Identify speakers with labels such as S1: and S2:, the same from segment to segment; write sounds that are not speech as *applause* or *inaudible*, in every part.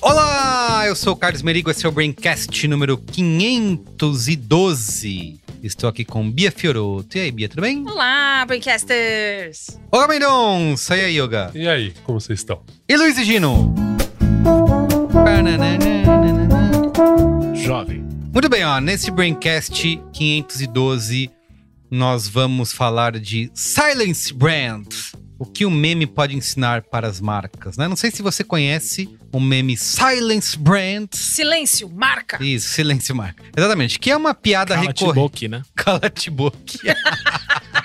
S1: Olá, eu sou o Carlos Merigo, esse é o Braincast número 512. Estou aqui com Bia Fioroto. E aí, Bia, tudo bem?
S2: Olá, Braincasters!
S1: Olá, Mendonça! E aí, Yoga?
S3: E aí, como vocês estão?
S1: E Luiz e Gino?
S3: Jovem.
S1: Muito bem, ó, nesse Braincast 512, nós vamos falar de Silence Brand. O que o meme pode ensinar para as marcas, né? Não sei se você conhece o meme Silence Brand.
S2: Silêncio, marca!
S1: Isso, silêncio marca. Exatamente, que é uma piada recorrente.
S4: Boki, né?
S1: *laughs* Calate boca. *laughs*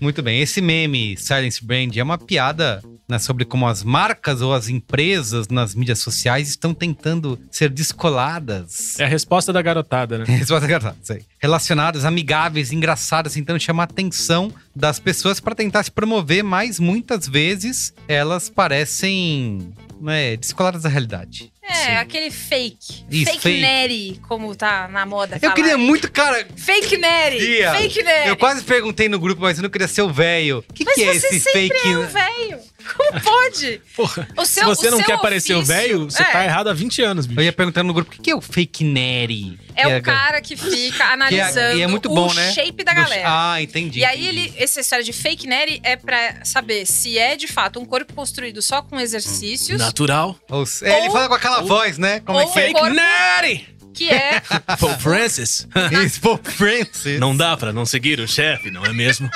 S1: Muito bem, esse meme Silence Brand é uma piada né, sobre como as marcas ou as empresas nas mídias sociais estão tentando ser descoladas.
S4: É a resposta da garotada,
S1: *laughs*
S4: né?
S1: Resposta engraçada, isso aí. Relacionadas, amigáveis, engraçadas, tentando chamar a atenção das pessoas para tentar se promover, mas muitas vezes elas parecem né, descoladas da realidade.
S2: É, aquele fake.
S1: Isso,
S2: fake,
S1: fake.
S2: Neri, como tá na moda.
S1: Eu
S2: falar.
S1: queria muito, cara,
S2: Fake Neri!
S1: Bia,
S2: Fake Neri!
S1: Eu quase perguntei no grupo, mas eu não queria ser o velho. O que,
S2: Mas
S1: que é
S2: você
S1: esse
S2: sempre
S1: fake?
S2: é um velho! Como pode?
S4: Porra,
S2: O
S4: se
S2: seu-
S4: você
S2: o
S4: não
S2: seu
S4: quer parecer o
S2: ofício-
S4: velho, você
S2: é.
S4: tá errado há 20 anos, bicho.
S1: eu ia perguntando no grupo, o que, que é o fake neri?
S2: É
S1: Que a-
S2: o cara que fica
S1: que a-
S2: analisando
S1: e é muito bom,
S2: o
S1: né?
S2: shape da
S1: Do-
S2: galera.
S1: Ah, entendi.
S2: E aí,
S1: entendi.
S2: ele, essa história de fake Neri é pra saber se é de fato um corpo construído só com exercícios,
S4: Natural.
S1: Ou- é, ele
S2: ou-
S1: fala com aquela voz, né? Como é
S2: ou-
S1: que é?
S2: Fake Corpo.
S4: Neri!
S2: que
S1: *laughs*
S2: é
S4: Paul Francis.
S1: Isso, Paul Francis.
S4: Não dá pra não seguir o chefe, não é mesmo?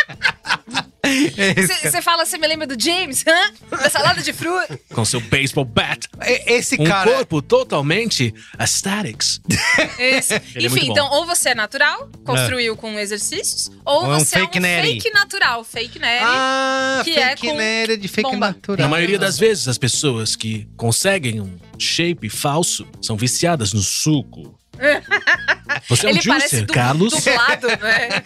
S1: Esse,
S2: Você fala, você me lembra do James, hã? Da salada de fruta.
S4: Com seu baseball bat.
S1: e- esse
S4: Um
S1: cara.
S4: corpo totalmente aesthetics.
S1: *laughs*
S2: Isso.
S4: Ele é muito
S2: Enfim,
S4: bom.
S2: então, ou você é natural, construiu com exercícios, ou
S1: Ou é um
S2: você
S1: fake
S2: é um
S1: Neri.
S2: fake natural, fake Neri.
S1: ah,
S2: que é
S1: fake
S2: com
S1: neri de fake
S2: bomba.
S1: natural.
S4: Na maioria das vezes, as pessoas que conseguem um shape falso são viciadas no suco. Você é um
S2: ele parece
S4: juicer,
S2: du
S4: Carlos. É,
S2: dublado, né?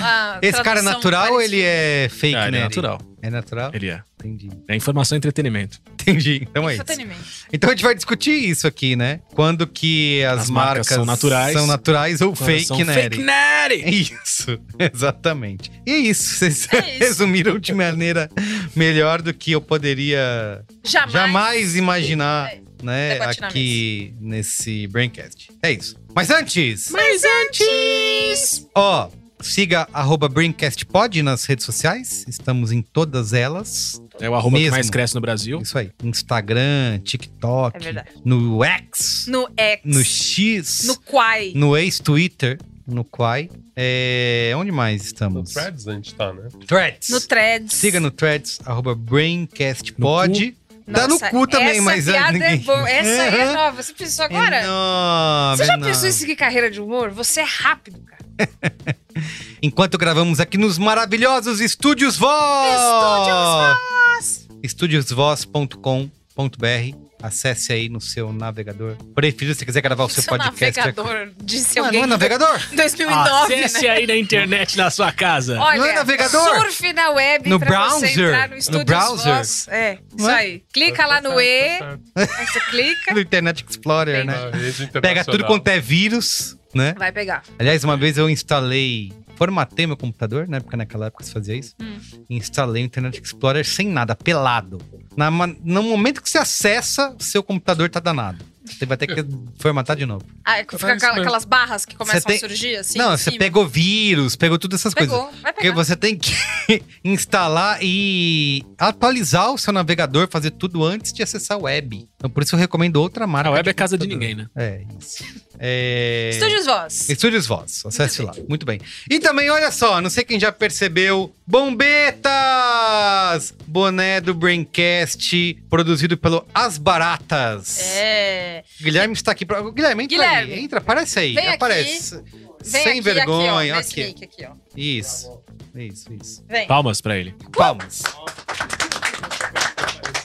S2: A
S1: Esse cara é
S2: tradução
S1: natural ou
S2: parece-
S1: ele é fake
S4: Ah, ele
S1: neri?
S4: é natural.
S1: É natural?
S4: Ele é.
S1: Entendi.
S4: É informação e entretenimento.
S1: Entendi. Então é isso.
S2: Entretenimento.
S1: Então a gente vai discutir isso aqui, né? Quando que as,
S4: As marcas são naturais.
S1: são naturais ou
S4: Quando
S1: fake
S4: são
S1: neri.
S4: Fake Neri!
S1: É *laughs* Isso, exatamente. E é isso, *laughs* vocês
S2: É isso.
S1: resumiram de maneira melhor do que eu poderia
S2: Jamais.
S1: jamais imaginar,
S2: É.
S1: né,
S2: Até bate na
S1: aqui nesse Braincast. É isso. Mas antes,
S2: Mas antes...
S1: ó, siga arroba BraincastPod nas redes sociais, estamos em todas elas.
S4: É o arroba
S1: Mesmo.
S4: que mais cresce no Brasil.
S1: Isso aí, Instagram, TikTok,
S2: É verdade.
S1: no X,
S2: No X.
S1: no X,
S2: No Quai.
S1: no ex-Twitter, no Quai. É, onde mais
S3: No
S1: estamos?
S3: Threads a gente tá, né?
S1: Threads.
S2: No Threads.
S1: Siga no threads, arroba braincastpod. Dá no
S2: Nossa,
S1: cu também,
S2: essa
S1: mas... ah,
S2: piada é
S1: ninguém- *laughs*
S2: boa. Essa aí é
S1: Aham. é
S2: nova. Você pensou agora?
S1: Enorme,
S2: Você já
S1: enorme.
S2: pensou em seguir carreira de humor? Você é rápido, cara.
S1: Enquanto gravamos aqui nos maravilhosos Estúdios Voz! Estúdios Voz! Estúdiosvoz.com.br Acesse aí no seu navegador preferido, se você quiser gravar o seu,
S2: Seu
S1: podcast.
S2: é um navegador, disse
S1: Não, não
S2: alguém.
S1: é Ah, navegador?
S2: Em 2009, né?
S4: Acesse aí na internet na sua casa.
S2: Olha,
S1: Não é navegador?
S2: surf na web
S1: No
S2: pra
S1: browser?
S2: você entrar no
S1: No
S2: Estúdios
S1: browser?
S2: Voz. É,
S1: Não
S2: isso
S1: é?
S2: aí. Clica lá
S3: Tá
S2: no
S3: certo,
S2: E,
S1: Né?
S3: tá certo.
S2: aí você clica,
S1: Do Internet Explorer, né?
S3: Na rede
S1: Pega tudo
S3: internacional.
S1: quanto é vírus, né?
S2: vai pegar.
S1: Aliás, uma vez eu instalei, formatei meu computador, né? Porque naquela época se fazia isso. E Instalei o Internet Explorer sem nada, pelado. Na ma- no momento que você acessa, seu computador tá danado. Você vai ter que formatar de novo.
S2: Ah, é que fica
S3: Parece
S2: aquela-
S3: mesmo.
S2: aquelas barras que começam
S1: tem-
S2: a surgir, assim,
S1: Não,
S2: em
S1: você
S2: cima.
S1: pegou vírus, pegou todas essas coisas.
S2: Pegou, vai
S1: Porque
S2: pegar.
S1: você tem que *laughs* instalar e atualizar o seu navegador, fazer tudo antes de acessar a web. Então, por isso eu recomendo outra marca.
S4: A web
S1: de
S4: é casa de
S1: computador.
S4: ninguém, né?
S1: É, isso. É...
S2: Estúdios Voz.
S1: Estúdios Voz, acesse lá. Muito bem. E também, olha só, não sei quem já percebeu, Bombetas! Boné do Braincast, produzido pelo As Baratas.
S2: É.
S1: Guilherme está aqui. Pra... Guilherme, entra
S2: Guilherme.
S1: aí. Entra, aparece aí.
S2: Vem aqui.
S1: aparece.
S2: Vem
S1: Sem
S2: aqui, aqui,
S1: vergonha.
S2: ó, nesse
S1: ok.
S2: link aqui, ó.
S1: Isso. Isso, isso.
S2: Vem.
S4: Palmas pra ele.
S1: Palmas.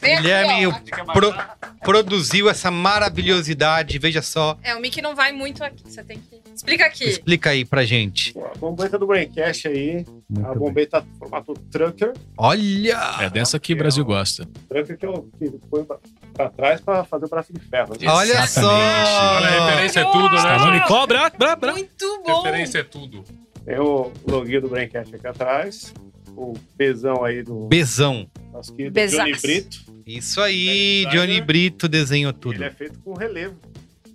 S2: Vem aqui,
S1: Guilherme
S2: ó.
S1: o pro- produziu essa maravilhosidade. Veja só.
S2: É, o Mickey não vai muito aqui. Você tem que. Explica aqui.
S1: Explica aí pra gente.
S5: A bombeta do Braincast aí. a
S1: Muito bem.
S5: bombeta formato Trucker.
S1: Olha!
S4: É dessa que o Brasil gosta.
S5: Trucker que eu que põe pra, pra trás pra fazer o braço de ferro. né?
S1: Olha
S4: Exatamente.
S1: só!
S3: Olha, a referência é tudo,
S4: Stallone
S1: tá
S3: né?
S4: Tá cobra, bra, bra.
S2: Muito bom.
S3: Referência é tudo.
S5: Tem o loguinho do Braincast aqui atrás. O pesão aí do
S1: Besão.
S5: nosso querido
S2: Besaço.
S5: Johnny Brito.
S1: Isso aí,
S5: Designer.
S1: Johnny Brito desenhou tudo.
S5: né? Ele é feito com relevo.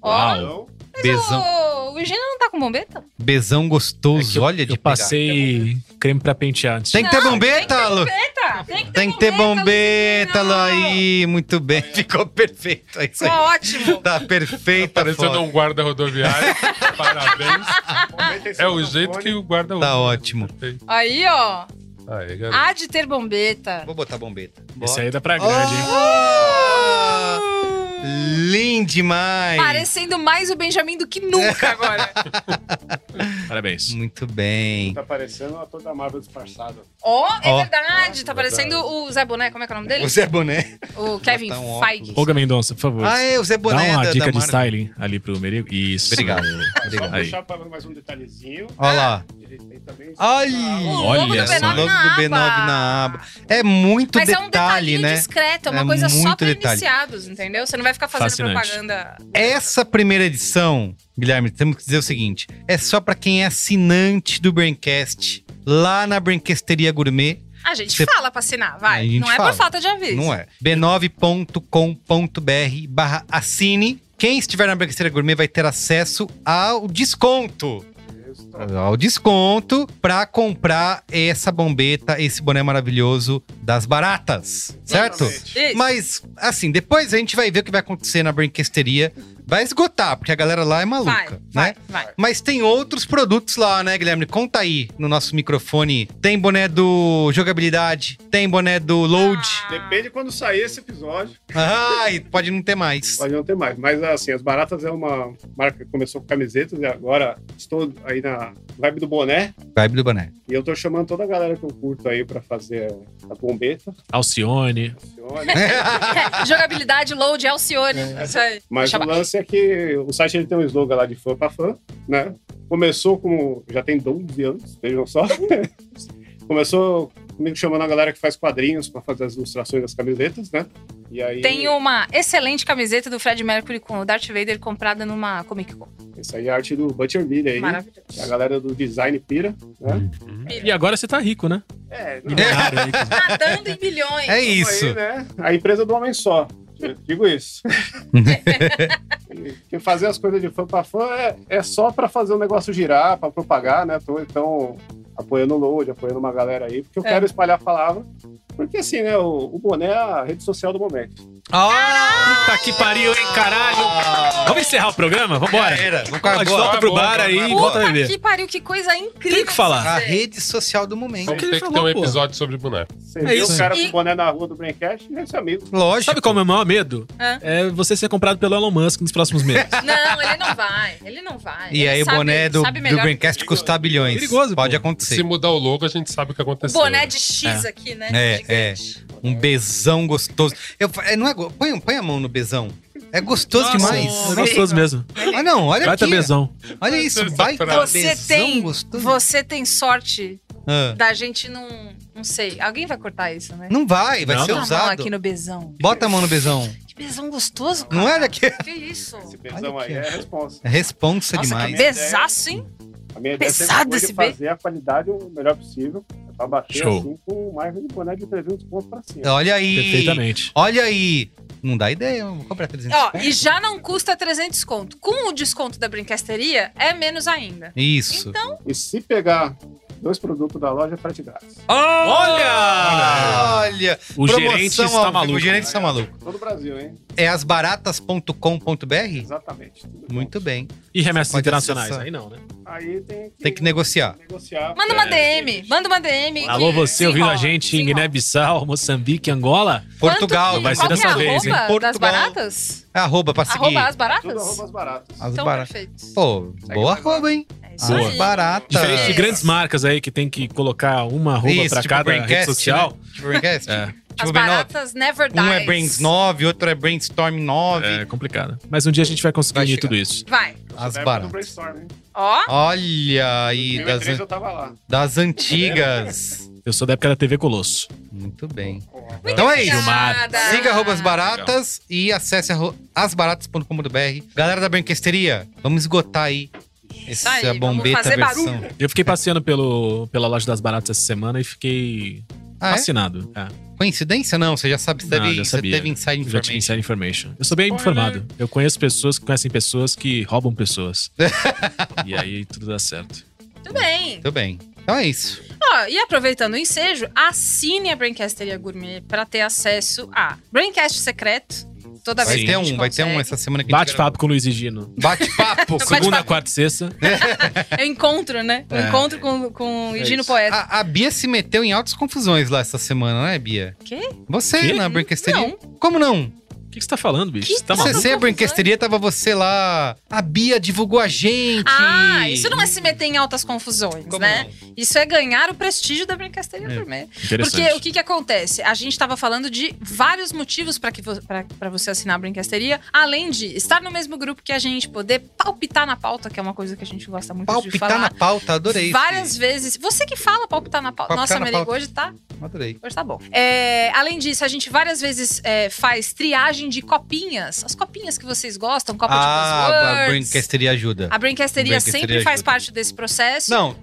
S2: Ó, um.
S5: Então,
S1: Besão,
S2: o, o Gino não tá com bombeta?
S1: besão
S4: É
S1: gostoso,
S4: que eu-
S1: olha de
S4: Eu
S1: pegar.
S4: passei creme pra pentear antes.
S1: Tem que ter bombeta, Lu.
S2: Eita, tem que ter
S1: Tem que ter bombeta, Lu,
S2: Luciano.
S1: aí. Muito bem, *laughs* ficou perfeito. É isso
S2: Ficou
S1: aí.
S2: ótimo.
S1: Tá perfeita a
S3: Parecendo
S1: foto.
S3: um guarda
S1: *laughs*
S3: rodoviário. Parabéns.
S5: bombeta em
S3: É
S5: cima
S3: o
S5: do
S3: jeito
S5: fone.
S3: que o guarda
S1: Tá
S3: usa.
S1: ótimo. Ah,
S3: Perfeito.
S2: Aí, ó.
S3: Aí, garoto.
S2: Há de ter bombeta.
S1: Vou botar bombeta.
S4: Esse
S1: Bora.
S4: aí é dá pra grande, hein?
S1: Oh! Lindo demais.
S2: Parecendo mais o Benjamin do
S1: *laughs*
S2: que nunca agora.
S1: Ah!
S4: Parabéns.
S1: Muito bem.
S5: Tá parecendo o ator da Marvel disfarçado.
S2: Ó, é
S1: Ó.
S2: verdade. Tá parecendo o Zé Boné. Como é que é o nome dele?
S1: O Zé Boné.
S2: O Kevin
S1: Botar um
S2: Feige.
S1: óculos.
S4: Olga Mendonça, por favor.
S1: Ah, é, o Zé
S4: Dá
S1: Boné
S4: uma
S1: da,
S4: dica
S1: da
S4: de
S1: Marvel.
S4: styling ali pro Merigo. Isso.
S1: Obrigado. Obrigado.
S4: Aí.
S5: Deixar pra mais um detalhezinho.
S1: Olha lá.
S5: Ele tem também.
S2: Ah, O
S3: Ah.
S1: Olha!
S2: logo
S4: Olha
S2: do
S4: só.
S2: B9
S1: Logo
S2: na
S1: do B9
S2: aba.
S1: na aba. É muito
S2: Mas é um
S1: detalhe,
S2: detalhe
S1: né?
S2: discreto, é uma
S1: É
S2: coisa só
S1: muito
S2: pra
S1: detalhe.
S2: iniciados, entendeu? Você não vai ficar fazendo
S4: Fascinante.
S2: propaganda.
S1: Essa primeira edição, Guilherme, temos que dizer o seguinte: é só pra quem é assinante do Braincast. Lá na Branquesteria Gourmet,
S2: A Ah, gente
S1: Você-
S2: fala pra assinar,
S1: A
S2: vai.
S1: gente
S2: Não é
S1: fala.
S2: por falta de aviso.
S1: não é? b9.com.br barra assine. Quem estiver na Branquesteria Gourmet vai ter acesso ao desconto. Ao desconto pra comprar essa bombeta, esse boné maravilhoso das baratas. Certo?
S2: É Isso.
S1: Mas, assim, depois a gente vai ver o que vai acontecer na brinquesteria. Vai esgotar, porque a galera lá é
S2: vai,
S1: maluca, né?
S2: vai, vai.
S1: Mas tem outros produtos lá, né, Guilherme? Conta aí no nosso microfone. Tem boné do jogabilidade, tem boné do load.
S2: *laughs*
S5: Depende de quando sair esse episódio.
S2: Ah.
S1: Ai, pode não ter mais.
S5: Pode não ter mais. Mas assim, as baratas é uma marca que começou com camisetas e agora estou aí na vibe do boné.
S1: Vibe do boné.
S5: E eu tô chamando toda a galera que eu curto aí pra fazer a bombeta.
S4: Alcione.
S2: *laughs*
S5: Funciona.
S2: É Jogabilidade, load, Alcione. Isso aí.
S5: Mas
S2: Deixa
S5: o lance é que o site ele tem um slogan lá de fã pra fã, né? Começou como. Já tem 12 anos, vejam só. *laughs* Começou comigo chamando a galera que faz quadrinhos pra fazer as ilustrações das camisetas, né? E aí.
S2: Tem um uma excelente camiseta do Fred Mercury com o Darth Vader comprada numa Comic Con.
S5: Isso aí é a arte do Butcherville aí.
S2: Maravilhoso.
S5: A galera do design pira, né?
S4: E agora você tá rico, né?
S5: É,
S4: Milionário aí.
S2: Nadando Tá em
S1: *laughs* *laughs*
S2: bilhões.
S1: É isso.
S5: Aí, né? A empresa do homem só. Eu Digo isso. Porque fazer as coisas de fã pra fã é, é só pra fazer o negócio girar, pra propagar, né? Tô, então, apoiando o Load, apoiando uma galera aí, porque eu
S2: É.
S5: quero espalhar a palavra. Porque assim, né? O, o boné é a rede social do momento.
S1: Ah,
S4: Puta que pariu, hein, caralho. Vamos encerrar o programa? Vambora.
S1: Já era. Vamos com a
S4: A gente
S1: boa.
S4: volta pro
S3: Boa,
S4: bar
S3: boa,
S4: aí e
S1: boa.
S4: volta a
S2: Puta
S4: beber.
S2: que pariu, que coisa incrível.
S4: Tem que falar.
S1: a
S2: você.
S1: rede social do momento.
S3: Vamos
S4: que ele
S3: ter que ter
S4: falou,
S3: um
S4: pô?
S3: episódio sobre boneco.
S5: Você
S4: É
S5: vê
S4: isso.
S5: o cara
S2: E-
S5: com o boné na rua do Braincast, é seu amigo.
S1: Lógico.
S4: Sabe qual é o meu maior medo?
S2: Hã?
S4: É você ser comprado pelo Elon Musk nos próximos
S1: *laughs*
S4: meses.
S2: Não, ele não vai. Ele não vai.
S1: E
S2: Ele
S1: aí,
S2: sabe-
S1: o boné do,
S2: sabe
S1: do
S2: melhor.
S1: Braincast custar bilhões.
S4: Perigoso, pô.
S1: Pode
S3: Se
S1: acontecer.
S3: mudar o logo, a gente sabe o que aconteceu.
S2: Boné de X aqui, né?
S1: É,
S2: Gigante.
S1: Um besão gostoso. Eu, fa- é, não é, go- põe, põe a mão no besão. É gostoso
S4: Nossa,
S1: demais.
S4: É gostoso mesmo.
S1: Ah, não, olha
S4: Vai tá
S1: aqui.
S4: besão.
S1: Olha isso,
S3: Essa
S1: vai
S3: frase.
S2: Você tem-
S1: gostoso.
S2: Você tem sorte
S1: Ah,
S2: da gente não. Não sei. Alguém vai cortar isso, né?
S1: não vai, vai
S4: Não,
S1: ser
S4: não.
S2: Bota a mão
S1: usado.
S2: aqui no besão.
S1: Bota a mão no besão.
S2: Que besão gostoso, cara.
S1: Não é era que
S2: Que isso?
S5: Esse pesão
S1: Olha
S5: aí
S1: que-
S5: é a resposta.
S1: é responsa
S2: Nossa, que
S1: demais.
S2: besaço, hein?
S5: A minha ideia é sempre
S2: Pesado
S5: foi
S2: esse
S5: de fazer a qualidade o melhor possível, pra bater
S4: Show.
S5: assim com margem de boné de 300 pontos pra cima.
S1: Olha aí.
S4: Perfeitamente.
S1: Olha aí. Não dá ideia, é eu vou comprar 300.
S2: Ó, e já não custa 300 conto. Com o desconto da brinquesteria, é menos ainda.
S1: Isso.
S2: Então,
S5: E se pegar dois produtos da loja é frete grátis.
S1: Olha! Olha!
S4: Ah. O
S1: Promoção
S4: gerente
S1: ao
S4: está
S1: vivo,
S4: maluco.
S1: O gerente está maluco.
S5: Todo o Brasil, hein?
S1: É asbaratas.com.br?
S5: Exatamente. Tudo
S1: Muito bem.
S4: E remessas
S1: Pode
S4: internacionais.
S1: acessar.
S4: Aí não, né?
S5: bom. Aí tem que,
S1: Tem que negociar.
S5: negociar. é
S2: Manda uma DM, manda uma DM.
S4: Alô,
S2: que
S4: você ouvindo a
S2: desenrola,
S4: gente em
S2: desenrola.
S4: Guiné-Bissau, Moçambique, Angola?
S2: Quanto
S1: Portugal.
S2: que-
S4: vai ser
S2: qual que
S4: dessa
S2: é a
S4: vez, hein?
S2: arroba das
S1: Portugal.
S2: baratas?
S1: É Arroba pra seguir.
S2: Arroba as
S5: Tudo
S2: baratas?
S5: arrobas baratas.
S1: As
S2: Então,
S1: baratas.
S2: perfeito.
S1: Pô, boa
S5: mais
S1: arroba, hein?
S2: É isso
S4: Boa.
S2: aí.
S1: Barata.
S4: Diferente de
S2: Isso.
S4: grandes marcas aí que tem que colocar uma arroba
S1: Isso,
S4: pra
S1: tipo
S4: cada rede
S1: Braincast,
S4: social.
S1: Tipo Braincast.
S4: É.
S2: As
S1: Tipo B9.
S2: baratas never dies.
S1: Um é Brains 9, outro é Brainstorm 9.
S4: É complicado. Mas um dia a gente vai conseguir
S1: né? Vai
S4: unir
S1: chegar.
S4: tudo isso.
S2: Vai.
S1: As
S5: Da época do
S1: baratas.
S5: brainstorm, hein?
S2: Ó,
S1: Olha aí, das,
S5: Em 2003 eu tava lá.
S1: das antigas.
S4: Eu sou da época da TV Colosso.
S1: Muito bem.
S5: Ó,
S1: Então é isso.
S4: Gilmar.
S2: Obrigada.
S1: Siga arroba as baratas e acesse arro- asbaratas.com.br. Galera da Branquesteria, vamos esgotar aí
S2: Isso
S1: essa
S2: aí, vamos
S1: bombeta
S2: fazer
S1: versão.
S2: barulho.
S4: Eu fiquei passeando pelo, pela loja das baratas essa semana e fiquei
S1: Ah, é?
S4: fascinado. É.
S1: Coincidência? Não, você já sabe, você,
S4: Não,
S1: teve,
S4: Ah, já
S1: você
S4: sabia.
S1: teve inside
S4: Já tinha
S1: information.
S4: inside information. Eu sou bem informado. Eu conheço pessoas que conhecem pessoas que roubam
S1: *laughs*
S4: pessoas. e aí tudo dá certo.
S2: Muito bem.
S1: Muito bem. Então é isso.
S2: Ó, e aproveitando o ensejo, assine a Braincasteria Gourmet para ter acesso a Braincast Secreto. Toda
S1: Vai
S2: vez que
S1: ter
S2: Tá a gente
S1: um, vai ter um
S2: consegue.
S1: essa semana que a gente
S4: Bate-papo com o Luiz e Gino.
S1: grava.
S2: *laughs*
S1: Bate-papo.
S4: Segunda, quarta e sexta.
S2: É um encontro, né? Um
S4: É.
S2: encontro com, com o
S4: É
S2: Higino
S4: isso.
S2: Poeta.
S1: A, a Bia se meteu em altas confusões lá essa semana, né, Bia?
S2: Quê?
S1: Você
S4: Quê?
S1: na Branquesteria.
S2: Não.
S1: Como não?
S4: O que, que você tá falando, bicho?
S2: Que
S4: Você tá
S2: Não,
S1: Você
S4: maluco?
S2: não
S1: CC
S2: confusões.
S1: Branquesteria, tava você lá. A Bia divulgou a gente.
S2: Ah, isso não é se meter em altas confusões,
S1: Como
S2: né?
S1: não?
S2: Isso é ganhar o prestígio da Brincasteria
S4: É.
S2: Gourmet.
S4: Interessante.
S2: Porque o que, que acontece? A gente estava falando de vários motivos para você assinar a Brincasteria, além de estar no mesmo grupo que a gente, poder palpitar na pauta, que é uma coisa que a gente gosta muito de
S1: Palpitar na
S2: falar.
S1: pauta, adorei.
S2: Várias
S1: esse-
S2: vezes. Você que fala palpitar na pauta.
S1: Palpitar
S2: Nossa,
S1: na
S2: Merigo,
S1: pauta.
S2: hoje tá
S1: Adorei.
S2: Hoje tá bom. É, além disso, a gente várias vezes é, faz triagem de copinhas. As copinhas que vocês gostam, copa
S1: Ah, a
S2: de buzzwords.
S1: Branquesteria ajuda.
S2: A Brincasteria
S1: Braincasteria
S2: sempre faz
S1: ajuda.
S2: parte desse processo.
S1: Não.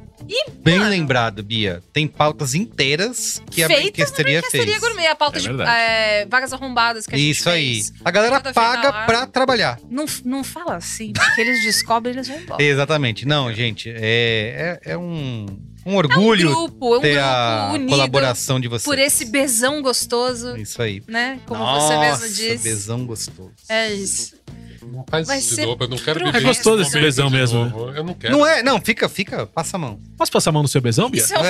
S1: Bem
S2: mano.
S1: lembrado, Bia. Tem pautas inteiras que a
S2: Feitas na
S1: Branquesteria
S2: Brincasteria
S1: fez.
S2: gourmet, a pauta
S4: É
S2: de
S4: verdade.
S2: é, vagas arrombadas que a gente
S1: Isso aí.
S2: fez.
S1: A galera
S2: Toda
S1: paga
S2: final lá.
S1: pra trabalhar.
S2: Não, não fala
S1: *laughs*
S2: assim, porque eles descobrem eles vão embora.
S1: Exatamente. Não, gente, é, é, é um, um
S2: É um
S1: orgulho
S2: grupo, é um
S1: ter a
S2: grupo unido
S1: colaboração de vocês. É
S2: por esse bezão gostoso,
S1: Isso aí.
S2: né? Como você
S1: Nossa,
S2: mesmo disse.
S1: Besão gostoso.
S2: É isso.
S3: Não faz
S2: Vai
S3: isso
S2: ser
S3: de novo, eu não quero
S2: pro resto.
S3: viver
S2: É
S4: gostoso esse
S3: momento
S4: beijão
S3: de
S4: mesmo, né?
S3: novo, Eu não quero.
S1: Não é? Não, fica, fica, passa a mão.
S4: Posso passar a mão no seu bezão, Bia?
S2: Isso é um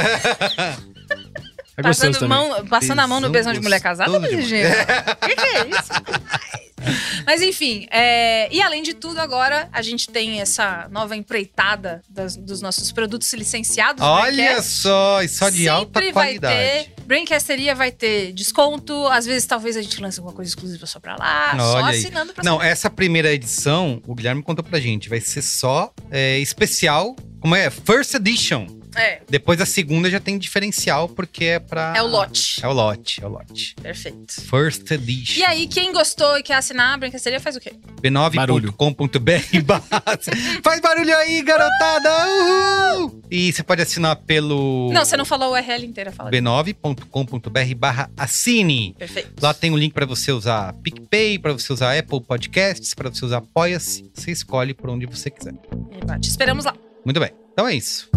S4: É gostoso
S2: Passando,
S4: também.
S2: mão- passando a mão no
S1: Tesão
S2: besão de mulher casada,
S1: gostoso
S2: Luiz Gino?
S1: *laughs*
S2: O que, que é isso? Mas enfim, é, e além de tudo, agora a gente tem essa nova empreitada das- dos nossos produtos licenciados. né, que
S1: Olha
S2: é-
S1: só, e só de
S2: Sempre
S1: alta
S2: Vai
S1: qualidade.
S2: ter, Braincasteria vai ter desconto, às vezes talvez a gente lance alguma coisa exclusiva só pra lá, só
S1: Olha aí.
S2: assinando pra
S1: Não, essa primeira edição, o Guilherme contou pra gente, vai ser só é, especial. Como é? First Edition.
S2: É,
S1: Depois a segunda já tem diferencial, porque é pra.
S2: é o lote.
S1: É o lote, é o lote.
S2: Perfeito.
S1: First Edition.
S2: E aí, quem gostou e quer assinar a Brancasteria faz o quê?
S1: b9.com.br *laughs* barra- Faz barulho aí, garotada! Uhul! E você pode assinar pelo
S2: Não, você não falou a URL inteira, fala.
S1: b9.com.br barra assine.
S2: Perfeito.
S1: Lá tem o link pra você usar PicPay, pra você usar Apple Podcasts, pra você usar Apoia-se. Você escolhe por onde você quiser.
S2: E bate. Esperamos lá.
S1: Muito bem. Então é isso.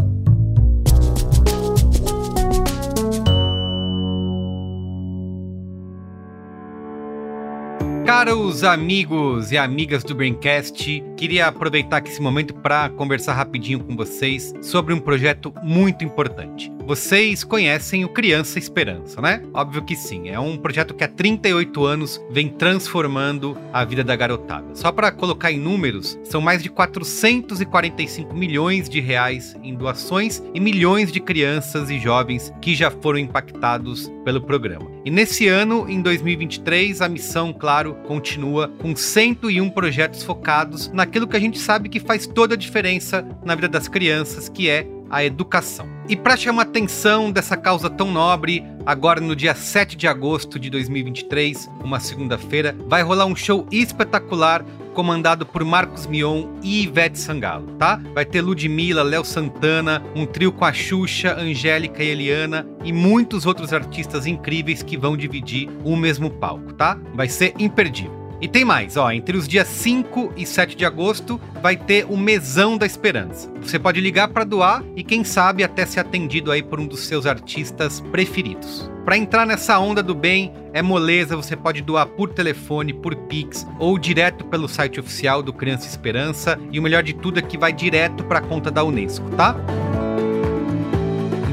S1: Caros amigos e amigas do Braincast, queria aproveitar aqui esse momento para conversar rapidinho com vocês sobre um projeto muito importante. Vocês conhecem o Criança Esperança, né? Óbvio que sim, é um projeto que há 38 anos vem transformando a vida da garotada. Só para colocar em números, são mais de 445 milhões de reais em doações e milhões de crianças e jovens que já foram impactados pelo programa. E nesse ano, em 2023, a missão, claro, continua com 101 projetos focados naquilo que a gente sabe que faz toda a diferença na vida das crianças, que é a educação. E para chamar a atenção dessa causa tão nobre, agora no dia 7 de agosto de 2023, uma segunda-feira, vai rolar um show espetacular comandado por Marcos Mion e Ivete Sangalo, tá? Vai ter Ludmilla, Léo Santana, um trio com a Xuxa, Angélica e Eliana e muitos outros artistas incríveis que vão dividir o mesmo palco, tá? Vai ser imperdível. E tem mais, ó, entre os dias 5 e 7 de agosto vai ter o Mesão da Esperança. Você pode ligar para doar e quem sabe até ser atendido aí por um dos seus artistas preferidos. Para entrar nessa onda do bem é moleza, você pode doar por telefone, por Pix ou direto pelo site oficial do Criança Esperança e o melhor de tudo é que vai direto para a conta da UNESCO, tá?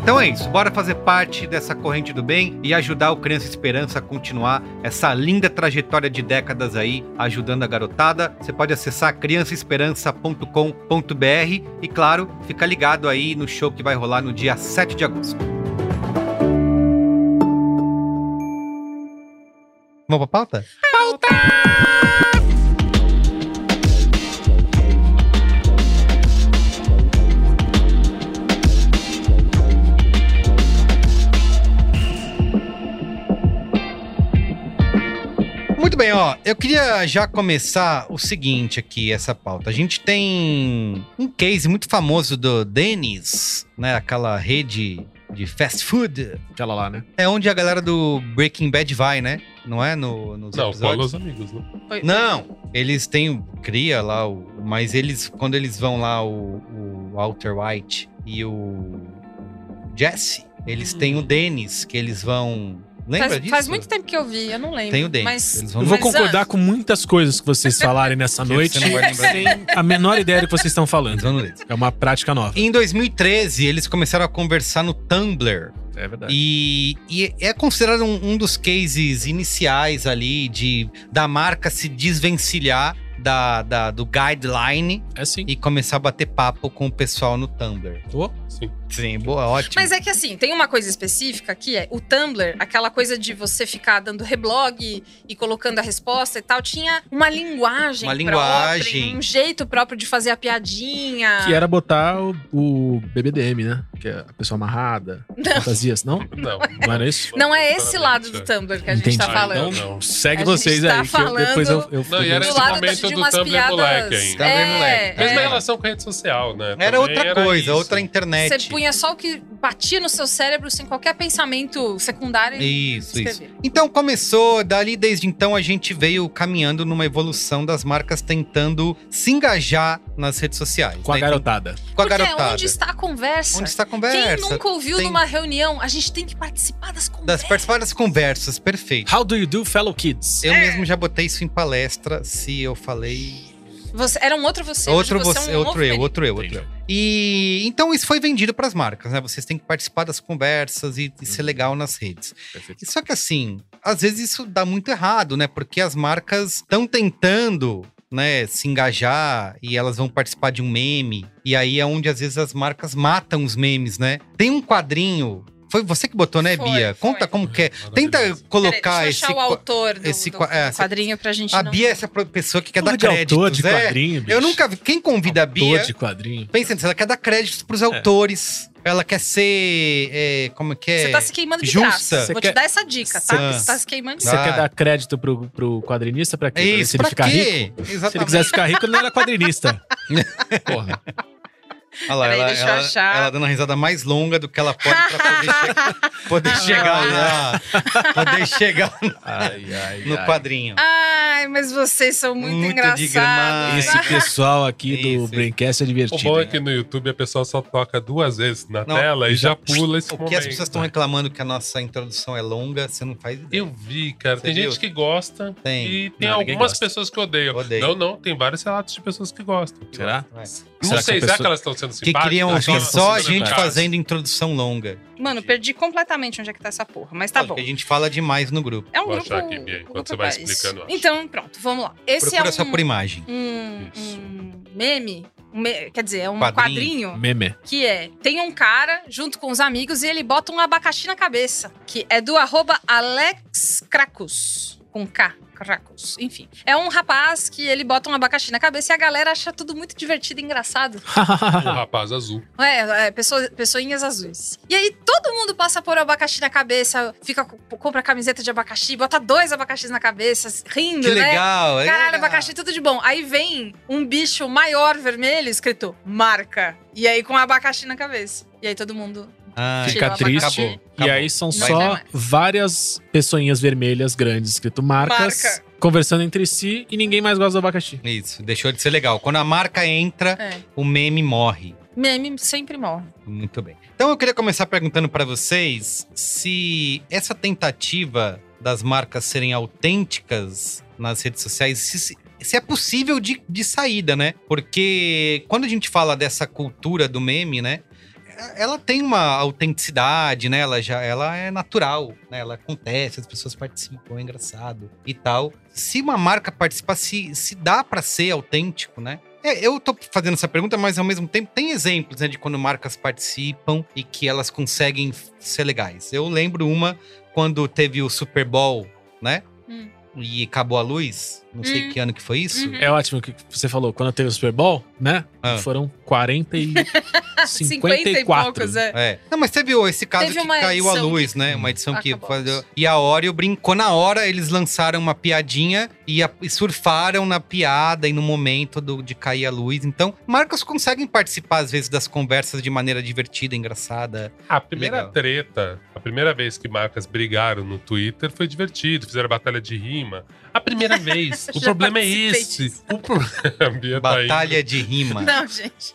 S1: Então é isso, bora fazer parte dessa corrente do bem e ajudar o Criança Esperança a continuar essa linda trajetória de décadas aí, ajudando a garotada. Você pode acessar criançaesperança.com.br e, claro, fica ligado aí no show que vai rolar no dia 7 de agosto. Vamos pra pauta? Muito bem, ó. Eu queria já começar o seguinte aqui, essa pauta. A gente tem um case muito famoso do Dennis, né? Aquela rede de fast food.
S4: Aquela lá, né?
S1: É onde a galera do Breaking Bad vai, né? Não é no, nos
S3: Não, fala
S1: episódios?
S3: os amigos,
S1: *laughs*
S3: né?
S2: Foi-
S1: Não, eles têm o cria lá, o, mas eles quando eles vão lá o, o Walter White e o Jesse, eles têm o Dennis que eles vão. Lembra
S2: Uhum. Faz,
S1: disso?
S2: faz muito tempo que eu vi, eu não lembro.
S1: Tem o Dennis.
S2: Mas,
S1: Eles
S4: Eu
S1: vão
S4: vou
S2: mas
S4: concordar
S2: antes-
S4: com muitas coisas que vocês falarem nessa
S1: Que você
S4: noite,
S1: não vai lembrar.
S4: sem a menor ideia do que vocês estão
S1: Eles
S4: falando.
S1: vão no Dennis.
S4: É uma prática nova.
S1: Em 2013, eles começaram a conversar no Tumblr
S4: É
S2: Tá.
S4: verdade.
S1: E, e é considerado um, um dos cases iniciais ali de da marca se desvencilhar da, da- do guideline
S4: É sim.
S1: e começar a bater papo com o pessoal no Tumblr.
S4: Oh,
S3: Sim.
S1: Sim, boa, ótimo.
S2: Mas é que assim, tem uma coisa específica que é o Tumblr, aquela coisa de você ficar dando reblog e colocando a resposta e tal, tinha uma linguagem,
S1: Uma linguagem.
S2: própria, um jeito próprio de fazer a piadinha.
S4: Que era botar o, o BBDM, né? Que é a pessoa amarrada,
S2: Não,
S4: fantasias, não?
S3: Não.
S4: Não era isso?
S2: não é esse lado do
S3: Não,
S2: Tumblr que a gente tá
S4: Entendi.
S2: falando.
S3: Não, não.
S4: Segue
S2: A gente
S4: vocês
S2: tá
S4: aí, que eu, depois eu, eu
S3: Não, e era
S2: Do
S3: esse
S2: lado
S3: momento
S2: de
S3: do
S2: umas
S3: Tumblr
S2: piadas.
S3: moleque ainda.
S1: Tumblr
S2: é,
S1: moleque.
S3: Mesma
S2: é.
S3: relação com a rede social, né?
S1: Era
S3: Também
S1: outra
S3: era
S1: coisa,
S3: isso.
S1: outra internet.
S2: Você punha só o que batia no seu cérebro sem qualquer pensamento secundário e
S1: Isso, isso.
S2: escrevia.
S1: Então começou, dali desde então a gente veio caminhando numa evolução das marcas tentando se engajar nas redes sociais.
S4: com a
S1: né?
S4: garotada.
S1: Com a
S2: Porque é
S1: garotada.
S2: onde está a conversa.
S1: Onde está a
S2: Quem
S1: conversa?
S2: nunca ouviu
S1: tem-
S2: numa reunião? A gente tem que participar das conversas.
S1: Das participar das conversas, perfeito.
S4: How do you do, fellow kids?
S2: É.
S1: Eu mesmo já botei isso em palestra, se eu falei.
S2: Você, era um outro você.
S1: outro
S2: hoje
S1: você,
S2: é um
S1: outro
S2: novo
S1: eu,
S2: Felipe.
S1: outro eu, outro eu. E então isso foi vendido para as marcas, né? Vocês têm que participar das conversas e, e ser
S2: Uhum.
S1: legal nas redes. E Só que assim, às vezes isso dá muito errado, né? Porque as marcas estão tentando. Né, se engajar e elas vão participar de um meme. E aí é onde às vezes as marcas matam os memes, né? Tem um quadrinho. Foi você que botou, né,
S2: Foi,
S1: Bia?
S2: foi.
S1: Conta como que é. Tenta
S3: Maravilhoso.
S2: Peraí,
S1: colocar
S2: deixa eu
S1: esse.
S2: achar o
S1: qua-
S2: autor do,
S1: esse
S2: do
S1: qua- é,
S2: quadrinho pra gente
S1: A
S2: não...
S1: Bia é essa pro- pessoa que quer
S4: Porra
S1: dar
S4: de
S1: créditos,
S4: autor de
S1: é.
S4: quadrinho, bicho.
S1: Eu nunca vi. Quem convida a Bia,
S4: Autor de É. quadrinho.
S1: pensa nisso, ela quer dar créditos pros autores. Ela quer ser. é, como que é?
S2: Você tá se queimando de
S1: Justa.
S2: graça.
S4: Você
S2: Vou
S4: quer-
S2: te dar essa dica, tá?
S1: Você-
S2: Você tá se queimando de
S1: Ah.
S4: Você quer dar crédito pro, pro quadrinista pra quê?
S1: É
S4: Pra ver
S1: isso,
S4: se ele
S1: pra
S4: ficar rico?
S1: quê?
S4: Se ele
S1: Exatamente.
S4: quisesse ficar rico, ele não
S1: *laughs*
S4: era quadrinista. Porra.
S1: Olha lá,
S2: Peraí,
S1: ela,
S2: deixa eu
S1: ela-
S2: achar.
S1: ela dando a risada mais longa do que ela pode pra
S2: *laughs*
S1: poder, che-
S2: Ah.
S1: poder chegar lá. Poder chegar
S4: Ai, ai,
S1: no quadrinho.
S2: Ai, mas vocês são muito,
S1: Muito de graça.
S2: engraçados.
S4: Esse pessoal aqui do
S1: Isso.
S4: Braincast é
S3: O
S4: divertido.
S3: bom é
S4: hein?
S3: que no YouTube a pessoa só toca duas vezes na
S1: Não,
S3: tela e
S4: já-
S3: já pula esse
S1: O
S3: momento.
S1: que as pessoas estão reclamando que a nossa introdução é longa, você não faz ideia.
S3: Eu vi, cara.
S1: Você
S3: tem
S1: viu?
S3: gente que gosta
S1: Tem.
S3: e tem
S4: Não, ninguém
S3: algumas
S4: gosta.
S3: pessoas que odeiam.
S1: Odeio.
S3: Não, não. Tem vários relatos de pessoas que gostam.
S4: Será?
S1: Vai.
S3: Não
S4: Será que
S3: sei,
S4: são
S3: será
S4: pessoas-
S3: que elas estão sendo
S1: Que
S3: simpáticas?
S1: queriam ouvir
S3: Elas
S1: só
S3: estão
S1: a
S3: sendo
S1: gente
S3: educadas?
S1: fazendo introdução longa.
S2: Mano, perdi completamente onde é que tá essa porra, mas tá
S1: Porque
S2: bom.
S1: a gente fala demais no grupo.
S2: É um
S3: Vou
S2: grupo...
S3: achar aqui, Bia, enquanto
S2: grupo
S3: você vai
S2: paz.
S3: explicando, eu acho.
S2: Então, pronto, vamos lá. Esse
S1: Procura
S2: é um...
S1: só por imagem.
S2: um,
S3: Isso.
S2: um meme, um me- quer dizer, é um
S1: Quadrinho.
S2: quadrinho.
S4: Meme.
S2: que é, tem um cara junto com os amigos e ele bota um abacaxi na cabeça, que é do arroba Alex Krakus, com K. Krakus, enfim. É um rapaz que ele bota um abacaxi na cabeça e a galera acha tudo muito divertido e engraçado.
S3: O rapaz azul.
S2: É, é pessoa- pessoinhas azuis. E aí todo mundo passa por abacaxi na cabeça, fica compra camiseta de abacaxi, bota dois abacaxis na cabeça, rindo,
S1: Que
S2: né?
S1: legal! é
S2: Caralho,
S1: legal.
S2: abacaxi, tudo de bom. Aí vem um bicho maior vermelho escrito marca. E aí com abacaxi na cabeça. E aí todo mundo.
S1: Ai,
S2: Chega
S4: Fica triste.
S1: Acabou.
S4: E aí são
S2: Vai
S4: só
S2: ter mais.
S4: várias pessoinhas vermelhas grandes escrito marcas
S2: Marca.
S4: conversando entre si e ninguém mais gosta do abacaxi.
S1: Isso, deixou de ser legal. Quando a marca entra,
S2: É.
S1: o meme morre.
S2: Meme sempre morre. *laughs*
S1: Muito bem. Então eu queria começar perguntando para vocês se essa tentativa das marcas serem autênticas nas redes sociais, se- se, se é possível de, de saída, né? Porque quando a gente fala dessa cultura do meme, né? Ela tem uma autenticidade, né? Ela já ela é natural, né? Ela acontece, as pessoas participam, é engraçado e tal. Se uma marca participar, se, se dá para ser autêntico, né? É, eu tô fazendo essa pergunta, mas ao mesmo tempo tem exemplos né, de quando marcas participam e que elas conseguem f- ser legais. Eu lembro uma quando teve o Super Bowl, né?
S2: Hum.
S1: E acabou a luz. Não sei
S2: Hum.
S1: que ano que foi isso.
S2: Uhum.
S4: É ótimo que você falou, quando teve o Super Bowl, né?
S1: Ah.
S4: Foram
S2: *laughs*
S4: 40 e
S2: 50 e
S4: 54.
S2: poucos, é.
S1: É. Não, mas teve o- esse caso
S2: Teve
S1: que
S2: uma
S1: caiu a
S2: edição
S1: luz, né? Uma edição que
S2: Acabou.
S1: fazia. E a Oreo brincou na hora, eles lançaram uma piadinha e, a- e surfaram na piada e no momento do- de cair a luz. Então, marcas conseguem participar, às vezes, das conversas de maneira divertida, engraçada.
S3: A primeira
S1: Ah, Legal.
S3: treta, a primeira vez que marcas brigaram no Twitter foi divertido, fizeram batalha de rima.
S1: *laughs*
S3: A primeira vez. o
S2: Já
S3: problema é
S2: participei
S3: esse. O pro... *laughs* a Bia tá aí.
S1: Batalha de rima.
S2: Não, gente.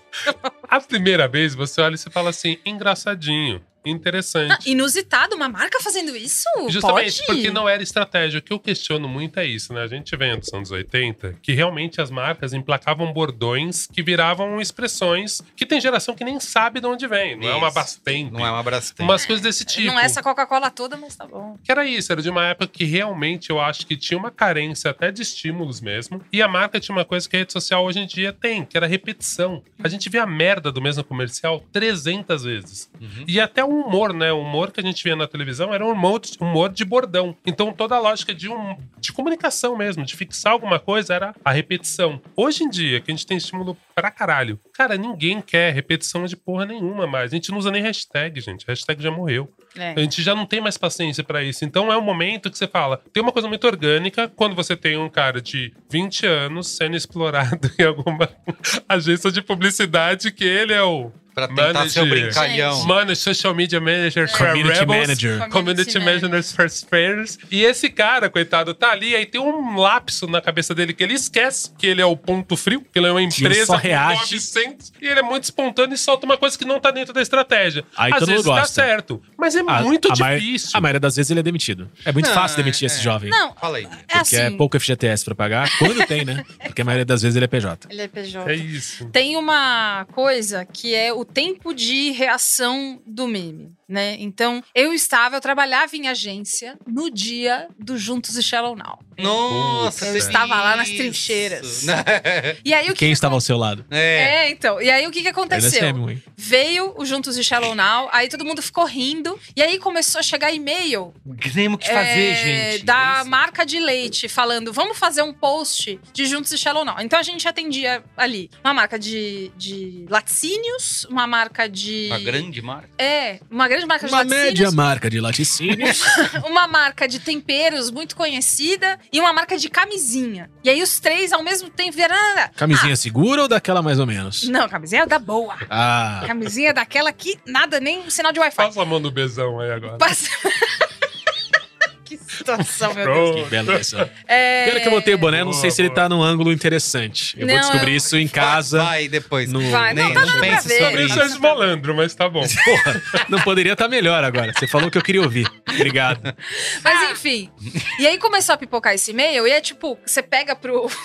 S3: A primeira vez você olha e você fala assim, engraçadinho, interessante.
S2: Não, inusitado, uma marca fazendo isso?
S3: Justamente,
S2: Pode?
S3: porque não era estratégia. O que eu questiono muito é isso, né? A gente vem dos anos 80 que realmente as marcas emplacavam bordões que viravam expressões que tem geração que nem sabe de onde vem. Não é uma
S1: Isso.
S3: Bastemp.
S1: Não é uma brastante.
S3: Umas coisas desse tipo.
S2: Não é essa Coca-Cola toda, mas tá bom.
S3: Que era isso, era de uma época que realmente eu acho que tinha uma carência até de estímulos mesmo. E a marca tinha uma coisa que a rede social hoje em dia tem, que era repetição. A gente vê a merda do mesmo comercial 300 vezes.
S1: Uhum.
S3: E até o humor, né? O humor que a gente via na televisão era um humor de, humor de bordão. Então toda a lógica de, um, de comunicação mesmo, de fixar alguma coisa, era a repetição. Hoje em dia, que a gente tem estímulo pra caralho, cara, ninguém quer repetição de porra nenhuma mais. A gente não usa nem hashtag, gente. Hashtag já morreu.
S2: É.
S3: A gente já não tem mais paciência pra isso. Então é o momento que você fala. Tem uma coisa muito orgânica quando você tem um cara de 20 anos sendo explorado *laughs* em alguma agência de publicidade que ele é o
S1: Pra tentar ser o
S3: Manager.
S1: brincalhão.
S2: Gente.
S3: Mano, social media manager, for
S4: É. Community
S3: Rebels,
S4: manager.
S3: Community,
S2: Community
S3: manager,
S2: manager.
S3: first fairs. E esse cara, coitado, tá ali, aí tem um lapso na cabeça dele que ele esquece que ele é o ponto frio, que ele é uma
S4: Que ele
S3: empresa
S4: só
S3: com
S4: reage.
S3: 900, e ele é muito espontâneo e solta uma coisa que não tá dentro da estratégia.
S4: Aí
S3: Às
S4: todo
S3: vezes
S4: mundo
S3: tá
S4: gosta.
S3: certo, mas é muito
S4: a mai-
S3: difícil.
S4: a maioria das vezes ele é demitido. É muito
S1: Não,
S4: fácil demitir
S1: é-
S4: esse jovem.
S2: Ah, Não,
S1: Fala aí.
S2: é
S4: Porque
S2: assim.
S4: é pouco FGTS pra pagar. Quando tem,
S2: *laughs*
S4: né? Porque a maioria das vezes ele é PJ.
S2: Ele é PJ.
S3: É isso.
S2: Tem uma coisa que é o tempo de reação do meme, né? Então, eu estava, eu trabalhava em agência no dia do Juntos e Shallow Now.
S1: Nossa,
S2: Eu
S1: que
S2: estava lá nas
S1: isso.
S2: trincheiras.
S1: *laughs*
S2: E aí o que
S4: Quem estava ao seu lado? é
S1: é.
S2: É, então. E aí o que, que
S4: Ernest
S2: aconteceu?
S4: Hemingway.
S2: Veio o Juntos e Shallow Now, aí todo mundo ficou rindo, e aí começou a chegar e-mail
S1: Temos que fazer,
S2: é,
S1: gente.
S2: Da
S1: É isso.
S2: marca de leite, falando, vamos fazer um post de Juntos e Shallow Now. Então a gente atendia ali uma marca de, de laticínios, uma marca de...
S1: Uma grande marca.
S2: É, uma grande marca
S4: Uma
S2: de
S4: média
S2: laticínios,
S4: marca de laticínios.
S2: *laughs* uma marca de temperos muito conhecida e uma marca de camisinha. E aí os três ao mesmo tempo vieram... "Ah,
S4: Camisinha segura ou daquela mais ou menos?
S2: Não, camisinha é da boa.
S4: Ah,
S2: Camisinha é daquela que nada, nem um sinal de Wi-Fi.
S3: Passa a mão do besão aí agora.
S2: Passa... que situação, meu Deus.
S4: que
S3: Pronto.
S4: bela versão.
S2: É...
S4: Pena que eu botei o boné, não
S3: Boa,
S4: sei se ele
S3: boa.
S4: tá num ângulo interessante. Eu vou
S2: Não,
S4: descobrir
S2: eu-
S4: isso em casa.
S1: Vai depois.
S4: No...
S2: Vai, não,
S1: Nem-
S2: tá
S1: não
S2: dando pra
S1: pense
S2: ver.
S1: sobre
S3: Isso é de malandro, mas tá
S4: *laughs*
S3: bom.
S4: Porra, não poderia estar melhor agora. Você falou o que eu queria ouvir. Obrigado.
S2: Mas enfim. E aí começou a pipocar esse e-mail e é tipo, você pega pro. *laughs*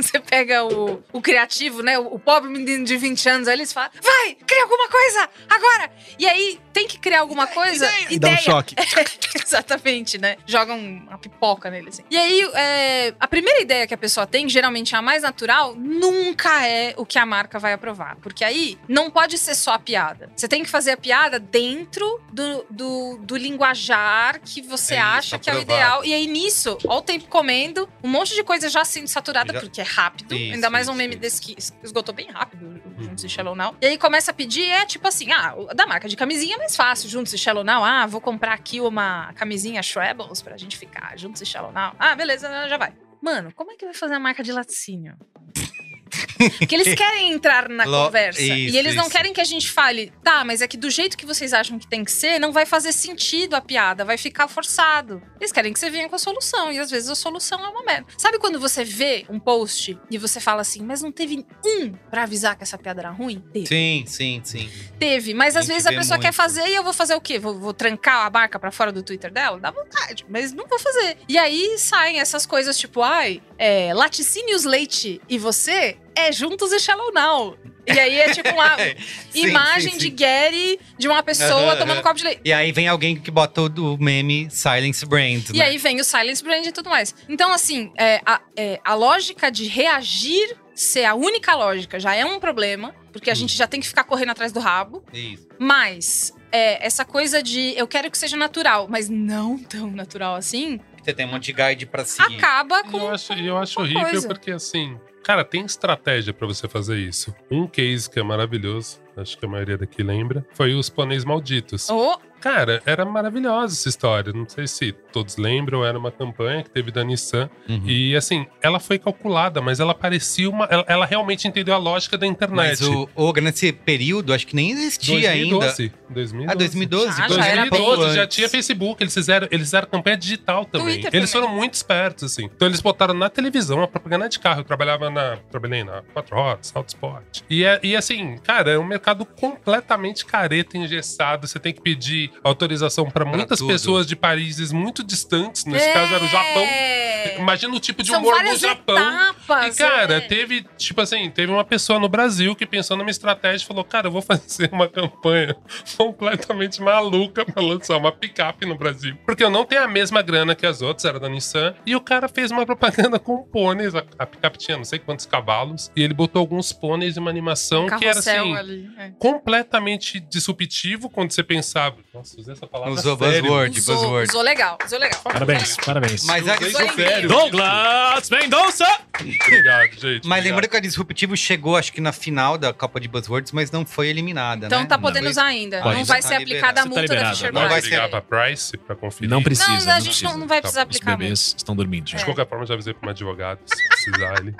S2: Você pega o, o criativo, né? O, o pobre menino de 20 anos ali, você fala: vai, cria alguma coisa agora! E aí tem que criar alguma coisa. Ideia!
S4: Dá um
S2: *laughs*
S4: choque.
S2: Exatamente, né? Jogam uma pipoca nele, assim. E aí, é, a primeira ideia que a pessoa tem, geralmente a mais natural, nunca é o que a marca vai aprovar. Porque aí não pode ser só a piada. Você tem que fazer a piada dentro do, do, do linguajar que você
S1: É isso,
S2: acha que é o
S1: aprovado.
S2: ideal. E aí, nisso, ó o tempo comendo, um monte de coisa já sendo saturada,
S1: Já-
S2: porque é rápido.
S1: Isso,
S2: Ainda mais um
S1: isso,
S2: meme
S1: isso. Uhum.
S2: desse que es- esgotou bem rápido, o Juntos e Shallow Now. E aí começa a pedir, é tipo assim, ah, o- da marca de camisinha é mais fácil, Juntos e Shallow Now. Ah, vou comprar aqui uma camisinha Shrebels pra gente ficar, Juntos e Shallow Now. Ah, beleza, já vai. Mano, como é que vai fazer a marca de laticínio? Porque eles querem entrar na
S1: Lo-
S2: conversa.
S1: isso,
S2: e eles não
S1: isso.
S2: querem que a gente fale, tá, mas é que do jeito que vocês acham que tem que ser, não vai fazer sentido a piada, vai ficar forçado. Eles querem que você venha com a solução. E às vezes a solução é uma merda. Sabe quando você vê um post e você fala assim, mas não teve um pra avisar que essa piada era ruim? Teve.
S1: Sim, sim, sim.
S2: Teve, mas às
S1: Tem que
S2: vezes a
S1: ver
S2: pessoa quer
S1: muito.
S2: fazer e eu vou fazer o quê? Vou, vou trancar a marca pra fora do Twitter dela? Dá vontade, mas não vou fazer. E aí saem essas coisas tipo, ai, é, laticínios leite e você é juntos e shallow now. E aí é tipo uma
S1: *laughs* Sim,
S2: imagem
S1: sim,
S2: de
S1: sim.
S2: Gary de uma pessoa
S1: Aham,
S2: tomando
S1: aham.
S2: copo de leite.
S1: E aí vem alguém que bota o do meme Silence Brand.
S2: E
S1: né?
S2: aí vem o silence brand e tudo mais. Então, assim, é, a, é, a lógica de reagir ser a única lógica já é um problema, porque a
S1: Hum.
S2: gente já tem que ficar correndo atrás do rabo.
S1: Isso.
S2: Mas é, essa coisa de eu quero que seja natural, mas não tão natural assim,
S1: Você tem um monte de guide pra seguir.
S2: acaba
S3: E
S2: com.
S3: eu acho, e eu acho
S2: uma
S3: horrível
S2: coisa.
S3: porque, assim, cara, tem estratégia pra você fazer isso. Um case que é maravilhoso, acho que a maioria daqui lembra, foi os pôneis malditos.
S2: Oh,
S3: Cara, era maravilhosa essa história. Não sei se todos lembram, era uma campanha que teve da Nissan.
S1: Uhum.
S3: E, assim, ela foi calculada, mas ela parecia uma. Ela, ela realmente entendeu a lógica da internet.
S1: Mas o, o nesse período, acho que nem existia ainda.
S3: 2012. 2012.
S1: Ah, 2012?
S2: Ah, já era bem
S3: 2012
S1: pouco
S3: já
S1: um antes.
S3: tinha Facebook, eles fizeram, eles fizeram campanha digital também.
S2: Twitter
S3: eles
S2: também.
S3: foram muito espertos, assim. Então eles botaram na televisão a propaganda de carro. Eu trabalhava na. Trabalhei na Quatro Rodas, Auto Sport. E, é- e assim, cara, é um mercado completamente careta, engessado. Você tem que pedir autorização para muitas
S1: tudo.
S3: pessoas de países muito distantes. Nesse caso era o Japão. Imagina o tipo de
S2: É. São
S3: humor no
S2: várias
S3: Japão. E,
S2: etapas.
S3: cara,
S2: é.
S3: teve, tipo assim, teve uma pessoa no Brasil que pensou numa estratégia e falou: Cara, eu vou *laughs* fazer uma campanha completamente maluca pra lançar uma picape no Brasil. Porque eu não tenho a mesma grana que as outras, era da Nissan. E o cara fez uma propaganda *laughs* com pôneis. A, a picape tinha não sei quantos cavalos. E ele botou alguns pôneis e uma animação que era
S2: Carrossel
S3: assim.
S2: ali. é.
S3: Completamente disruptivo quando você pensava. Nossa, usei essa palavra.
S1: Usou
S3: sério.
S1: buzzword,
S2: Usou,
S1: buzzword.
S2: usou legal, usou legal.
S4: Parabéns, parabéns.
S1: Mas, é a,
S3: Usei
S2: Usou
S3: sério.
S4: Douglas Mendonça!
S3: *laughs* Obrigado, gente.
S1: mas
S3: obrigado.
S1: lembrando que a Disruptivo chegou, acho que na final da Copa de Buzzwords, mas não foi eliminada,
S2: Então
S1: né?
S2: tá podendo
S1: Não.
S2: usar ainda.
S1: Pode.
S2: não vai
S1: Tá
S2: ser
S1: liberado.
S2: aplicada a
S4: Você tá
S2: multa da
S4: liberado.
S2: Fisher
S3: Não
S1: Vai
S3: vai
S1: ser-
S3: ligar pra Price pra conferir.
S4: Não precisa.
S2: Não, a gente não-
S4: precisa. Tá,
S2: não vai precisar
S4: Os
S2: aplicar
S4: bebês estão dormindo, gente.
S3: De qualquer forma, já avisei para um advogado, se precisar, ele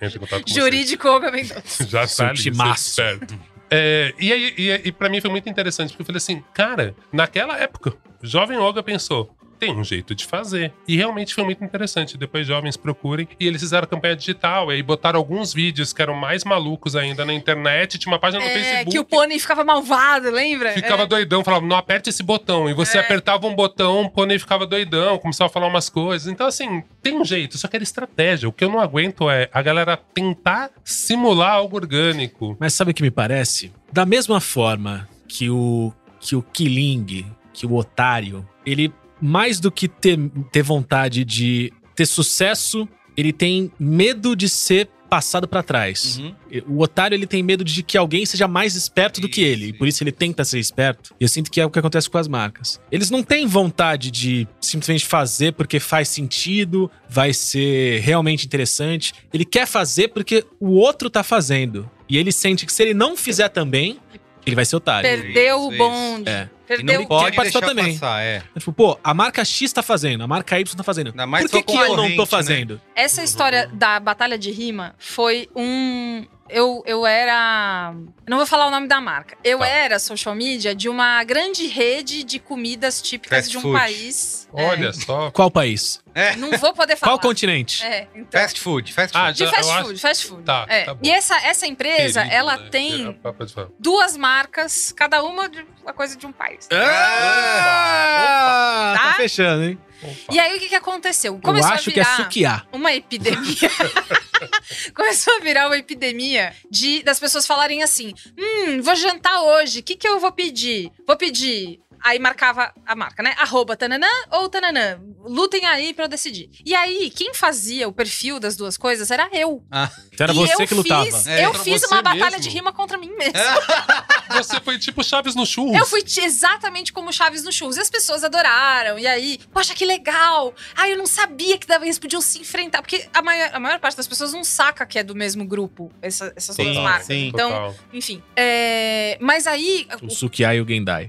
S3: entra em contato com
S2: Jurídico Olga Mendonça.
S3: vocês. Já tá ali, você é
S4: Sortimaço.
S3: esperto. É, e aí, e, e pra mim foi muito interessante, porque eu falei assim, cara, naquela época, jovem Olga pensou, tem um jeito de fazer. E realmente foi muito interessante. Depois jovens procurem. E eles fizeram campanha digital. E aí botaram alguns vídeos que eram mais malucos ainda na internet. Tinha uma página no
S2: É,
S3: Facebook.
S2: que o pônei ficava malvado, lembra?
S3: Ficava
S2: É.
S3: doidão, falava, não aperte esse botão. E você apertava um botão, o pônei ficava doidão, começava a falar umas coisas. Então, assim, tem um jeito, só que era estratégia. O que eu não aguento é a galera tentar simular algo orgânico.
S4: Mas sabe o que me parece? Da mesma forma que o que o Killing, que o otário, ele mais do que ter, ter vontade de ter sucesso, ele tem medo de ser passado pra trás.
S1: Uhum.
S4: O otário ele tem medo de que alguém seja mais esperto do que
S1: Isso,
S4: ele, e por
S1: isso.
S4: isso ele tenta ser esperto. E eu sinto que é o que acontece com as marcas. Eles não têm vontade de simplesmente fazer porque faz sentido, vai ser realmente interessante. Ele quer fazer porque o outro tá fazendo. E ele sente que se ele não fizer também, ele vai ser otário.
S2: Perdeu
S1: Isso,
S2: o
S1: isso.
S2: bonde.
S4: É.
S1: E
S2: Perdeu
S1: não
S2: o
S1: pode
S4: Quer participar
S1: deixar
S4: também.
S1: passar, é.
S4: Tipo, pô, a marca X tá fazendo, a marca Y tá fazendo.
S1: Ainda mais
S4: Por que,
S1: se for
S4: que eu não
S1: concorrente,
S4: tô
S1: né?
S4: fazendo?
S2: Essa história da batalha de rima foi um. Eu, eu era. Não vou falar o nome da marca. Eu
S1: Tá.
S2: era social media de uma grande rede de comidas típicas
S1: Fast
S2: de um
S1: food.
S2: país. É,
S3: Olha só.
S4: Qual país?
S2: não vou poder falar.
S4: Qual continente?
S2: É, então.
S1: Fast food, fast
S3: Ah,
S1: food.
S2: De
S3: eu
S2: fast
S3: acho-
S2: food, fast food.
S3: Tá,
S2: é.
S3: tá bom.
S2: E essa, essa empresa,
S3: Perigo,
S2: ela
S3: né?
S2: tem
S3: Ah, pode falar.
S2: duas marcas, cada uma de uma coisa de um país.
S4: Ah,
S2: Tá?
S4: tá fechando, hein?
S3: Opa.
S2: E aí o que, que aconteceu?
S4: eu
S2: Começou
S4: acho
S2: a
S4: que é
S2: virar...
S4: sukiá.
S2: uma
S3: *laughs*
S2: epidemia. Começou a virar uma epidemia de das pessoas falarem assim: hum, vou jantar hoje, o que, que eu vou pedir? Vou pedir. Aí marcava a marca, né? Arroba tananã ou tananã. Lutem aí pra eu decidir. E aí, quem fazia o perfil das duas coisas era eu.
S4: Então era
S2: E
S4: você
S2: eu
S4: que lutava.
S2: Fiz,
S1: É,
S2: eu
S3: era
S2: fiz
S3: você
S2: uma batalha
S3: mesmo.
S2: de rima contra mim mesma.
S3: Você foi tipo Chaves no churros.
S2: Eu fui t- exatamente como Chaves no Churros. E as pessoas adoraram. E aí, poxa, que legal. Ai, eu não sabia que dava- eles podiam se enfrentar. Porque a maior, a maior parte das pessoas não saca que é do mesmo grupo, essa- essas duas
S1: Sim,
S2: marcas.
S1: sim.
S2: Então,
S3: Total.
S2: enfim. É, mas aí,
S4: O Sukiá e o Gendai.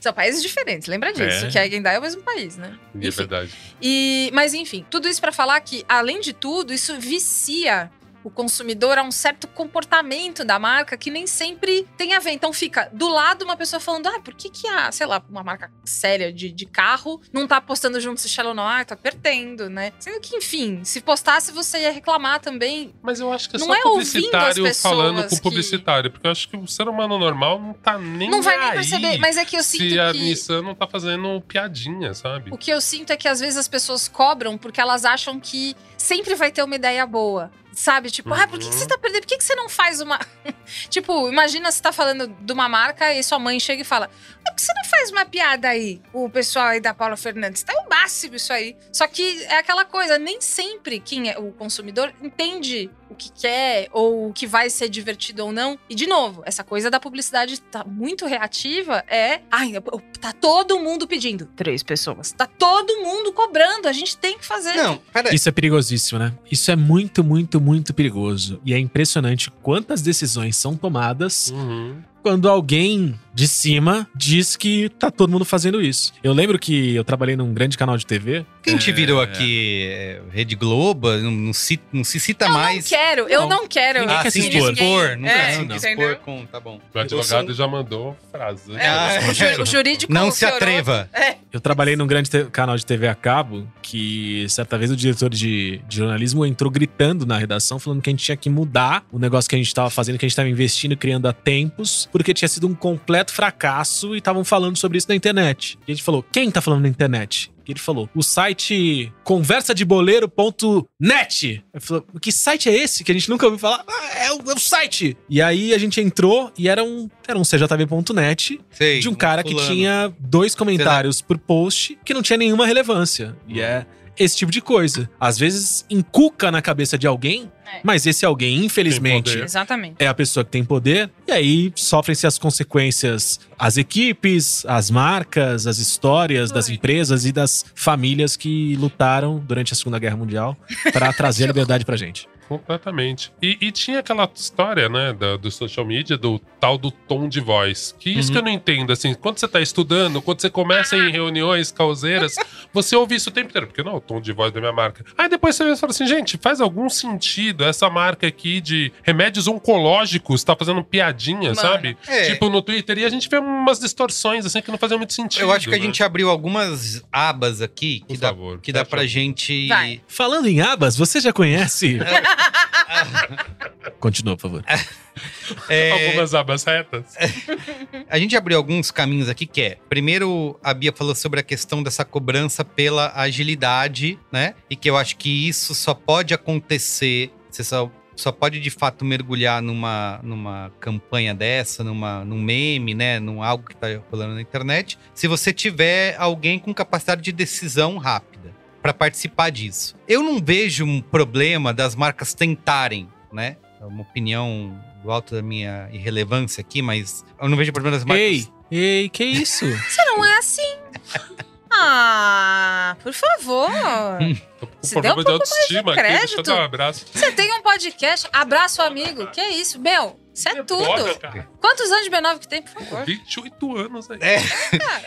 S2: São países diferentes, lembra disso.
S3: É.
S2: Que a Gendai é o mesmo país, né?
S3: É verdade.
S2: E, mas enfim, tudo isso pra falar que, além de tudo, isso vicia o consumidor a um certo comportamento da marca que nem sempre tem a ver. Então fica do lado uma pessoa falando, ah, por que que a, sei lá, uma marca séria de, de carro não tá postando junto se Shallow não? Ah, tá perdendo, né? Sendo que, enfim, se postasse você ia reclamar também.
S3: Mas eu acho que é
S2: Não
S3: só
S2: é ouvindo as
S3: publicitário
S2: pessoas
S3: falando com
S2: que-
S3: publicitário, porque eu acho que o ser humano normal não tá nem
S2: não vai nem
S3: aí
S2: perceber, mas é que eu sinto
S3: se a
S2: que...
S3: Nissan não tá fazendo piadinha, sabe?
S2: O que eu sinto é que às vezes as pessoas cobram porque elas acham que sempre vai ter uma ideia boa. Sabe? Tipo, ah, por que, que você tá perdendo? Por que, que você não faz uma. *laughs* tipo, imagina você tá falando de uma marca e sua mãe chega e fala: "Ah, por que você não faz uma piada aí? O pessoal aí da Paula Fernandes. Tá o máximo isso aí. Só que é aquela coisa, nem sempre quem é o consumidor entende o que quer ou o que vai ser divertido ou não. E, de novo, essa coisa da publicidade tá muito reativa é. Ai, eu- tá todo mundo pedindo. Três pessoas. Tá todo mundo cobrando. A gente tem que fazer.
S1: Não, peraí.
S4: *laughs* Isso é perigosíssimo, né? Isso é muito, muito, muito perigoso. E é impressionante quantas decisões são tomadas
S3: Uhum.
S4: quando alguém de cima diz que tá todo mundo fazendo isso. Eu lembro que eu trabalhei num grande canal de TV.
S1: Quem te virou
S4: É.
S1: aqui? é, Rede Globo? Não, não se, não se cita mais.
S2: Não quero, eu não quero.
S4: Ninguém
S1: Ah,
S4: quer
S1: se
S4: assistir
S1: dispor.
S4: ninguém.
S1: Não
S2: É,
S1: quer se
S4: não.
S1: dispor
S2: entendeu?
S1: com. Tá bom.
S3: O advogado já mandou frase.
S2: É, o, ju- o jurídico
S1: Não se
S2: piorou. É.
S1: atreva.
S4: Eu trabalhei num grande te- canal de TV a cabo que, certa vez, o diretor de, de jornalismo entrou gritando na redação, falando que a gente tinha que mudar o negócio que a gente tava fazendo, que a gente tava investindo e criando há tempos, porque tinha sido um completo fracasso e estavam falando sobre isso na internet. E a gente falou: quem tá falando na internet? E ele falou: o site conversadeboleiro.net. Eu falei: que site é esse que a gente nunca ouviu falar? Ah, é, o, é o site! E aí a gente entrou e era um, era um cjv.net
S1: Sei,
S4: de um cara que
S1: fulano.
S4: tinha dois comentários por post que não tinha nenhuma relevância. E é esse tipo de coisa. Às vezes encuca na cabeça de alguém,
S2: É.
S4: mas esse alguém, infelizmente,
S3: poder.
S2: Exatamente.
S4: é a pessoa que tem poder. E aí sofrem-se as consequências, as equipes, as marcas, as histórias das
S2: Ai.
S4: empresas e das famílias que lutaram durante a Segunda Guerra Mundial para trazer a liberdade pra gente.
S3: Completamente. E, e tinha aquela história, né, da- do social media, do tal do tom de voz. Que isso
S4: Uhum.
S3: que eu não entendo, assim, quando você tá estudando, quando você começa em
S1: *laughs*
S3: reuniões causeiras, você ouve isso o tempo inteiro, porque não, é o tom de voz da minha marca. Aí depois você fala assim, gente, faz algum sentido essa marca aqui de remédios oncológicos tá fazendo piadinha,
S2: Mano.
S3: sabe?
S1: É.
S3: Tipo, no Twitter, e a gente vê umas distorções, assim, que não faziam muito sentido.
S1: Eu acho que a
S3: né?
S1: gente abriu algumas abas aqui que
S3: Por
S1: dá,
S3: favor,
S1: que dá
S3: fecha
S1: pra
S3: a-
S1: gente.
S2: Vai.
S4: Falando em abas, você já conhece. Continua, por favor.
S3: *laughs*
S1: É,
S3: Algumas abas retas.
S1: a gente abriu alguns caminhos aqui que é. Primeiro, a Bia falou sobre a questão dessa cobrança pela agilidade, né? E que eu acho que isso só pode acontecer. Você só, só pode de fato mergulhar numa, numa campanha dessa, numa, num meme, né? Num algo que tá rolando na internet. Se você tiver alguém com capacidade de decisão rápida para participar disso. Eu não vejo um problema das marcas tentarem, né? É uma opinião do alto da minha irrelevância aqui, mas eu não vejo problema das marcas.
S4: Ei, ei, que isso?
S2: Você não é assim. Ah, por favor.
S3: O
S2: Se
S3: problema
S2: der um pouco
S3: de
S2: mais de
S3: autoestima aqui, deixa eu
S2: crédito.
S3: dar um abraço.
S2: Você tem um podcast, abraço amigo. Que isso, Bel? Isso é
S3: Foda,
S2: tudo.
S3: cara.
S2: Quantos anos de B9 que tem, por favor?
S3: 28 anos aí.
S1: É.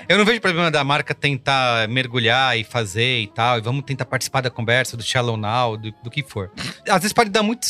S1: Eu não vejo problema da marca tentar mergulhar e fazer e tal, e vamos tentar participar da conversa, do Shallow Now, do, do que for. Às vezes pode dar muito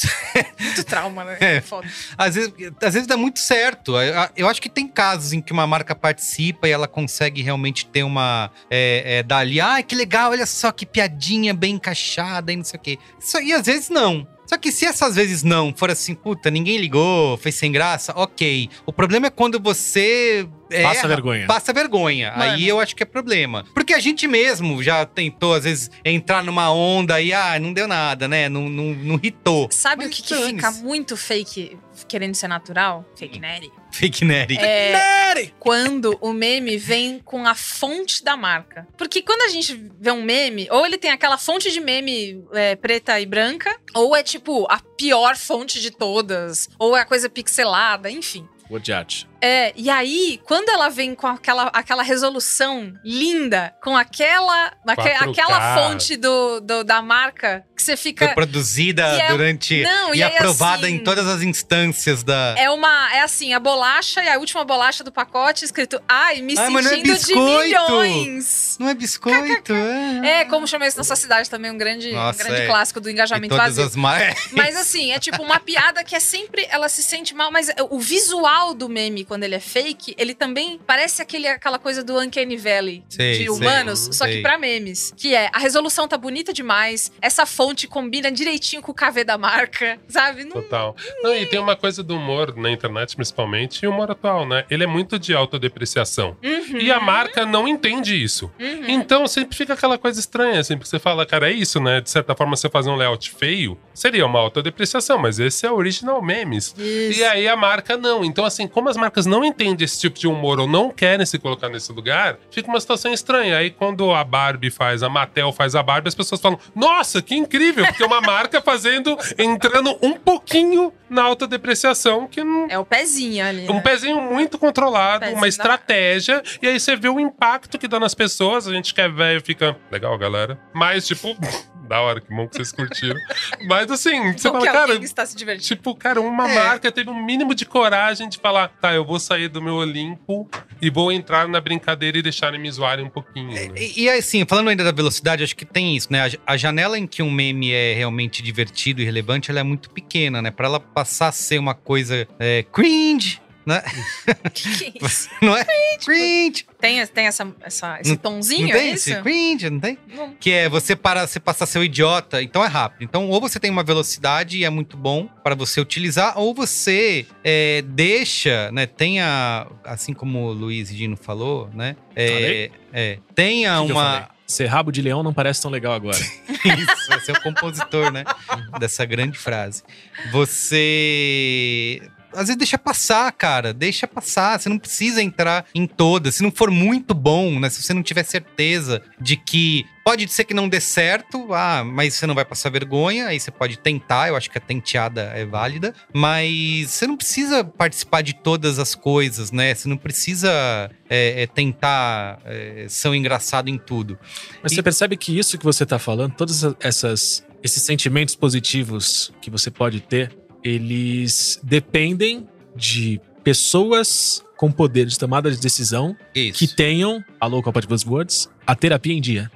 S2: Muito trauma, né?
S1: É.
S2: Foda.
S1: às vezes, às vezes dá muito certo. Eu- Eu acho que tem casos em que uma marca participa e ela consegue realmente ter uma. É, é, dar ali, ah, que legal, olha só que piadinha bem encaixada e não sei o quê. Isso, e às vezes não. Só que se essas vezes não for assim, puta, ninguém ligou, fez sem graça, ok. O problema é quando você.
S4: Passa
S1: erra,
S4: vergonha.
S1: Passa vergonha.
S2: Mano.
S1: Aí eu acho que é problema. Porque a gente mesmo já tentou, às vezes, entrar numa onda e, ah, não deu nada, né? Não, não, não hitou.
S2: Sabe
S1: Mas
S2: o que, que
S1: dane-se.
S2: fica muito fake, querendo ser natural? Fake nerd.
S1: Fake Nerd.
S2: É, quando o meme vem com a fonte da marca. Porque quando a gente vê um meme, ou ele tem aquela fonte de meme é, preta e branca, ou é tipo a pior fonte de todas, ou é a coisa pixelada, enfim.
S4: Wodiat.
S2: É, e aí, quando ela vem com aquela, aquela resolução linda, com aquela, aque-
S3: 4K.
S2: aquela fonte do, do- da marca, que você
S1: Foi
S2: fica.
S1: produzida
S2: E é-
S1: durante.
S2: Não,
S1: e
S2: aí,
S1: aprovada
S2: assim,
S1: em todas as instâncias da.
S2: É uma. É assim, a bolacha e a última bolacha do pacote, escrito Ai, me
S1: Ah, mas não é
S2: sentindo de
S1: biscoito!
S2: milhões.
S1: Não é biscoito? é.
S2: É, como chama isso na sua cidade também, um grande, um
S1: Nossa,
S2: grande
S1: é.
S2: clássico do
S1: E
S2: engajamento
S1: todas
S2: vazio.
S1: as *laughs* marcas.
S2: Mas assim, é tipo uma piada que é sempre. Ela se sente mal, mas o visual do meme, quando ele é fake, ele também parece aquele, aquela coisa do Uncanny Valley.
S1: Sei,
S2: de
S1: sei,
S2: humanos, só
S1: sei.
S2: que pra memes. Que é, a resolução tá bonita demais, essa fonte combina direitinho com o KV da marca, sabe? Não,
S3: Total. Não, e tem uma coisa do humor na internet, principalmente, e o humor atual, né? Ele é muito de autodepreciação.
S2: Uhum,
S3: E a marca não entende isso.
S2: uhum.
S3: Então sempre fica aquela coisa estranha, assim, porque você fala, cara, é isso, né? De certa forma, você fazer um layout feio seria uma autodepreciação, mas esse é o original memes.
S2: Isso.
S3: E aí a marca não. Então, assim, como as marcas não entendem esse tipo de humor ou não querem se colocar nesse lugar, fica uma situação estranha. Aí quando a Barbie faz, a Mattel faz a Barbie, as pessoas falam, nossa, que incrível, porque é uma *laughs* marca fazendo, entrando um pouquinho na autodepreciação, que não
S2: É o pezinho ali.
S3: um
S2: né?
S3: pezinho muito controlado,
S2: Pezinho
S3: uma
S2: da-
S3: estratégia, e aí você vê o impacto que dá nas pessoas. A gente que é velho fica, legal, galera. Mas, tipo, *laughs* da hora, que bom que vocês curtiram. Mas assim, você
S2: Bom
S3: fala,
S2: que
S3: cara.
S2: alguém está se divertindo.
S3: *laughs* Tipo, cara, uma
S1: É.
S3: marca teve um mínimo de coragem de falar: tá, eu vou sair do meu Olimpo e vou entrar na brincadeira e deixarem me zoarem um pouquinho. né?
S1: E, e assim, falando ainda da velocidade, acho que tem isso, né? A, ja- a janela em que um meme é realmente divertido e relevante, ela é muito pequena, né? Pra ela passar a ser uma coisa é, cringe,
S2: Que que é isso?
S1: não é? Cringe!
S2: Tem, tem essa, essa- esse
S1: Não-
S2: tonzinho,
S1: Não tem
S2: é isso?
S1: esse cringe, não tem?
S2: Não.
S1: Que é você para você passar a ser o idiota, então é rápido. Então, ou você tem uma velocidade e é muito bom pra você utilizar, ou você é, deixa, né? Tenha, assim como o Luiz Dino falou, né? É,
S4: Falei?
S1: é, tenha
S4: O que que eu
S1: uma.
S4: falei? Ser rabo de leão não parece tão
S1: *laughs*
S4: legal agora.
S1: Isso, vai ser o compositor, né? Dessa grande frase. Você. Às vezes deixa passar, cara. Deixa passar. Você não precisa entrar em todas. Se não for muito bom, né? Se você não tiver certeza de que. Pode ser que não dê certo, ah, mas você não vai passar vergonha, aí você pode tentar, eu acho que a tenteada é válida, mas você não precisa participar de todas as coisas, né? Você não precisa é, é, tentar é, ser um engraçado em tudo.
S4: Mas
S1: E-
S4: você percebe que isso que você tá falando, todos essas, esses sentimentos positivos que você pode ter, eles dependem de pessoas com poder de tomada de decisão
S1: Isso.
S4: que tenham, alô, Copa de Buzzwords, a terapia
S1: *laughs*
S4: em dia.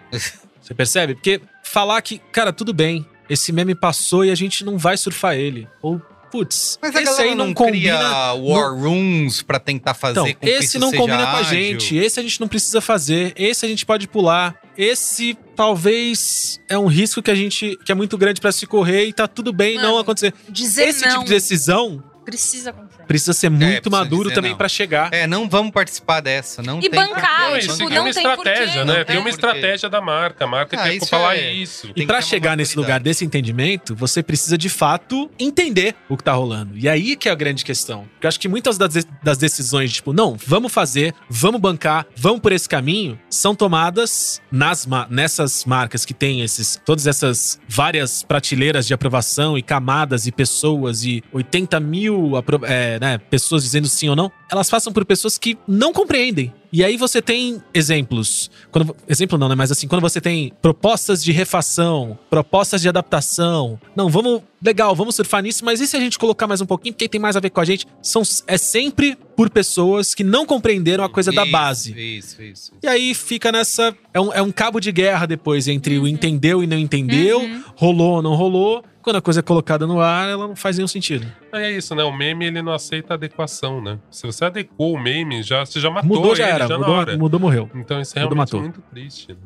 S4: Você percebe? Porque falar que, cara, tudo bem, esse meme passou e a gente não vai surfar ele. Ou, putz,
S1: Mas a
S4: esse
S1: galera
S4: aí não,
S1: não, cria
S4: combina.
S1: war rooms pra tentar fazer
S4: Então,
S1: com que
S4: esse
S1: isso
S4: não
S1: seja
S4: combina com a
S1: ágil.
S4: gente, esse a gente não precisa fazer, esse a gente pode pular, esse talvez é um risco que a gente que é muito grande pra se correr e tá tudo bem
S2: Mano,
S4: não acontecer.
S2: Dizer
S4: esse
S2: não
S4: tipo de decisão
S2: precisa acontecer.
S4: precisa ser muito
S1: É, precisa
S4: maduro
S1: dizer
S4: também
S1: não.
S4: pra chegar.
S1: É, não vamos participar dessa, não
S2: E
S1: tem
S2: bancar,
S1: porquê,
S3: Não,
S2: Ah,
S3: e
S2: tipo,
S3: seguir
S1: bancar.
S2: não
S3: uma
S2: tem porquê,
S3: estratégia, né?
S1: não
S3: Tem
S1: tem
S3: uma
S1: porquê.
S3: estratégia da marca. A marca
S1: Ah,
S3: quer
S1: isso
S3: falar
S1: é-
S3: isso.
S1: tem
S4: E
S1: que
S4: pra
S1: ter uma
S4: chegar nesse
S1: maturidade.
S4: lugar é desse entendimento, você precisa de fato entender o que tá rolando. E aí que é a grande questão. Porque eu acho que muitas das, das decisões, tipo, não, vamos fazer, vamos bancar, vamos por esse caminho, são tomadas nas, ma- nessas marcas que têm esses, todas essas várias prateleiras de aprovação e camadas e pessoas e 80 mil apro- é, né, pessoas dizendo sim ou não. Elas passam por pessoas que não compreendem. E aí você tem exemplos. Quando- exemplo não, né? Mas assim, quando você tem propostas de refação, propostas de adaptação. Não, vamos. Legal, vamos surfar nisso, mas e se a gente colocar mais um pouquinho, porque aí tem mais a ver com a gente? São, é sempre por pessoas que não compreenderam a coisa da
S1: Isso,
S4: base.
S1: Isso, isso.
S4: E aí fica nessa. É um, é um cabo de guerra depois entre o entendeu e não entendeu,
S2: Uhum.
S4: rolou ou não rolou. Quando a coisa é colocada no ar, ela não faz nenhum sentido.
S3: Aí é isso, né? O meme ele não aceita adequação, né? Se você adequou o meme, já, você já matou
S4: Mudou, já
S3: ele,
S4: era.
S3: já na hora.
S4: Mudou, mudou, morreu.
S3: Então isso é
S4: mudou,
S3: realmente
S4: matou.
S3: muito triste. né?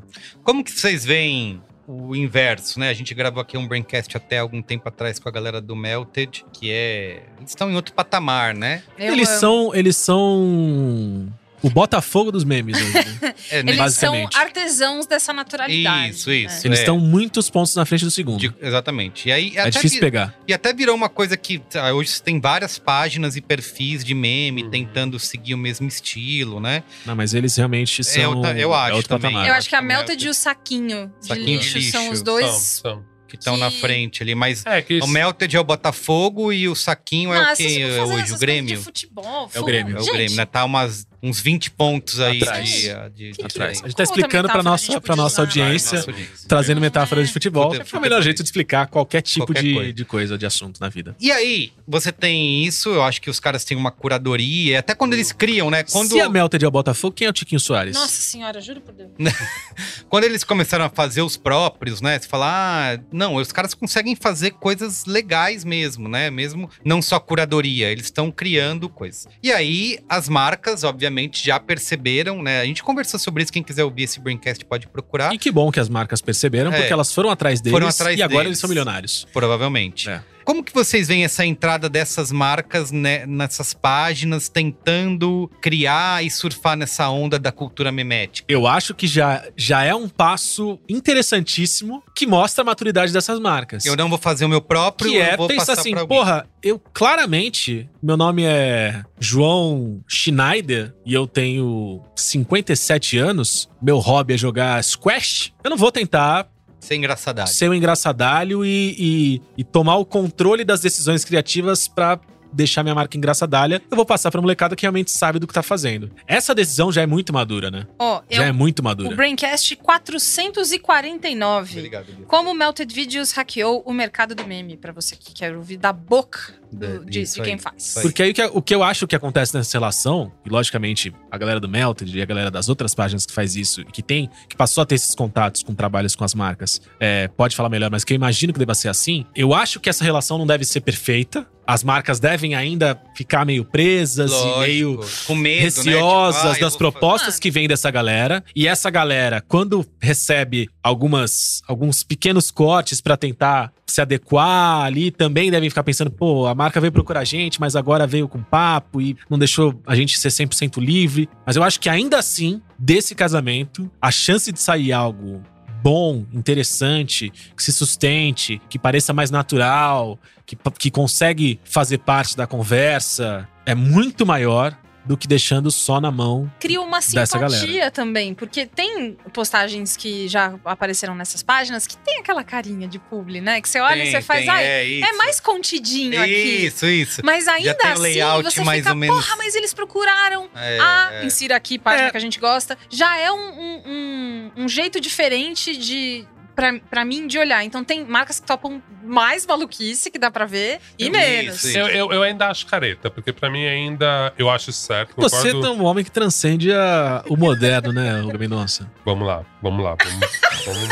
S1: Como que vocês veem o inverso, né? A gente gravou aqui um braincast até algum tempo atrás com a galera do Melted, que é. Eles estão em outro patamar, né?
S2: Eu
S4: eles
S2: amo.
S4: são. Eles são. O Botafogo dos memes hoje. né?
S1: É, né?
S2: Eles são
S4: basicamente.
S2: artesãos dessa naturalidade. né?
S1: Isso, isso.
S4: Eles
S1: É.
S4: estão muitos pontos na frente do segundo.
S1: De- exatamente. E aí,
S4: é
S1: até
S4: difícil
S1: vi-
S4: pegar.
S1: E até virou uma coisa que tá, hoje você tem várias páginas e perfis de meme
S3: Uhum.
S1: tentando seguir o mesmo estilo, né?
S4: Não, mas eles realmente são.
S1: outra- eu
S4: é
S1: acho
S4: outro
S1: também.
S4: patamar.
S2: Eu acho que a
S1: Acho que
S2: Melted e o Saquinho de,
S1: Ah, Saquinho de
S2: lixo, são
S1: lixo,
S2: os
S3: São,
S2: dois
S3: são.
S1: que estão na
S2: Que-
S1: frente ali, mas
S3: Então, É,
S4: um
S3: que
S1: o
S3: isso,
S1: Melted é o Botafogo e o Saquinho é o
S2: vocês
S1: quê?
S2: ficam
S1: É
S2: fazendo
S1: hoje? O
S2: essas coisas
S1: Grêmio?
S2: De futebol,
S4: É o
S2: fu-
S4: Grêmio,
S1: É o
S2: Gente,
S1: Grêmio, né? Tá umas, uns 20 pontos aí
S4: Atrás.
S1: de, de, de
S4: Atrás.
S1: diferença.
S4: A gente tá explicando pra
S2: metáfora a
S4: nossa,
S2: gente
S4: pra nossa
S2: podia usar?
S4: audiência,
S1: Nossa, audiência.
S4: trazendo
S2: Não
S4: metáforas
S2: é.
S4: de futebol.
S1: Futebol,
S4: Foi o melhor
S1: futebol.
S4: jeito de explicar qualquer tipo
S1: Qualquer
S4: de,
S1: coisa.
S4: de coisa, de assunto na vida.
S1: E aí, você tem isso, eu acho que os caras têm uma curadoria, até quando eles criam, né? Quando,
S4: Hum. Se a Melted é o Botafogo, quem é o Tiquinho Soares?
S2: Nossa senhora, juro por Deus.
S1: quando eles começaram a fazer os próprios, né? Você fala, ah, não, os caras conseguem fazer coisas legais mesmo, né? Mesmo não só curadoria, eles estão criando coisas. E aí, as marcas, obviamente, já perceberam, né? A gente conversou sobre isso, quem quiser ouvir esse Braincast pode procurar.
S4: E que bom que as marcas perceberam,
S1: É.
S4: porque elas foram atrás deles
S1: Foram atrás
S4: e agora
S1: deles.
S4: eles são milionários.
S1: Provavelmente.
S4: É.
S1: Como que vocês veem essa entrada dessas marcas né, nessas páginas, tentando criar e surfar nessa onda da cultura memética?
S4: Eu acho que já, já é um passo interessantíssimo que mostra a maturidade dessas marcas.
S1: Eu não vou fazer o meu próprio,
S4: que é
S1: eu vou
S4: pensar
S1: passar
S4: assim,
S1: pra alguém.
S4: porra, eu claramente, meu nome é João Schneider e eu tenho 57 anos, meu hobby é jogar squash, eu não vou tentar
S1: Sem engraçadagem.
S4: ser um engraçadalho e, e- e tomar o controle das decisões criativas pra deixar minha marca engraçadalha, eu vou passar pra molecada que realmente sabe do que tá fazendo. Essa decisão já é muito madura, né?
S2: Ó,
S4: Já é
S2: eu,
S4: muito
S2: o
S4: madura.
S2: Braincast 449.
S1: Obrigado, Bia.
S2: Como o Melted Videos hackeou o mercado do meme, pra você que quer ouvir da boca do- de,
S1: Isso
S2: de
S1: aí,
S2: quem
S1: isso
S2: faz.
S1: aí.
S4: Porque aí o que, é, o que eu acho que acontece nessa relação, e logicamente a galera do Melted e a galera das outras páginas que faz isso e que tem, que passou a ter esses contatos com trabalhos com as marcas, é, pode falar melhor, mas que eu imagino que deva ser assim. Eu acho que essa relação não deve ser perfeita. As marcas devem ainda ficar meio presas
S1: Lógico,
S4: e meio
S1: com medo,
S4: receosas
S1: né? Tipo, ah, eu
S4: das
S1: vou
S4: propostas
S2: Mano.
S4: que vem dessa galera. E essa galera, quando recebe algumas alguns pequenos cortes pra tentar se adequar ali, também devem ficar pensando, pô, a marca veio procurar a gente, mas agora veio com papo e não deixou a gente ser 100% livre. Mas eu acho que ainda assim, desse casamento, a chance de sair algo bom, interessante, que se sustente, que pareça mais natural, que, que consegue fazer parte da conversa, é muito maior do que deixando só na mão.
S2: cria uma
S4: Dessa
S2: simpatia também, porque tem postagens que já apareceram nessas páginas que tem aquela carinha de publi, né? Que você olha e
S1: Tem,
S2: você faz,
S1: tem,
S2: ai, é,
S1: é, isso.
S2: mais contidinho aqui.
S1: Isso, isso.
S2: Mas ainda
S1: tem o
S2: assim,
S1: layout
S2: você
S1: mais
S2: fica,
S1: ou menos.
S2: porra, mas eles procuraram
S1: É,
S2: ah,
S1: é.
S2: insira aqui, página
S4: É.
S2: que a gente gosta. Já é um, um- um- um jeito diferente de. Pra, pra mim, de olhar. Então, tem marcas que topam mais maluquice, que dá pra ver, e
S1: Isso,
S2: menos.
S4: assim.
S1: isso.
S3: eu, eu, eu ainda acho careta, porque pra mim ainda eu acho isso certo.
S4: Você é
S3: Concordo.
S4: um homem que transcende a- o moderno, né, Hugo Mendonça?
S3: Vamos lá, vamos lá, vamos. vamos...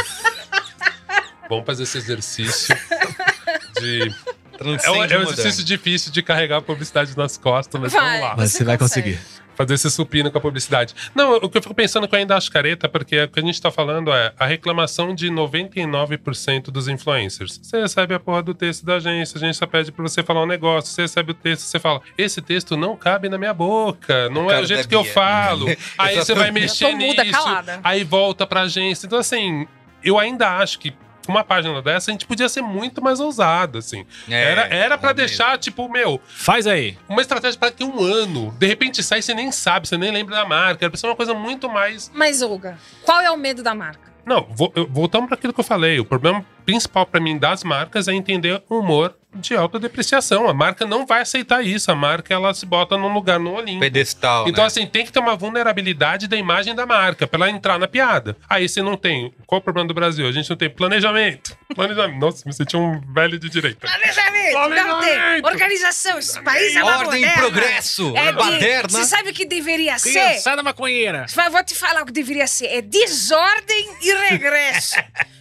S3: Vamos fazer esse exercício de. É um,
S1: Transcende
S3: é um
S1: o moderno.
S3: exercício difícil de carregar a publicidade nas costas, mas
S2: Vai.
S3: vamos
S1: Ah,
S3: lá.
S4: Mas
S2: Você
S4: você vai
S2: consegue.
S4: conseguir.
S3: fazer esse supino com a publicidade. Não, o que eu fico pensando é que eu ainda acho careta, porque o que a gente tá falando é a reclamação de 99% dos influencers. Você recebe a porra do texto da agência, a agência pede pra você falar um negócio, você recebe o texto, você fala, esse texto não cabe na minha boca, não é
S1: cara
S3: o
S1: da
S3: jeito que eu
S1: Bia. *laughs*
S3: falo. Aí você vai mexer
S2: Só muda
S3: nisso,
S2: calada.
S3: aí volta pra agência. Então, assim, eu ainda acho que com uma página dessa, a gente podia ser muito mais ousado, assim.
S1: É,
S3: era era para
S1: é mesmo.
S3: deixar, tipo, meu,
S4: Faz aí.
S3: uma estratégia para ter um ano. De repente sai, você nem sabe, você nem lembra da marca. Era pra ser uma coisa muito mais.
S2: Mas, Olga, qual é o medo da marca?
S3: Não, vo- eu- voltamos para aquilo que eu falei. O problema principal para mim das marcas é entender o humor de autodepreciação. A marca não vai aceitar isso. A marca ela se bota num lugar no olhinho.
S1: Pedestal,
S3: Então,
S1: né?
S3: assim, tem que ter uma vulnerabilidade da imagem da marca pra ela entrar na piada. Aí você não tem. Qual o problema do Brasil? A gente não tem planejamento. Planejamento. Nossa, me senti um velho de direita.
S2: Planejamento, não tem.
S3: Planejamento.
S2: Organização, esse país é uma
S1: Ordem e
S2: moderna.
S1: progresso!
S2: É
S1: É
S2: de-
S1: baderna!
S2: Você sabe o que deveria ser?
S4: Criançada maconheira.
S2: Mas vou te falar o que deveria ser. É desordem e regresso.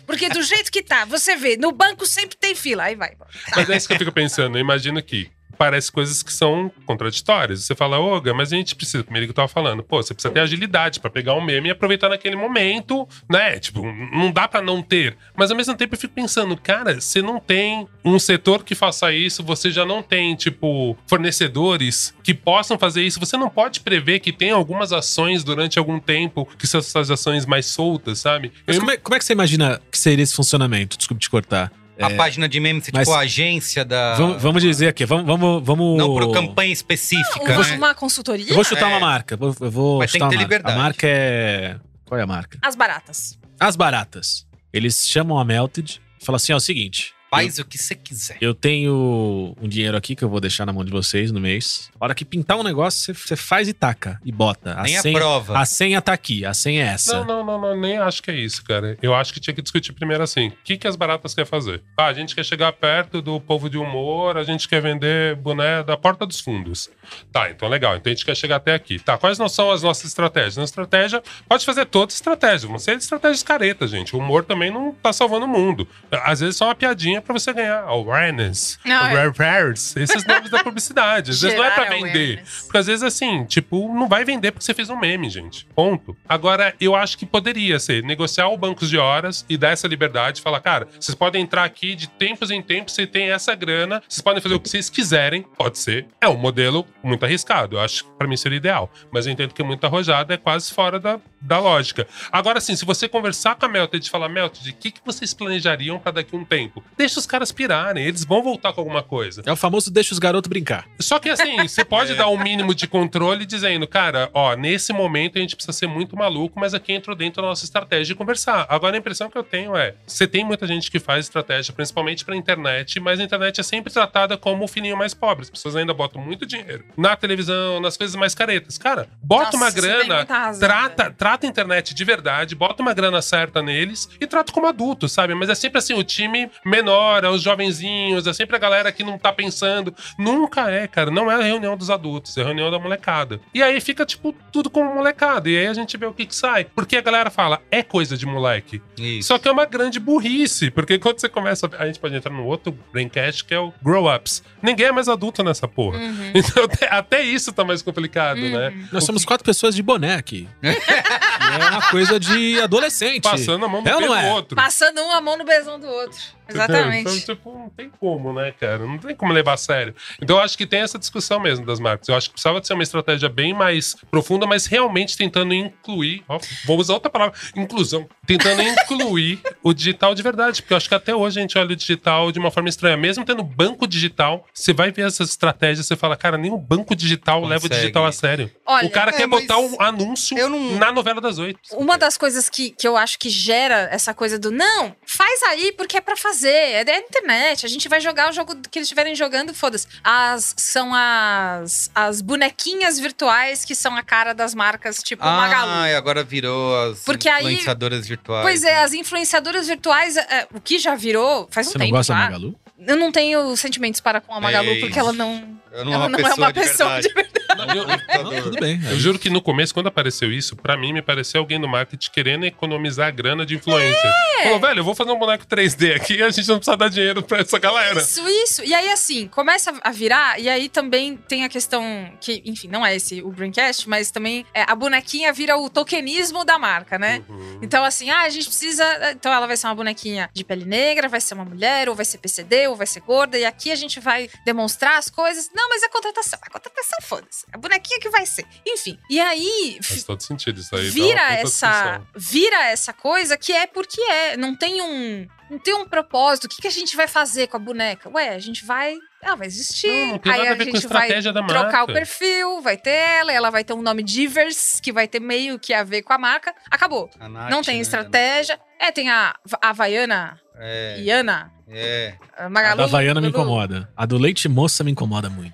S2: Porque do jeito que tá, você vê, no banco sempre tem fila. Aí vai.
S3: Mas é isso que eu fico pensando. Eu imagino que parece coisas que são contraditórias. Você fala, Oga, mas a gente precisa, primeiro que eu tava falando, pô, você precisa ter agilidade pra pegar um meme e aproveitar naquele momento, né? Tipo, não dá pra não ter. Mas ao mesmo tempo eu fico pensando, cara, você não tem um setor que faça isso, você já não tem, tipo, fornecedores que possam fazer isso. Você não pode prever que tem algumas ações durante algum tempo que são essas ações mais soltas, sabe?
S4: Mas
S3: Eu-
S4: como é, como é que você imagina que seria esse funcionamento? Desculpe te cortar.
S1: A página de memes, tipo
S4: Mas-
S1: a agência da.
S4: Vamos, vamos dizer aqui, vamos. vamos, vamos...
S1: Ah. Não por campanha específica,
S2: Uma,
S1: né?
S2: uma consultoria?
S4: Eu vou chutar
S1: É.
S4: uma marca. vou- Eu vou
S1: Mas tem
S4: chutar
S1: que ter
S4: uma marca. A
S1: liberdade.
S4: marca é. Qual é a marca?
S2: As baratas.
S4: As baratas. Eles chamam a Melted Fala assim: ó, é o seguinte.
S1: Faz o que você quiser.
S4: Eu tenho um dinheiro aqui que eu vou deixar na mão de vocês no mês. A hora que pintar um negócio, você- você faz e taca. E bota. A
S1: Nem a
S4: senha,
S1: prova.
S4: a senha tá aqui. A senha é essa.
S3: Não, não, não, não, nem acho que é isso, cara. Eu acho que tinha que discutir primeiro assim: o que, que as baratas quer fazer? Ah, a gente quer chegar perto do povo de humor, a gente quer vender boné da porta dos fundos. Tá, então legal. Então a gente quer chegar até aqui. Tá, quais não são as nossas estratégias? Nossa estratégia pode fazer toda estratégia. Não sei estratégias caretas, gente. O humor também não tá salvando o mundo. Às vezes é só uma piadinha pra você ganhar awareness,
S2: Não, é.
S3: awareness, esses nomes da publicidade. Às vezes não é pra
S2: Gerar
S3: vender.
S2: awareness.
S3: Porque às vezes, assim, tipo, não vai vender porque você fez um meme, gente. Ponto. Agora, eu acho que poderia ser negociar o banco de horas e dar essa liberdade, falar, cara, vocês podem entrar aqui de tempos em tempos, você tem essa grana, vocês podem fazer o que vocês quiserem, pode ser. É um modelo muito arriscado, eu acho que pra mim seria ideal. Mas eu entendo que é muito arrojado, é quase fora da, da lógica. Agora, assim, se você conversar com a Melted e falar, Melted, o que, que vocês planejariam pra daqui a um tempo? Deixa os caras pirarem, eles vão voltar com alguma coisa.
S4: É o famoso deixa os garotos brincar.
S3: Só que assim, você pode dar um mínimo de controle dizendo, cara, ó, nesse momento a gente precisa ser muito maluco, mas aqui entrou dentro da nossa estratégia de conversar. Agora a impressão que eu tenho é, você tem muita gente que faz estratégia, principalmente pra internet, mas a internet é sempre tratada como o filhinho mais pobre. As pessoas ainda botam muito dinheiro na televisão, nas coisas mais caretas. Cara, bota
S2: Nossa,
S3: uma
S2: você tem
S3: grana,
S2: muita razão, né?
S3: trata,
S2: velho.
S3: trata a internet de verdade, bota uma grana certa neles e trata como adulto, sabe? Mas é sempre assim, o time menor, é os jovenzinhos, é sempre a galera que não tá pensando. Nunca é, cara. Não é a reunião dos adultos, é a reunião da molecada. E aí fica, tipo, tudo como molecada. E aí a gente vê o que, que sai. Porque a galera fala, é coisa de moleque.
S1: Isso.
S3: Só que é uma grande burrice, porque quando você começa. A gente pode entrar no outro braincast que é o Grow Ups. Ninguém é mais adulto nessa porra. *laughs* Então até, até isso tá mais complicado, né?
S4: Nós somos quatro pessoas de boné aqui. E é uma coisa de adolescente.
S3: Passando a mão no
S4: É ou não
S3: pelo
S4: é?
S3: outro.
S2: Passando um a mão no besão do outro.
S3: Entendeu?
S2: Exatamente.
S3: Então, tipo, não tem como, né, cara? Não tem como levar a sério. Então, eu acho que tem essa discussão mesmo das marcas. Eu acho que precisava de ser uma estratégia bem mais profunda, mas realmente tentando incluir. Ó, vou usar outra palavra: inclusão. Tentando incluir *laughs* o digital de verdade. Porque eu acho que até hoje a gente olha o digital de uma forma estranha. Mesmo tendo banco digital, você vai ver essas estratégias, você fala, cara, nem o banco digital leva o
S1: Consegue.
S3: digital a sério.
S2: Olha,
S3: o cara
S1: É,
S3: quer
S1: mas
S3: botar um anúncio
S1: eu não-
S3: na novela das oito.
S2: Uma das coisas que, que eu acho que gera essa coisa do não, faz aí porque é pra fazer, é da internet, a gente vai jogar o jogo que eles estiverem jogando, foda-se. As, são as, as bonequinhas virtuais que são a cara das marcas, tipo Magalu.
S1: Ah, e agora virou as
S2: Porque aí-
S1: influenciadoras virtuais. né?
S2: Pois é, as influenciadoras virtuais, é, o que já virou faz um
S4: Você não
S2: tempo
S4: gosta da
S2: já.
S4: Magalu?
S2: Eu não tenho sentimentos para com a Magalu,
S1: Ei.
S2: porque ela não,
S1: Eu
S2: ela não é uma pessoa de verdade.
S3: Eu-
S4: Tudo bem.
S3: Eu juro que no começo, quando apareceu isso, pra mim me pareceu alguém do marketing querendo economizar a grana de influencer.
S2: É!
S3: Falou, velho, eu vou fazer um boneco 3D aqui e a gente não precisa dar dinheiro pra essa galera.
S2: Isso, isso. E aí, assim, começa a virar, e aí também tem a questão que, enfim, não é esse o Braincast, mas também é, a bonequinha vira o tokenismo da marca, né?
S3: Uhum.
S2: Então, assim, ah, a gente precisa. Então, ela vai ser uma bonequinha de pele negra, vai ser uma mulher, ou vai ser PCD, ou vai ser gorda, e aqui a gente vai demonstrar as coisas. Não, mas é contratação. A contratação, foda-se. A bonequinha que vai ser. Enfim. E aí.
S3: Faz todo sentido isso Tá aí. dá uma
S2: vira
S3: puta
S2: essa
S3: discussão.
S2: vira essa coisa que é porque é não tem um não tem um propósito o que, que a gente vai fazer com a boneca ué a gente vai ela vai existir
S3: Não, não tem
S2: aí
S3: nada a ver com a
S2: gente vai
S3: estratégia da marca.
S2: trocar o perfil vai ter ela ela vai ter um nome divers que vai ter meio que a ver com a marca acabou
S3: Tá
S2: não
S1: né?
S2: tem estratégia é tem a a Havaiana
S1: É,
S2: Iana
S1: é.
S4: *laughs*
S2: a
S4: A
S2: Magalu
S4: da Havaiana me
S2: Lulu.
S4: incomoda. A do Leite Moça me incomoda muito.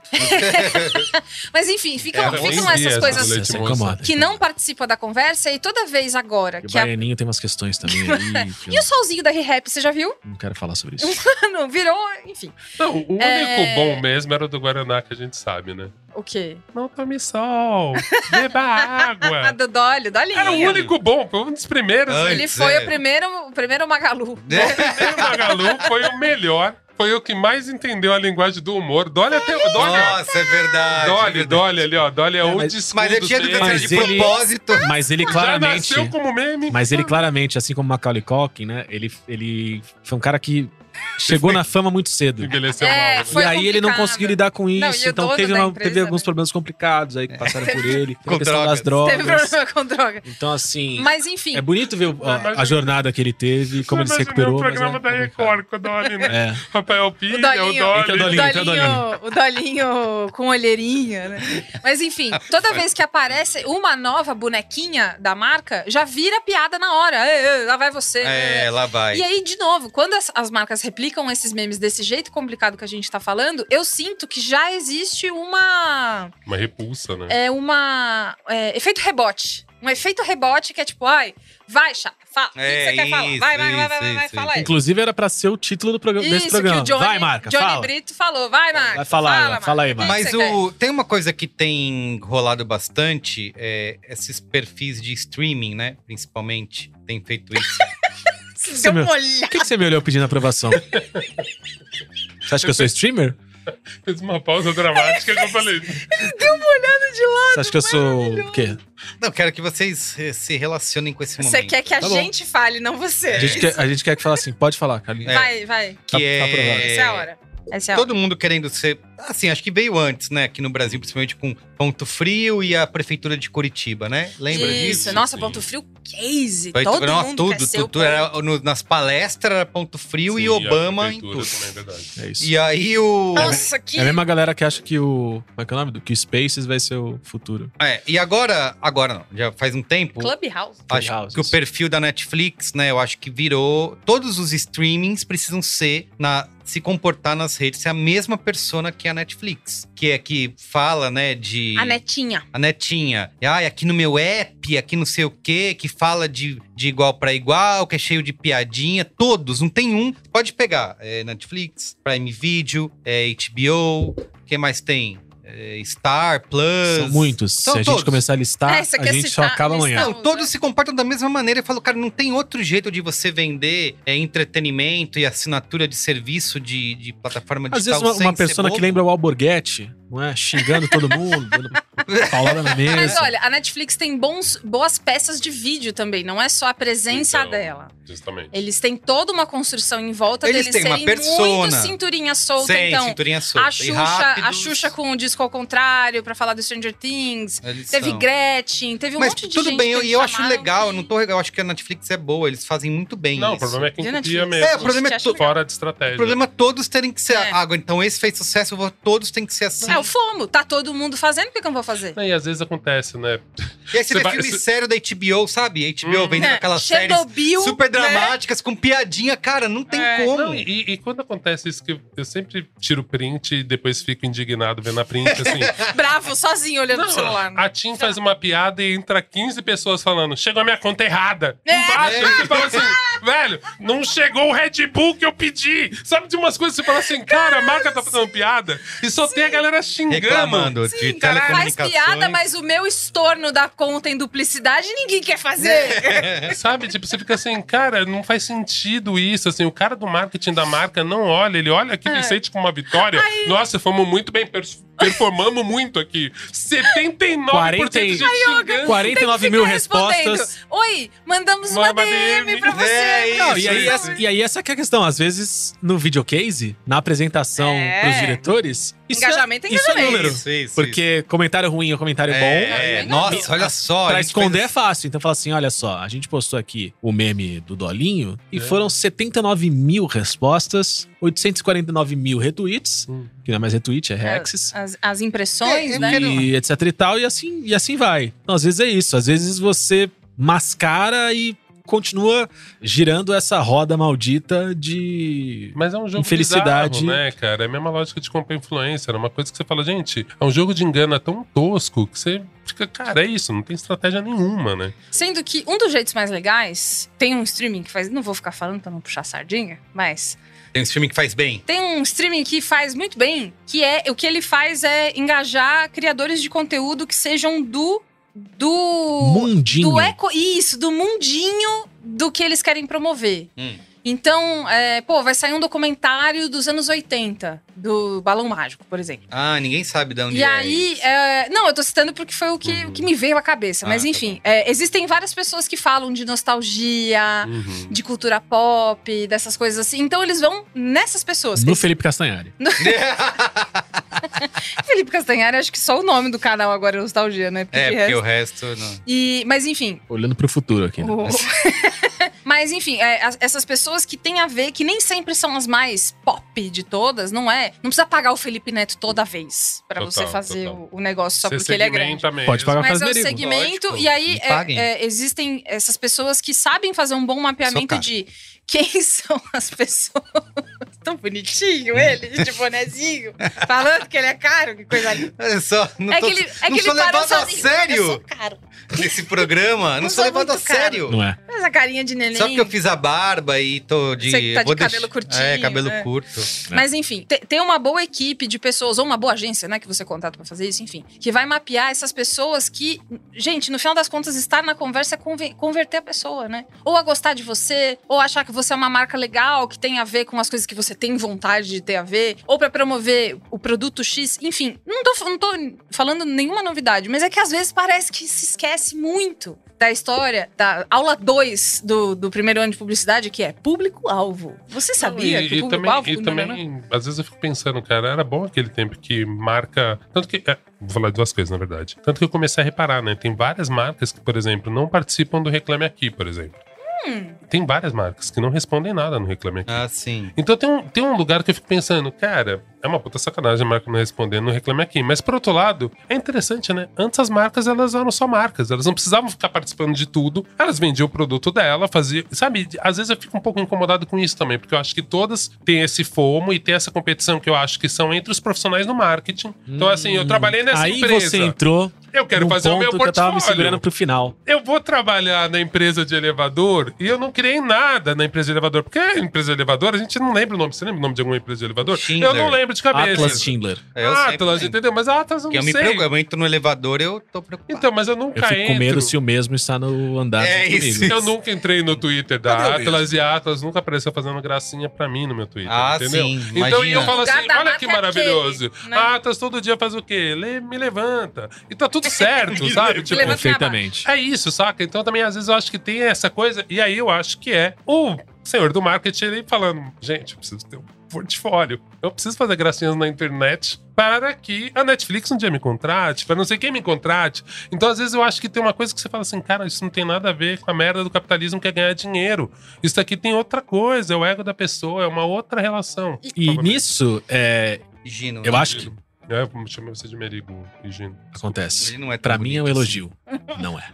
S2: mas enfim ficam,
S1: Era
S2: ficam
S1: bom
S2: é
S3: dia
S2: essas
S3: É, essa
S2: coisas
S3: do Leite
S4: Essa
S3: Moça.
S4: incomoda.
S2: que não participa da conversa e toda vez agora
S4: E o
S2: que a...
S4: Baianinho tem umas questões também
S2: *laughs*
S4: aí. que
S2: e o
S4: eu
S2: solzinho da Rehap você já viu *laughs*
S4: não quero falar sobre isso.
S2: não virou enfim
S3: Não, o único
S2: É.
S3: bom mesmo era o do Guaraná, que a gente sabe, né?
S2: O quê?
S3: Não tome sol, beba
S2: *laughs* Ah,
S3: água.
S2: do Dolly, Dolinha.
S3: É. Era o único bom, foi um dos primeiros.
S1: Ai.
S2: Ele
S1: Pois
S2: foi
S1: é.
S2: o primeiro, o primeiro Magalu.
S3: O primeiro Magalu foi o melhor, foi o que mais entendeu a linguagem do humor. Dolly até... Dolly, ó.
S1: Nossa, é verdade. é
S3: Dolly,
S1: verdade.
S3: Dolly ali, ó. Dolly é,
S4: É,
S3: o
S4: mas-
S3: disco.
S1: Mas eu tinha de,
S4: Mas
S1: de
S4: ele-
S1: propósito.
S4: Mas ele
S3: Já
S4: claramente.
S3: nasceu como meme.
S4: Mas ele claramente, assim como Macaulay Culkin, né? Ele, ele foi um cara que Chegou na fama muito cedo.
S3: Envelheceu
S2: É,
S3: mal. né?
S2: foi-
S4: e aí ele não
S2: complicado.
S4: conseguiu lidar com isso,
S2: e o
S4: então
S2: dono
S4: teve,
S2: da
S4: uma-
S2: empresa,
S4: teve alguns
S2: né?
S4: problemaram complicados aí que passaram por
S2: *laughs*
S4: ele. Teve
S1: Com
S4: a questão das
S1: drogas.
S2: Teve
S4: drogas.
S2: problema com droga.
S4: Então, assim,
S2: Mas enfim,
S4: é bonito ver o- a, a jornada que ele teve, como ele se
S3: Imaginei
S4: recuperou.
S3: um o
S4: mas
S3: programa tá
S4: é-
S3: da Record com o Dolly, né?
S4: É.
S3: Papel
S2: o
S3: Pilha, o
S2: Dolinho,
S4: Entra o
S3: Dolly.
S4: Dolinho. entra o
S2: Dolinho- o Dolinho com olheirinha, né? Mas enfim, toda vez que aparece uma nova bonequinha da marca, já vira piada na hora. "Ei, ei, lá vai você.
S1: É, lá vai.
S2: E aí, de novo, quando as, as marcas replicam esses memes desse jeito complicado que a gente tá falando, eu sinto que já existe uma.
S3: Uma repulsa, né?
S2: É uma. é, efeito rebote. Um efeito rebote que é tipo, ai, vai, chata, fala. o que
S1: É,
S2: que você quer falar?
S1: isso,
S2: Vai, vai, vai,
S1: isso,
S2: vai, vai, vai,
S1: isso,
S2: fala
S1: isso.
S2: aí.
S4: um- Inclusive, era pra ser o título do programa, desse
S2: Isso que
S4: programa.
S2: o Johnny,
S4: Vai, Marca,
S2: Johnny
S4: fala.
S2: Brito falou. Vai, Marca.
S4: Vai falar, Ana, fala aí, Marca.
S1: Mas o, tem uma coisa que tem rolado bastante, é, esses perfis de streaming, né? Principalmente, tem feito
S2: *laughs*
S1: isso.
S2: Se eu
S4: meu-
S2: molhar.
S4: Por que que você me olhou pedindo aprovação? Você acha que eu sou streamer?
S3: Fez uma pausa dramática que eu falei.
S4: Você acha que eu sou o quê?
S1: Não, quero que vocês eh, se relacionem com esse
S2: Você
S1: momento.
S2: quer que a
S4: Tá bom.
S2: gente fale, não você.
S4: A gente, quer, a gente quer que fale assim, pode falar, Carlinhos.
S1: É.
S2: Vai, vai.
S1: Que
S4: Tá- tá aprovado.
S1: é...
S2: Essa é a hora. Essa é a hora.
S1: Todo mundo querendo ser. Assim, acho que veio antes, né? Aqui no Brasil, principalmente com Ponto Frio e a Prefeitura de Curitiba, né? Lembra
S2: Isso,
S1: disso?
S2: nossa, ponto frio, case.
S1: Foi-
S2: Todo
S1: não,
S2: mundo
S1: tudo,
S2: quer ser o
S1: tudo, é era no- nas palestras era Ponto Frio
S3: Sim,
S1: e
S3: a
S1: Obama em
S3: prefeitura
S1: tudo.
S3: Também, é verdade.
S4: É isso.
S1: E aí o.
S2: Nossa, que.
S4: É a mesma galera que acha que o. Como é que é o nome? do- Que o Spaces vai ser o futuro.
S1: É, e agora, agora não, já faz um tempo.
S2: Clubhouse.
S1: Acho
S4: Clubhouses.
S1: que o perfil da Netflix, né? Eu acho que virou. Todos os streamings precisam ser na se comportar nas redes, ser a mesma persona que a Netflix, que é que fala, né, de
S2: A netinha.
S1: a netinha. Ai, aqui no meu app, aqui não sei o quê, que fala de, de igual pra igual, que é cheio de piadinha. Todos, não tem um. Pode pegar. é, Netflix, Prime Video, é, HBO, o que mais tem? É, Star, Plus.
S4: São muitos.
S1: São
S4: Se a
S1: todos.
S4: gente começar a listar,
S2: É, você
S4: a
S2: quer
S4: gente
S2: citar-
S4: só acaba
S2: listar
S4: amanhã.
S1: Não,
S2: Não,
S1: todos
S2: né?
S1: se comportam da mesma maneira. Eu falo, cara, não tem outro jeito de você vender é, entretenimento e assinatura de serviço de, de plataforma
S4: Às
S1: digital
S4: vezes uma,
S1: sem
S4: uma
S1: ser
S4: pessoa que
S1: bobo.
S4: lembra o Alborguete, não é? Xingando todo mundo, *laughs* dando paulada na mesa.
S2: Mas olha, a Netflix tem bons, boas peças de vídeo também, não é só a presença
S3: Então.
S2: dela.
S3: Justamente.
S2: Eles têm toda uma construção em volta
S1: Eles
S2: deles
S1: têm uma
S2: serem muito
S1: persona.
S2: cinturinha solta,
S1: Sem,
S2: então.
S1: cinturinha solta.
S2: A
S1: E
S2: Xuxa, a
S1: rápidos,
S2: Xuxa com o disco ao contrário pra falar do Stranger Things.
S1: eles
S2: Teve
S1: são.
S2: Gretchen, teve um
S1: Mas
S2: monte de
S1: tudo
S2: gente
S1: bem,
S2: que
S1: eu- e
S2: eles
S1: eu, acho
S2: chamaram
S1: legal, eu
S2: que-
S1: não tô legal, eu acho que a Netflix é boa, eles fazem muito bem
S3: Não, o
S1: isso.
S3: problema é quem
S2: E a
S3: copia
S2: Netflix?
S3: mesmo.
S1: É, o problema é
S2: Gente,
S1: tu-
S2: acho
S3: Fora de
S1: O
S3: estratégia.
S1: problema é todos terem que ser.
S2: É.
S1: água. então esse fez sucesso, eu vou- todos têm que ser assim.
S2: É, o fomo. Tá todo mundo fazendo, por que que eu não vou fazer?
S3: E às vezes acontece, né?
S1: E aí você
S3: Você
S1: vê
S3: vai-
S1: filme
S3: você-
S1: sério da HBO, sabe? HBO
S3: Hum.
S1: vendendo aquelas séries
S2: É, Chernobyl,
S1: super
S2: né?
S1: dramáticas, com piadinha, cara, não tem
S2: É.
S1: como.
S3: Não, e, e quando acontece isso, que eu, eu sempre tiro print e depois fico indignado vendo a print, assim.
S2: Bravo, sozinho olhando pro celular.
S3: a Tim faz uma piada e entra 15 pessoas falando: chegou a minha conta errada.
S2: É.
S3: Embaixo,
S1: É.
S3: aí você fala assim: velho, não chegou o Red Bull que eu pedi. Sabe de umas coisas que você fala assim: cara, a marca tá fazendo piada e só tem a galera xingando.
S1: Reclamando de
S2: Sim, cara, faz
S1: telecomunicações.
S2: piada, mas o meu estorno da conta em duplicidade ninguém quer
S1: É.
S2: fazer.
S3: Sabe? Tipo, você fica assim, cara, não faz sentido isso. Assim, o cara do marketing da marca não olha, ele olha aqui e
S2: É.
S3: sente como uma vitória. Nossa, fomos muito bem, pers- performamos muito aqui.
S4: 40 e-
S3: 79% de gente xingando.
S4: 49 mil respostas.
S2: Respondendo, Oi, mandamos uma,
S3: Uma
S2: DM,
S3: DM.
S2: pra você.
S1: É
S4: Não, e,
S1: Isso,
S4: aí,
S1: isso.
S4: essa, e aí essa que é a questão. Às vezes, no videocase, na apresentação
S2: É.
S4: pros diretores, isso
S2: Engajamento
S4: é,
S2: é
S4: isso é
S2: engajamento.
S4: número.
S1: Isso, isso,
S4: Porque comentário ruim ou comentário bom...
S1: É,
S2: bom.
S1: nossa, olha só.
S4: Pra
S1: a gente
S4: esconder
S1: fez-
S4: é fácil. Então fala assim: olha só, a gente postou aqui o meme do Dolinho
S3: É.
S4: e foram 79 mil respostas, 849 mil retweets,
S3: Hum.
S4: que não é mais retweet, é reacts.
S2: As, as impressões,
S1: É, eu
S2: né?
S1: quero-
S4: e etc e tal, e assim, e assim vai. Então, às vezes é isso, às vezes você mascara e continua girando essa roda maldita de.
S3: Mas é um jogo
S4: Infelicidade.
S3: bizarro, né, cara? É a mesma lógica de compra influencer. É uma coisa que você fala, gente, é um jogo de engana tão tosco que você fica, cara, é isso, não tem estratégia nenhuma, né?
S2: Sendo que um dos jeitos mais legais, tem um streaming que faz. Não vou ficar falando pra não puxar sardinha, mas.
S1: Tem um filme que faz bem.
S2: Tem um streaming que faz muito bem, que é. O que ele faz é engajar criadores de conteúdo que sejam do. Do.
S4: Mundinho.
S2: Do eco, isso, do mundinho do que eles querem promover.
S1: Hum.
S2: Então, é, pô, vai sair um documentário dos anos 80, do Balão Mágico, por exemplo.
S1: Ah, ninguém sabe de onde
S2: E
S1: é.
S2: aí, é, não, eu tô citando porque foi o que, o que me veio à cabeça.
S1: Ah,
S2: Mas
S1: tá
S2: enfim, é, existem várias pessoas que falam de nostalgia,
S3: Uhum.
S2: de cultura pop, dessas coisas assim. Então eles vão nessas pessoas.
S4: No Felipe Castanhari.
S2: Felipe Castanhari, acho que só o nome do canal agora é nostalgia, né?
S1: é,
S2: de
S1: porque
S2: resto-
S1: o resto. Não...
S2: E, mas enfim,
S4: Olhando pro futuro aqui. né?
S2: O- *laughs* Mas enfim, é, as- essas pessoas que têm a ver, que nem sempre são as mais pop de todas, não é? Não precisa pagar o Felipe Neto toda vez pra
S3: Total,
S2: você fazer
S3: total.
S2: o, o negócio só
S3: Você
S2: porque ele é grande.
S3: segmenta mesmo.
S4: Pode pagar
S2: Mas é o
S4: Faz merigo,
S2: segmento,
S1: lógico.
S2: e aí
S1: E
S2: é,
S1: paguem.
S2: é, existem essas pessoas que sabem fazer um bom mapeamento
S1: cara.
S2: de quem *laughs* são as pessoas. *laughs* Tão bonitinho ele, de bonezinho, falando que ele é caro, que coisa linda.
S1: Olha só, não
S2: é
S1: tô,
S2: que ele, é
S1: não
S2: que
S1: sou
S2: ele parou
S1: levado a
S2: sozinho. Eu sou
S1: sério
S2: caro.
S1: nesse programa. Não sou
S2: Eu sou
S1: levado a
S2: muito cara.
S1: sério.
S4: Não é?
S2: Mas a carinha de neném.
S1: Só porque eu fiz a barba e tô de.
S2: Você que tá de
S1: vou
S2: cabelo curtinho,
S1: É, cabelo
S2: né?
S1: curto.
S4: É.
S2: Mas enfim, te- tem uma boa equipe de pessoas, ou uma boa agência, né, que você contrata pra fazer isso, enfim, que vai mapear essas pessoas que, gente, no final das contas, estar na conversa é conven- converter a pessoa, né? Ou a gostar de você, ou achar que você é uma marca legal, que tem a ver com as coisas que você tem vontade de ter a ver, ou pra promover o produto X, enfim. Não tô, não tô falando nenhuma novidade, mas é que às vezes parece que se esquece muito da história da aula 2 do, do primeiro ano de publicidade, que é público-alvo. Você sabia
S3: e,
S2: que
S3: e
S2: o público-alvo...
S3: também, e
S2: não, não, não.
S3: também, às vezes eu fico pensando, cara, era bom aquele tempo que marca. Tanto que. é, vou falar de duas coisas, na verdade. Tanto que eu comecei a reparar, né? Tem várias marcas que, por exemplo, não participam do Reclame Aqui, por exemplo.
S2: Hum.
S3: Tem várias marcas que não respondem nada no Reclame Aqui.
S1: Ah, sim.
S3: Então tem um, tem um lugar que eu fico pensando, cara, é uma puta sacanagem a marca não responder, não reclame aqui. Mas por outro lado, é interessante, né? Antes as marcas, elas eram só marcas, elas não precisavam ficar participando de tudo, elas vendiam o produto dela, faziam. Sabe, às vezes eu fico um pouco incomodado com isso também, porque eu acho que todas têm esse fomo e tem essa competição que eu acho que são entre os profissionais no marketing. Então, assim, eu trabalhei nessa
S4: Aí
S3: empresa.
S4: você entrou.
S3: Eu quero
S4: num
S3: fazer o meu
S4: ponto que eu tava me
S3: portfólio.
S4: segurando pro final.
S3: Eu vou trabalhar na empresa de elevador e eu não criei nada na empresa de elevador. Porque a empresa de elevador, a gente não lembra o nome. Você lembra o nome de alguma empresa de elevador?
S1: Schindler.
S3: Eu não lembro de cabeça.
S4: Atlas Schindler.
S1: É, Eu sempre
S3: Atlas,
S1: lembro.
S3: entendeu? Mas Atlas Ah, eu
S1: Porque
S3: não
S1: eu me
S3: sei.
S1: preocupo, eu entro no elevador, eu tô preocupado.
S3: Então, mas eu
S4: Eu
S3: nunca
S4: fico com medo
S3: entro.
S4: se o mesmo está no andar
S1: É
S4: junto
S1: isso.
S4: comigo.
S3: Eu nunca entrei no Twitter da
S1: Cadê o
S3: Atlas e a Atlas nunca apareceu fazendo gracinha pra mim no meu Twitter,
S1: Ah,
S3: entendeu?
S1: sim,
S3: Então e
S1: imagina.
S3: eu falo
S2: Lugar
S3: assim,
S2: da
S3: olha
S2: marca
S3: que
S2: é
S3: maravilhoso.
S2: aquele, né?
S3: A Atlas todo dia faz o quê? Le- me levanta. E
S2: *laughs*
S3: tá tudo certo, sabe? Tipo,
S2: levanta.
S4: Perfeitamente.
S3: É isso, saca? Então também às vezes eu acho que tem essa coisa, e aí eu acho que é o senhor do marketing ele falando: gente, eu preciso ter um portfólio, eu preciso fazer gracinhas na internet para que a Netflix um dia me contrate, para não sei quem me contrate. Então às vezes eu acho que tem uma coisa que você fala assim: cara, isso não tem nada a ver com a merda do capitalismo que é ganhar dinheiro. Isso aqui tem outra coisa, é o ego da pessoa, é uma outra relação.
S4: E nisso, é,
S1: Gino.
S4: eu acho que
S3: É, eu chamei você de Merigo e Gino.
S4: acontece.
S1: Ele não é tão
S4: Pra mim é um
S1: bonito
S4: elogio. *laughs* Não é.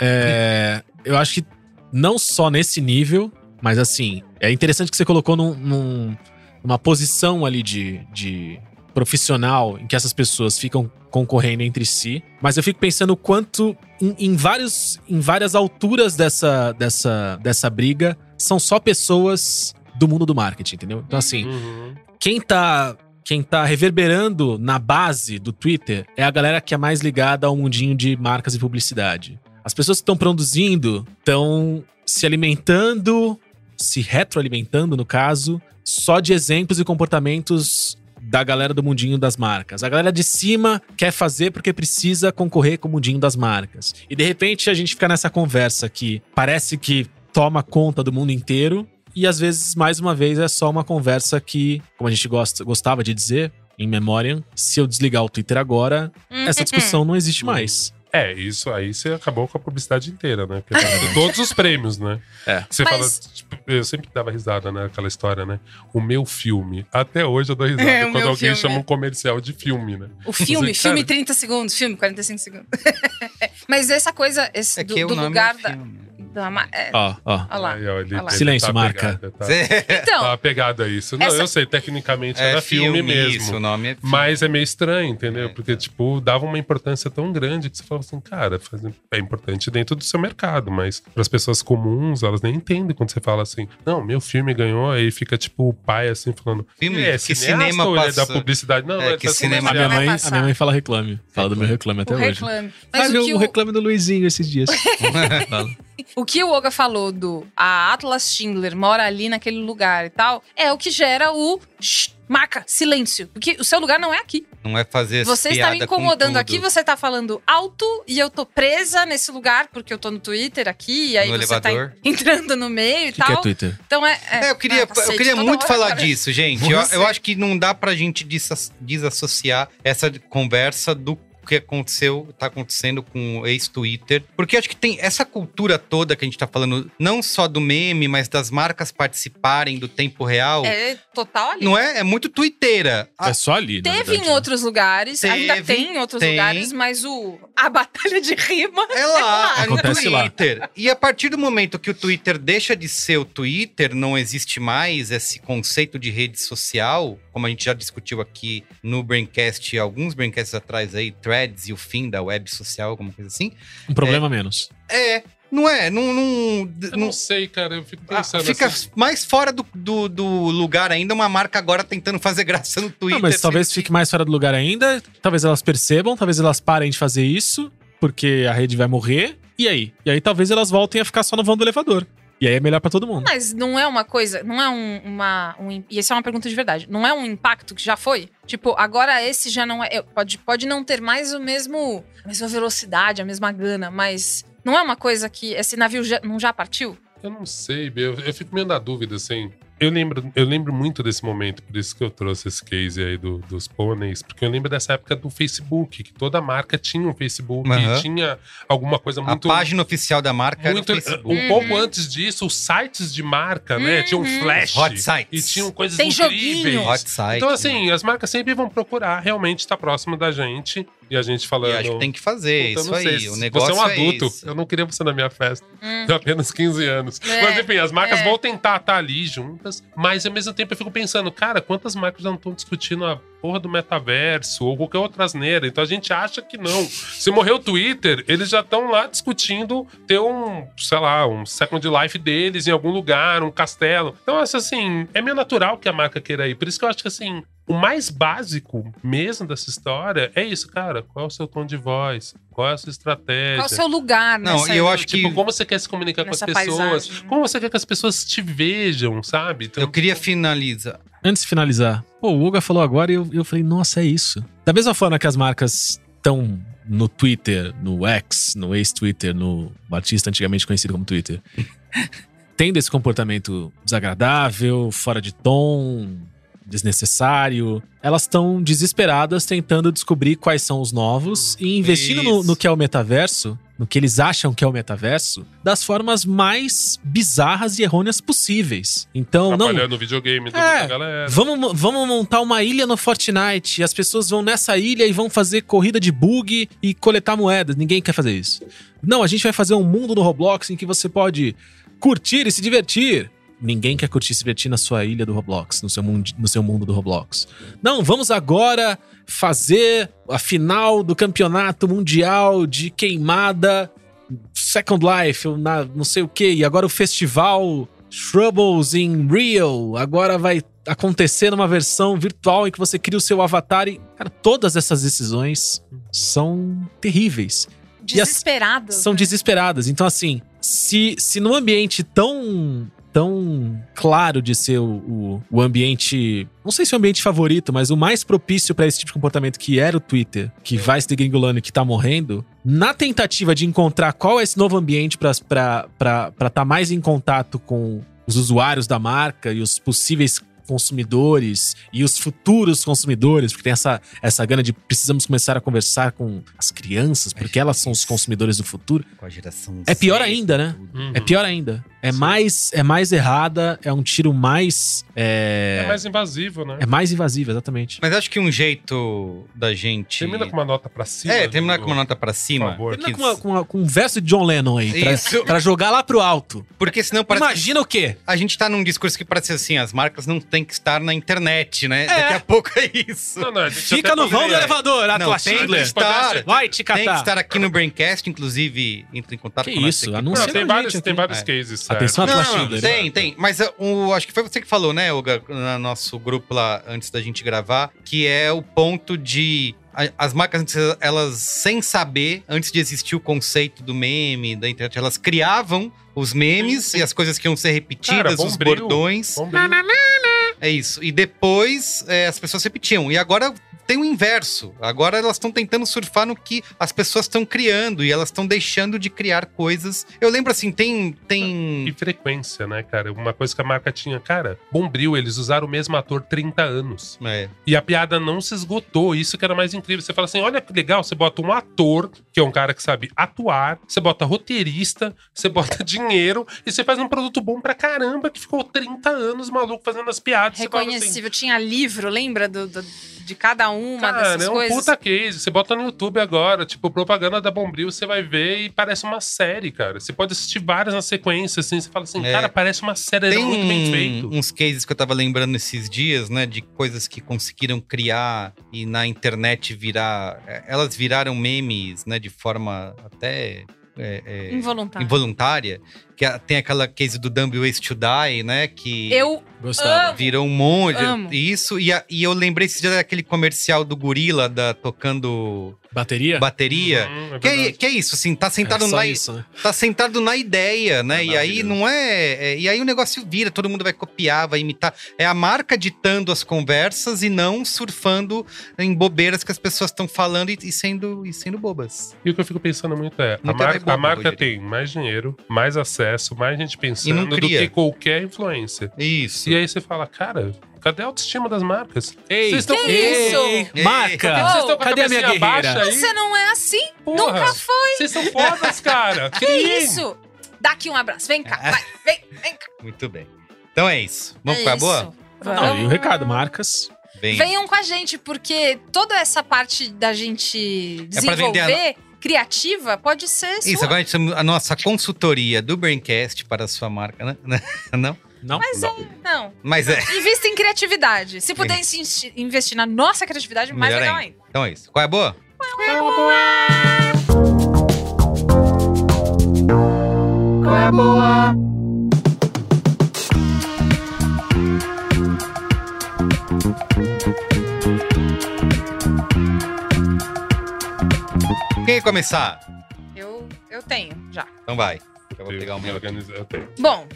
S4: É, Eu acho que não só nesse nível, mas assim, é interessante que você colocou num- num- numa posição ali de, de profissional em que essas pessoas ficam concorrendo entre si. Mas eu fico pensando o quanto em, em vários, em várias alturas dessa, dessa, dessa briga são só pessoas do mundo do marketing, entendeu? Então assim,
S3: Uhum.
S4: quem tá, quem tá reverberando na base do Twitter é a galera que é mais ligada ao mundinho de marcas e publicidade. As pessoas que estão produzindo estão se alimentando, se retroalimentando, no caso, só de exemplos e comportamentos da galera do mundinho das marcas. A galera de cima quer fazer porque precisa concorrer com o mundinho das marcas. E de repente a gente fica nessa conversa que parece que toma conta do mundo inteiro e às vezes mais uma vez é só uma conversa que, como a gente gosta, gostava de dizer em memória, se eu desligar o Twitter agora,
S2: Uhum.
S4: essa discussão não existe mais.
S3: É, isso aí você acabou com a publicidade inteira, né? Porque tá dando todos os prêmios, né?
S4: É.
S3: Você
S2: Mas-
S3: fala, tipo, eu sempre dava risada, né? Aquela história, né? O meu filme. Até hoje eu dou risada
S2: *laughs* É, o
S3: quando
S2: meu
S3: alguém
S2: filme.
S3: chama um comercial de filme, né?
S2: O filme,
S1: *laughs*
S3: Assim,
S2: filme
S3: cara.
S2: 30 segundos, filme 45 segundos. *laughs* Mas essa coisa esse,
S1: É
S2: do,
S1: que o
S2: do
S1: nome
S2: lugar
S1: é
S2: da.
S1: filme.
S2: da ma- é,
S4: Ó, ó.
S2: olha lá.
S3: Aí, ó, ele-
S2: Olha lá.
S3: ele
S4: Silêncio, marca.
S3: apegado, *laughs* tá, tá
S2: Então,
S3: apegado a isso. Não,
S2: Essa-
S3: eu sei, tecnicamente
S1: É
S3: era filme, mesmo.
S1: Isso, o nome é filme.
S3: Mas é meio estranho, entendeu? Porque, tipo, dava uma importância tão grande que você falava assim, cara, faz- é importante dentro do seu mercado, mas para as pessoas comuns, elas nem entendem quando você fala assim, não, meu filme ganhou, aí fica, tipo, o pai assim falando.
S1: Filme?
S3: "Ele é
S1: Que
S3: cineasta
S1: cinema
S3: ou ele é da
S1: passa-
S3: publicidade? Não,
S1: É,
S3: ele
S1: que
S3: faz
S1: cinema-
S4: A minha,
S3: comercial."
S2: Vai
S4: mãe,
S2: passar.
S4: a minha mãe fala reclame. Fala do meu reclame até
S2: o
S4: hoje.
S2: reclame.
S4: Mas
S2: Mas o que
S4: o
S2: o.
S4: reclame do Luizinho esses dias. Fala.
S2: O que o Oga falou do a Atlas Schindler mora ali naquele lugar e tal, é o que gera o shh, marca, silêncio. Porque o seu lugar não é aqui.
S1: *laughs* Não é fazer
S2: Você está
S1: piada
S2: me
S1: com
S2: incomodando
S1: tudo.
S2: aqui, você está falando alto e eu tô presa nesse lugar porque eu tô no Twitter aqui, e aí
S1: No
S2: você
S1: elevador.
S2: tá en- entrando no meio e
S4: O que, que
S2: tal.
S4: é Twitter?
S2: então é.
S1: É, eu queria,
S2: Ah, cacete,
S1: eu queria
S2: toda
S1: muito
S2: hora
S1: falar
S2: aparece.
S1: disso, gente. Eu,
S4: Você-
S1: eu acho que não dá pra gente desa- desassociar essa conversa do que aconteceu, tá acontecendo com o ex-Twitter. Porque acho que tem essa cultura toda que a gente tá falando, não só do meme, mas das marcas participarem do tempo real.
S2: É total ali.
S1: Não é? É muito twitteira. A-
S4: é só ali. na
S2: Teve um
S4: verdade.
S2: em outros lugares, ainda
S1: Teve,
S2: tem em outros
S1: tem.
S2: lugares, mas o a batalha de rima
S1: É lá, é no
S4: Acontece lá.
S1: Twitter. E a partir do momento que o Twitter deixa de ser o Twitter, não existe mais esse conceito de rede social, como a gente já discutiu aqui no Braincast, alguns Braincasts atrás aí, threads e o fim da web social, alguma coisa assim.
S4: Um problema menos.
S1: É, não é, não. não,
S3: Eu
S1: não-
S3: não sei, cara. Eu fico
S1: ah,
S3: pensando
S1: fica
S3: assim.
S1: mais fora do, do- do lugar ainda uma marca agora tentando fazer graça no Twitter.
S4: Não, Ah, mas talvez
S1: Assim,
S4: fique mais fora do lugar ainda. Talvez elas percebam, talvez elas parem de fazer isso, porque a rede vai morrer. E aí? E aí talvez elas voltem a ficar só no vão do elevador. E aí é melhor pra todo mundo.
S2: Mas não é uma coisa, não é um, uma. um im- e essa é uma pergunta de verdade. Não é um impacto que já foi? Tipo, agora esse já não é. eu- Pode, pode não ter mais o mesmo. a mesma velocidade, a mesma gana, mas. Não é uma coisa que. Esse navio já- não já partiu? é
S3: Eu não sei, Bê, eu, eu fico meio na dúvida, assim. Eu lembro, eu lembro muito desse momento, por isso que eu trouxe esse case aí do- dos pôneis, porque eu lembro dessa época do Facebook, que toda marca tinha um Facebook,
S1: Aham.
S3: e tinha alguma coisa
S1: A
S3: muito.
S1: página oficial da marca
S3: muito-
S1: era no Facebook.
S3: um pouco antes disso, os sites de marca, né? Tinham flash.
S1: Hot sites.
S3: E tinham coisas
S2: Tem
S3: incríveis.
S2: joguinho.
S1: Hot né? site.
S3: Então, assim, as marcas sempre vão procurar realmente estar próximo da gente. E a gente
S1: E
S3: falando.
S1: acho que tem que fazer,
S3: Puta, eu
S1: é isso
S3: não sei,
S1: aí.
S3: se
S1: O negócio
S3: Você é um adulto.
S1: isso.
S3: eu não queria você na minha festa.
S2: Hum.
S3: Tenho apenas 15 anos.
S2: É,
S3: mas enfim, as marcas
S2: é.
S3: vão tentar estar ali juntas. Mas ao mesmo tempo eu fico pensando, cara, quantas marcas já não estão discutindo a porra do metaverso ou qualquer outra asneira? Então a gente acha que não. Se morreu o Twitter, eles já estão lá discutindo ter um, sei lá, um second life deles em algum lugar, um castelo. Então, acho assim, é meio natural que a marca queira ir. Por isso que eu acho que assim, o mais básico mesmo dessa história é isso, cara. Qual é o seu tom de voz? Qual é a sua estratégia?
S2: Qual o seu lugar, né?
S1: Não, e eu acho
S3: Tipo,
S1: que-
S3: como você quer se comunicar com as
S2: Nessa
S3: pessoas?
S2: paisagem.
S3: Como você quer que as pessoas te vejam, sabe? Então,
S1: Eu queria finalizar.
S4: Antes de finalizar, pô, o Uga falou agora e eu, eu falei, nossa, é isso. Da mesma forma que as marcas estão no Twitter, no X, no ex-Twitter, no Batista, antigamente conhecido como Twitter, tendo esse comportamento desagradável, fora de tom, desnecessário, elas estão desesperadas tentando descobrir quais são os novos e investindo no,
S1: Isso.
S4: no que é o metaverso, no que eles acham que é o metaverso, das formas mais bizarras e errôneas possíveis. Então, não,
S3: atrapalhando o videogame do-
S4: É.
S3: da galera.
S4: Vamos, mo- vamos montar uma ilha no Fortnite. As pessoas vão nessa ilha e vão fazer corrida de bug e coletar moedas. Ninguém quer fazer isso. Não, a gente vai fazer um mundo no Roblox em que você pode curtir e se divertir. Ninguém quer curtir e se divertir na sua ilha do Roblox, no seu, mundo, no seu mundo do Roblox. Não, vamos agora fazer a final do campeonato mundial de queimada Second Life, ou na, não sei o que, e agora o festival Troubles in Rio agora vai acontecer numa versão virtual em que você cria o seu avatar e, cara, todas essas decisões são terríveis,
S2: Desesperado.
S4: são desesperadas. Então, assim, se, se num ambiente tão tão claro de ser o, o, o ambiente, não sei se é o ambiente favorito, mas o mais propício para esse tipo de comportamento que era o Twitter, que vai se degringolando e que tá morrendo, na tentativa de encontrar qual é esse novo ambiente para estar tá mais em contato com os usuários da marca e os possíveis consumidores e os futuros consumidores, porque tem essa, essa gana de precisamos começar a conversar com as crianças,
S1: É
S4: porque elas são os consumidores do futuro.
S1: Com a geração
S4: É pior
S1: Z,
S4: ainda, né?
S1: tudo.
S3: Uhum.
S4: É pior ainda. É
S3: Sim.
S4: mais, é mais errada, é um tiro mais. É,
S3: É mais invasivo, né?
S4: é mais invasivo, exatamente.
S1: Mas acho que um jeito da gente.
S3: Termina com uma nota pra cima. né?
S1: É, terminar
S3: Dudu,
S1: com uma nota pra cima.
S3: Por favor.
S4: Termina
S1: que-
S4: com, uma- com uma- com um verso de John Lennon aí, pra,
S1: Isso.
S4: pra jogar lá pro alto.
S1: Porque senão parece.
S4: Imagina o quê?
S1: A gente tá num discurso que parece assim: as marcas não têm que estar na internet, né? Daqui a pouco é isso.
S3: Não, não, a gente
S4: Fica
S3: até
S4: no vão do
S3: poderia-
S4: elevador,
S1: Não,
S4: Atlas
S1: tem que
S4: Schindler.
S1: estar.
S4: Vai
S1: Tem
S4: te
S1: que
S4: catar.
S1: estar aqui no Braincast, inclusive, entre em contato
S4: Que
S1: com a nossa
S4: isso,
S1: equipe.
S4: anúncio
S3: Não,
S4: Não,
S3: tem
S4: gente,
S3: vários,
S4: aqui.
S3: tem vários
S1: É.
S3: cases. sério.
S4: Atenção, Atlas
S1: Não, não,
S4: Schindler.
S1: tem, tem. Mas uh, o, acho que foi você que falou, né, Olga, no nosso grupo lá antes da gente gravar, que é o ponto de a- as marcas, antes, elas, sem saber, antes de existir o conceito do meme, da internet, elas criavam os memes e as coisas que iam ser repetidas, os
S3: Bombril.
S1: bordões.
S3: Bombril.
S1: É isso. E depois é, as pessoas repetiam. E agora tem o inverso. Agora elas estão tentando surfar no que as pessoas estão criando e elas estão deixando de criar coisas. Eu lembro assim, tem.
S3: E
S1: tem...
S3: frequência, né, cara? Uma coisa que a marca tinha, cara, Bombril, eles usaram o mesmo ator 30 anos.
S1: É.
S3: E a piada não se esgotou, isso que era mais incrível. Você fala assim: olha que legal, você bota um ator, que é um cara que sabe atuar, você bota roteirista, você bota *laughs* dinheiro, e você faz um produto bom pra caramba que ficou 30 anos maluco fazendo as piadas. Você fala assim,
S2: Reconhecível. Tinha livro, lembra do, do- de cada uma
S3: Cara,
S2: dessas
S3: é um
S2: coisas?
S3: puta case. Você bota no YouTube agora, tipo, propaganda da Bombril, você vai ver e parece uma série, cara. Você pode assistir várias na sequência, assim, você fala assim,
S1: É.
S3: cara, parece uma série, era
S1: Tem
S3: muito bem
S1: um-
S3: feito.
S1: uns cases que eu tava lembrando esses dias, né? De coisas que conseguiram criar e na internet virar. é, Elas viraram memes, né? De forma até. é, é,
S3: Tá.
S2: Involuntário.
S1: involuntária. Que a- tem aquela case do Dumb Ways to Die, né? Que
S2: Eu
S4: Gostava.
S1: virou um monte.
S2: Amo.
S1: Isso. E, a- e eu lembrei esse dia daquele comercial do gorila da,
S3: *laughs*
S1: tocando
S4: Bateria?
S1: bateria.
S3: Hum, é
S1: Que é,
S3: verdade.
S1: que é isso, assim, tá sentado
S4: É, só
S1: na,
S4: isso, né?
S1: tá sentado na ideia, né?
S4: É
S1: e aí
S4: maravilhoso.
S1: não é, é- E aí o negócio vira, todo mundo vai copiar, vai imitar. É a marca ditando as conversas e não surfando em bobeiras que as pessoas estão falando e, e sendo, e sendo bobas.
S3: E o que eu fico pensando muito é, a
S1: Muita
S3: marca,
S1: vergonha,
S3: a marca
S1: Rogério.
S3: tem mais dinheiro, mais acesso, mais gente pensando do
S1: cria.
S3: que qualquer influência.
S1: Isso.
S3: E aí você fala, cara, cadê a autoestima das marcas?
S4: Ei,
S3: Vocês estão-
S2: Que isso?
S1: Ei. Ah.
S4: Marca!
S3: Vocês estão com a
S4: cadê a minha
S3: cabecinha
S4: guerreira?
S3: baixa aí?
S2: Você não é assim?
S3: Porra,
S2: Nunca foi.
S3: Vocês são fodas, cara.
S2: *laughs* Que É isso? Dá aqui um abraço. Vem cá, vai. Vem, vem cá.
S1: Muito bem. Então é isso. É. Vamos
S2: É
S1: pra
S2: isso.
S1: boa?
S2: Vamos.
S4: Não, e o recado, marcas.
S1: Bem.
S2: Venham com a gente, porque toda essa parte da gente
S1: É pra vender
S2: desenvolver criativa pode ser sua.
S1: Isso, agora a, gente chama a nossa consultoria do Braincast para a sua marca, né? *laughs* Não?
S4: Não?
S2: Mas é, não.
S1: Mas é.
S2: Invista em criatividade. Se puder insi- investir na nossa criatividade, mais
S1: Melhor
S2: legal
S1: ainda.
S2: ainda.
S1: Então é isso. Qual é a boa? é Quem quer começar?
S2: Eu, eu tenho, já.
S1: Então vai. Eu vou pegar o meu.
S3: Eu tenho.
S2: Bom,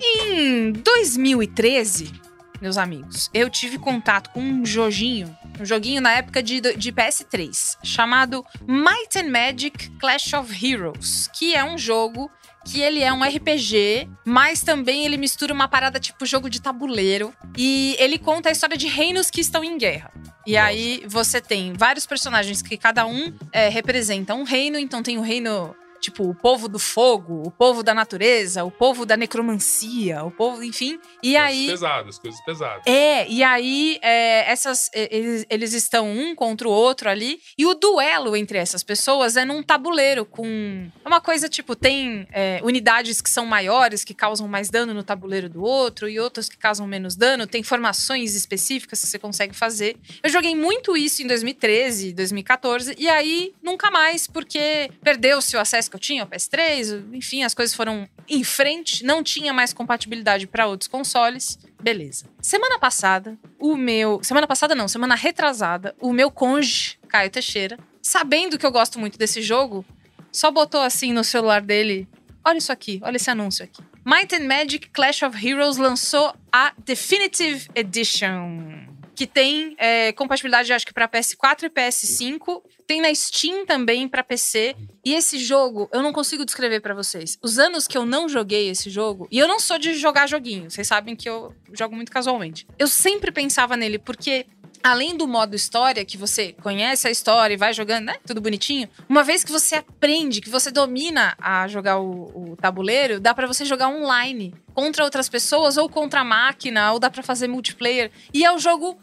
S2: em 2013, meus amigos, eu tive contato com um joginho, um joguinho na época de, de PS3, chamado Might and Magic Clash of Heroes, que é um jogo que ele é um RPG, mas também ele mistura uma parada tipo jogo de tabuleiro e ele conta a história de reinos que estão em guerra. E
S1: Nossa.
S2: aí você tem vários personagens que cada um é, representa um reino, então tem o reino tipo o povo do fogo, o povo da natureza, o povo da necromancia, o povo, enfim. E aí
S3: Pesadas, coisas pesadas.
S2: é, e aí é, essas e- eles, eles estão um contra o outro ali. E o duelo entre essas pessoas é num tabuleiro com. É uma coisa tipo, tem é, unidades que são maiores, que causam mais dano no tabuleiro do outro, e outras que causam menos dano. Tem formações específicas que você consegue fazer. Eu joguei muito isso em 2013, 2014, e aí nunca mais, porque perdeu-se o acesso que eu tinha ao PS3, enfim, as coisas foram em frente, não tinha mais compatibilidade para outros consoles. Beleza. Semana passada, o meu. Semana passada não, semana retrasada, o meu conge, Caio Teixeira, sabendo que eu gosto muito desse jogo, só botou assim no celular dele: olha isso aqui, olha esse anúncio aqui. Might and Magic Clash of Heroes lançou a Definitive Edition que tem é, compatibilidade, acho que pra PS4 e PS5. Tem na Steam também pra PC. E esse jogo, eu não consigo descrever pra vocês. Os anos que eu não joguei esse jogo, e eu não sou de jogar joguinho, vocês sabem que eu jogo muito casualmente. Eu sempre pensava nele, porque. Além do modo história, que você conhece a história e vai jogando, né? Tudo bonitinho. Uma vez que você aprende, que você domina a jogar o, o tabuleiro, dá pra você jogar online contra outras pessoas ou contra a máquina, ou dá pra fazer multiplayer. E é o jogo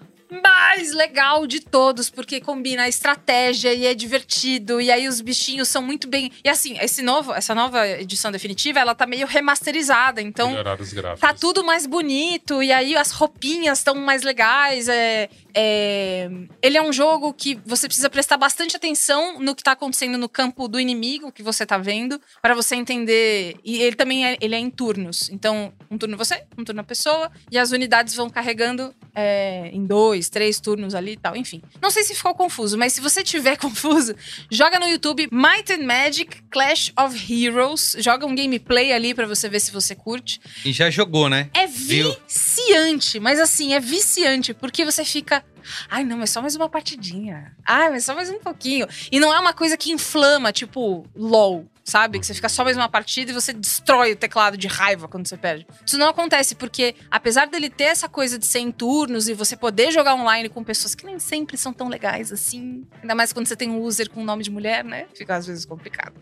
S2: mais legal de todos, porque combina a estratégia e é divertido, e aí os bichinhos são muito bem. E assim, esse novo, essa nova edição definitiva, ela tá meio remasterizada, então
S3: Melhorar os gráficos.
S2: tá tudo mais bonito, e aí as roupinhas estão mais legais. é, É, ele é um jogo que você precisa prestar bastante atenção no que tá acontecendo no campo do inimigo que você tá vendo, para você entender. E ele também é, ele é em turnos. Então, um turno você, um turno a pessoa, e as unidades vão carregando é, em dois, três turnos ali e tal. Enfim. Não sei se ficou confuso, mas se você tiver *laughs* confuso, joga no YouTube Might and Magic Clash of Heroes. Joga um gameplay ali pra você ver se você curte.
S1: E já jogou, né?
S2: É
S1: Viu?
S2: viciante, mas assim, é viciante, porque você fica. Ai, não, é só mais uma partidinha. Ai, mas só mais um pouquinho. E não é uma coisa que inflama, tipo, LOL, sabe? Que você fica só mais uma partida e você destrói o teclado de raiva quando você perde. Isso não acontece, porque apesar dele ter essa coisa de ser em turnos e você poder jogar online com pessoas que nem sempre são tão legais assim, ainda mais quando você tem um user com nome de mulher, né? Fica às vezes complicado.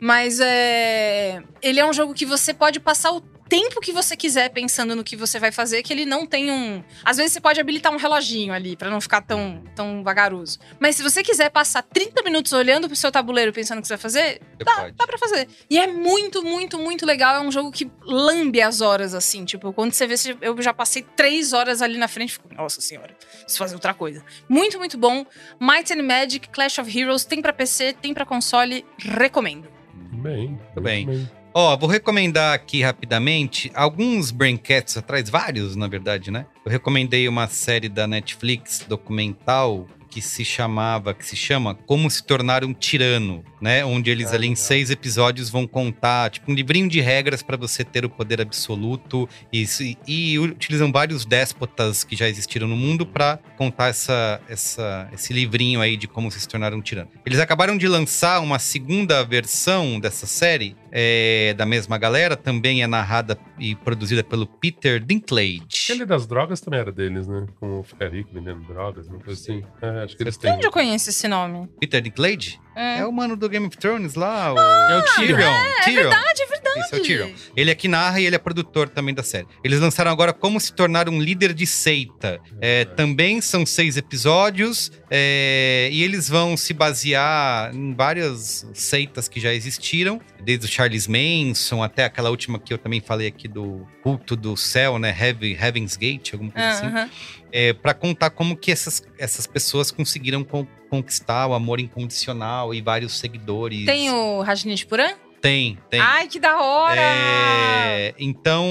S2: Mas é. Ele é um jogo que você pode passar o tempo que você quiser pensando no que você vai fazer, que ele não tem um. Às vezes você pode habilitar um reloginho ali, pra não ficar tão, tão vagaroso. Mas se você quiser passar 30 minutos olhando pro seu tabuleiro pensando o que você vai fazer,
S1: Você
S2: dá,
S1: pode.
S2: dá pra fazer. E é muito, muito, muito legal. É um jogo que lambe as horas, assim. Tipo, quando você vê, você- eu já passei três horas ali na frente, fico, nossa senhora, preciso fazer outra coisa. Muito, muito bom. Might and Magic, Clash of Heroes, tem pra PC, tem pra console, recomendo.
S3: Bem,
S1: Tá bem. Ó, vou recomendar aqui rapidamente alguns braincasts atrás, vários na verdade, né? Eu recomendei uma série da Netflix documental que se chamava, que se chama Como se tornar um tirano, né? Onde eles
S5: Ah,
S1: ali em
S5: legal.
S1: seis episódios vão contar, tipo um livrinho de regras para você ter o poder absoluto e, se- e utilizam vários déspotas que já existiram no mundo para contar essa, essa, esse livrinho aí de como se tornar um tirano. Eles acabaram de lançar uma segunda versão dessa série, é, da mesma galera, também é narrada e produzida pelo Peter Dinklage.
S3: Aquele das drogas também era deles, né? Com ficar rico vendendo drogas, uma coisa assim. É, acho que eles
S2: De
S3: têm.
S2: onde eu
S1: um
S2: conheço esse nome?
S1: Peter Dinklage?
S2: É.
S1: É o mano do Game of Thrones lá, o
S4: É o Tyrion.
S1: É, Tyrion.
S2: verdade, é verdade.
S1: Esse é o Tyrion. Ele aqui narra e ele é produtor também da série. Eles lançaram agora Como Se Tornar um Líder de Seita. É, também são seis episódios é, e eles vão se basear em várias seitas que já existiram, desde o Charles Manson até aquela última que eu também falei aqui do culto do céu, né? Heaven- Heaven's Gate, alguma coisa
S2: Ah,
S1: assim
S2: aham.
S1: é, para contar como que essas, essas pessoas conseguiram con- conquistar o amor incondicional e vários seguidores.
S2: Tem o Ah, Rajneesh Puran?
S1: Tem, tem.
S2: Ai, que da hora!
S1: É, então,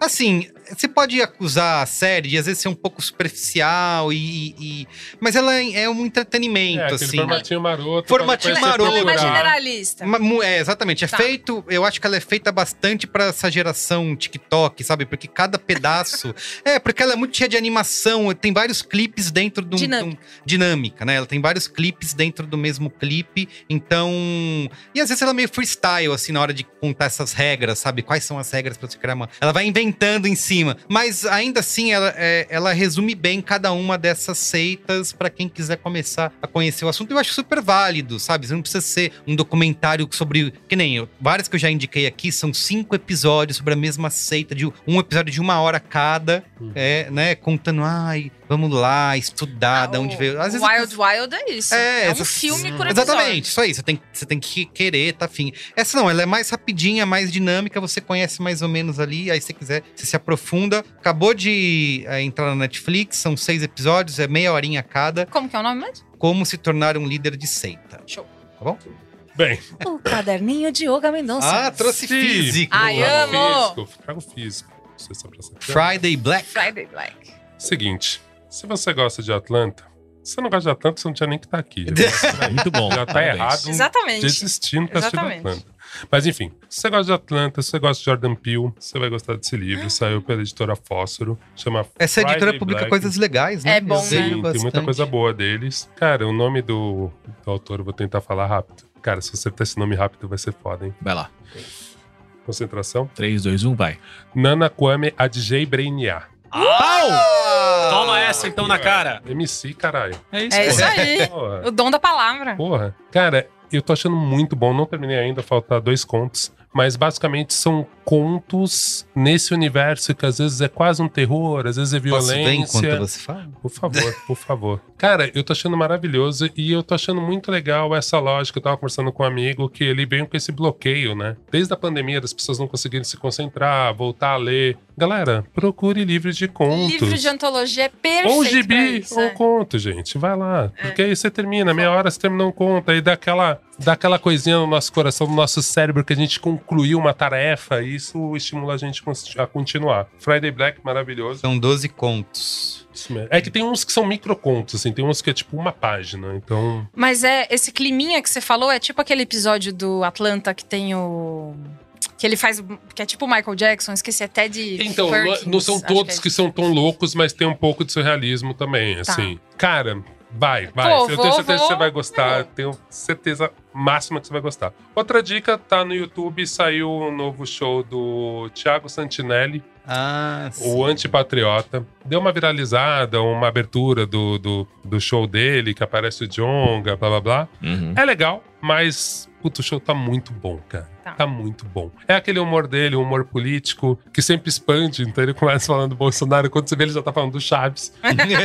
S1: assim, você pode acusar a série de às vezes ser um pouco superficial e, e- mas ela é um
S3: É,
S1: entretenimento,
S3: aquele
S1: assim.
S3: formatinho maroto.
S1: Formatinho
S3: pra
S2: Ela-
S3: você
S1: maroto.
S2: Ela é mais
S3: procurar.
S2: generalista.
S1: Ma- mu- É, exatamente. É
S2: Tá.
S1: feito, eu acho que ela é feita bastante pra essa geração TikTok, sabe? Porque cada
S2: *laughs*
S1: pedaço. é, porque ela é muito cheia de animação, tem vários clipes dentro de um.
S2: Dinâmica.
S1: de um- dinâmica, né? Ela tem vários clipes dentro do mesmo clipe, então. E às vezes ela é meio freestyle, assim, na hora de contar essas regras, sabe? Quais são as regras pra você criar uma. Ela vai inventando em cima, mas ainda assim ela, é- ela resume bem cada uma dessas seitas pra quem quiser começar a conhecer o assunto. Eu acho super válido, sabe? Você não precisa ser um documentário sobre. Que nem eu. Vários que eu já indiquei aqui são cinco episódios sobre a mesma seita, de um episódio de uma hora cada,
S3: Hum.
S1: é, né? Contando, ai, vamos lá, estudar, um de onde
S2: Ah, o
S1: veio. Às vezes
S2: Wild Wild é isso.
S1: É,
S2: É, um
S1: essas-
S2: filme por episódio.
S1: Exatamente, isso aí. Você tem, você tem que querer, tá afim. Essa não, ela é mais rapidinha, mais dinâmica, você conhece mais ou menos ali, aí se você quiser, você se aprofunda. Acabou de eh, entrar na Netflix, são seis episódios, é meia horinha cada.
S2: Como que é o nome mesmo?
S1: Como se tornar um líder de seita.
S2: Show.
S3: Bem,
S2: O Caderninho de Yoga Mendonça.
S1: Ah, trouxe
S3: Sim.
S1: físico.
S2: Ai,
S3: trago
S2: amo.
S3: físico. Trago físico. pra Você só pra saber.
S1: Friday Black.
S2: Friday Black.
S3: Seguinte, se você gosta de Atlanta, se você não gosta de Atlanta, você não tinha nem que
S1: *laughs*
S3: estar aqui.
S4: é Muito bom.
S3: Já tá
S4: parabéns.
S3: errado.
S2: Exatamente.
S3: Desistindo pra assistir
S2: Exatamente.
S3: Atlanta. Mas enfim, se você gosta de Atlanta, se você gosta de Jordan Peele, você vai gostar desse livro. Saiu pela editora Fósforo. Chama
S1: Essa
S3: Friday
S1: editora publica
S3: Black.
S1: coisas legais, né?
S2: É bom,
S1: Eu
S2: né?
S1: leio
S3: Sim, tem muita
S1: bastante.
S3: coisa boa deles. Cara, o nome do, do autor eu vou tentar falar rápido. Cara, se você botar esse nome rápido, vai ser foda, hein?
S4: Vai lá.
S3: Concentração.
S4: 3, 2, 1, vai.
S3: Nana Kwame Adjei Breiniá.
S2: Ah!
S4: Pau!
S1: Ah,
S4: Toma essa então
S3: É.
S4: na cara.
S3: MC, caralho.
S4: É isso,
S2: É isso
S4: pô.
S2: aí.
S3: Porra.
S2: O dom da palavra.
S3: Porra. Cara, eu tô achando muito bom. Não terminei ainda, falta dois contos. Mas basicamente são contos nesse universo que às vezes é quase um terror, às vezes é
S1: Posso ver
S3: violência.
S1: enquanto você fala?
S3: Por favor, por favor. Cara, eu tô achando maravilhoso e eu tô achando muito legal essa lógica. Eu tava conversando com um amigo que ele veio com esse bloqueio, né? Desde a pandemia, das pessoas não conseguirem se concentrar, voltar a ler. Galera, procure livros de contos.
S2: Livro de antologia é perfeito.
S3: Ou
S2: pra
S3: gibi,
S2: isso,
S3: ou
S2: é.
S3: conto, gente. Vai lá. Porque aí você termina, meia hora você terminou um conto. Aí dá aquela, dá aquela coisinha no nosso coração, no nosso cérebro, que a gente concluiu uma tarefa. E isso estimula a gente cons- a continuar. Friday Black, maravilhoso.
S1: São 12 contos.
S3: Isso mesmo. É que tem uns que são microcontos, assim. Tem uns que é tipo uma página. Então,
S2: Mas é esse climinha que você falou é tipo aquele episódio do Atlanta que tem o. Que ele faz. Que é tipo o Michael Jackson, esqueci até de.
S3: Então, não- não são
S2: é
S3: todos que são tão loucos, mas tem um pouco de surrealismo também,
S2: Tá.
S3: assim. Cara, vai, vai.
S2: Vou,
S3: eu
S2: vou,
S3: tenho certeza
S2: vou.
S3: que você vai gostar.
S2: Eu
S3: Tenho certeza máxima que você vai gostar. Outra dica, tá no YouTube, saiu um novo show do Thiago Santinelli,
S1: Ah,
S3: o
S1: sim.
S3: Antipatriota. Deu uma viralizada, uma abertura do, do, do show dele, que aparece o Jonga, blá blá blá.
S2: Uhum.
S4: Uhum.
S3: É legal, mas puto, o show tá muito bom, cara.
S2: Tá.
S3: Tá. muito bom. É aquele humor dele, o humor político, que sempre expande. Então ele *laughs* começa falando do Bolsonaro, quando você vê ele já tá falando do Chaves. *laughs*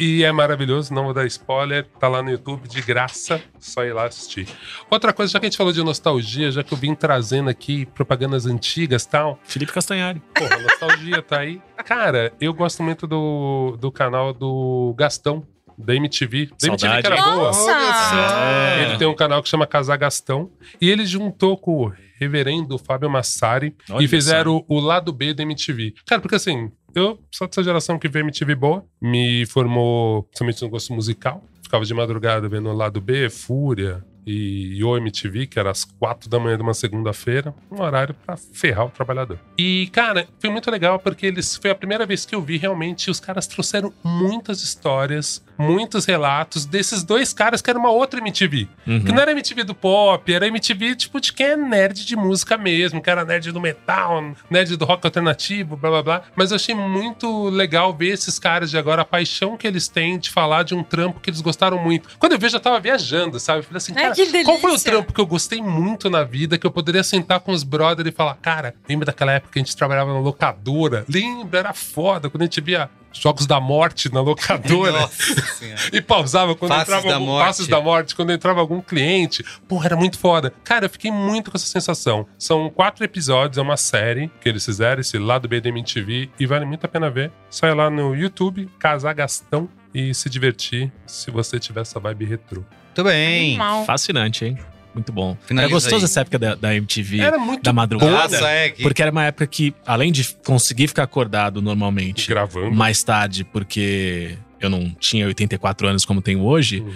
S3: e, e é maravilhoso, não vou dar spoiler. Tá lá no YouTube, de graça. Só ir lá assistir. Outra coisa, já que a gente falou de nostalgia, já que eu vim trazendo aqui propagandas antigas e tal,
S4: Felipe Castanhari.
S3: Porra, a nostalgia tá
S2: *laughs*
S3: aí. Cara, eu gosto muito do, do canal do Gastão, da MTV. Da MTV que era
S4: Saudade.
S3: boa.
S2: Nossa!
S4: É.
S3: Ele tem um canal que chama Casar Gastão. E ele juntou com o reverendo Fábio Massari
S4: Olha
S3: e fizeram o, lado B da MTV. Cara, porque assim, eu sou dessa geração que vê MTV boa, me formou principalmente no gosto musical. Ficava de madrugada vendo o lado B, Fúria e o MTV, que era às quatro da manhã de uma segunda-feira, um horário pra ferrar o trabalhador. E, cara, foi muito legal porque eles foi a primeira vez que eu vi realmente os caras trouxeram muitas histórias, muitos relatos desses dois caras que era uma outra MTV.
S4: Uhum.
S3: Que não era MTV do pop, era MTV tipo de quem é nerd de música mesmo, que era nerd do metal, nerd do rock alternativo, blá blá blá. Mas eu achei muito legal ver esses caras de agora, a paixão que eles têm de falar de um trampo que eles gostaram muito. Quando eu vejo, eu tava viajando, sabe? Eu falei assim,
S2: Ai,
S3: cara,
S2: que delícia.
S3: qual foi o trampo que eu gostei muito na vida, que eu poderia sentar com os brothers e falar, cara, lembra daquela época que a gente trabalhava na locadora? Lembra? Era foda quando a gente via Jogos da Morte
S1: né?
S3: na locadora.
S1: *laughs* Nossa senhora.
S3: E pausava quando
S1: Passes
S3: entrava
S1: da
S3: algum,
S1: morte.
S3: Passes da morte, quando entrava algum cliente. Porra, era muito foda. Cara, eu fiquei muito com essa sensação. São quatro episódios, é uma série que eles fizeram, esse lado B da MTV, e vale muito a pena ver. Sai lá no YouTube, Casar Gastão e se divertir se você tiver essa vibe retrô.
S1: Muito bem.
S2: Animal.
S4: Fascinante, hein? Muito bom.
S1: Finaliza
S4: era gostoso
S1: aí.
S4: essa época da, da MTV,
S3: Era muito
S4: da madrugada.
S1: Nossa, é que...
S4: Porque era uma época que, além de conseguir ficar acordado normalmente,
S3: *laughs* gravando.
S4: mais tarde, porque eu não tinha 84 anos como tenho hoje,
S3: Uhum.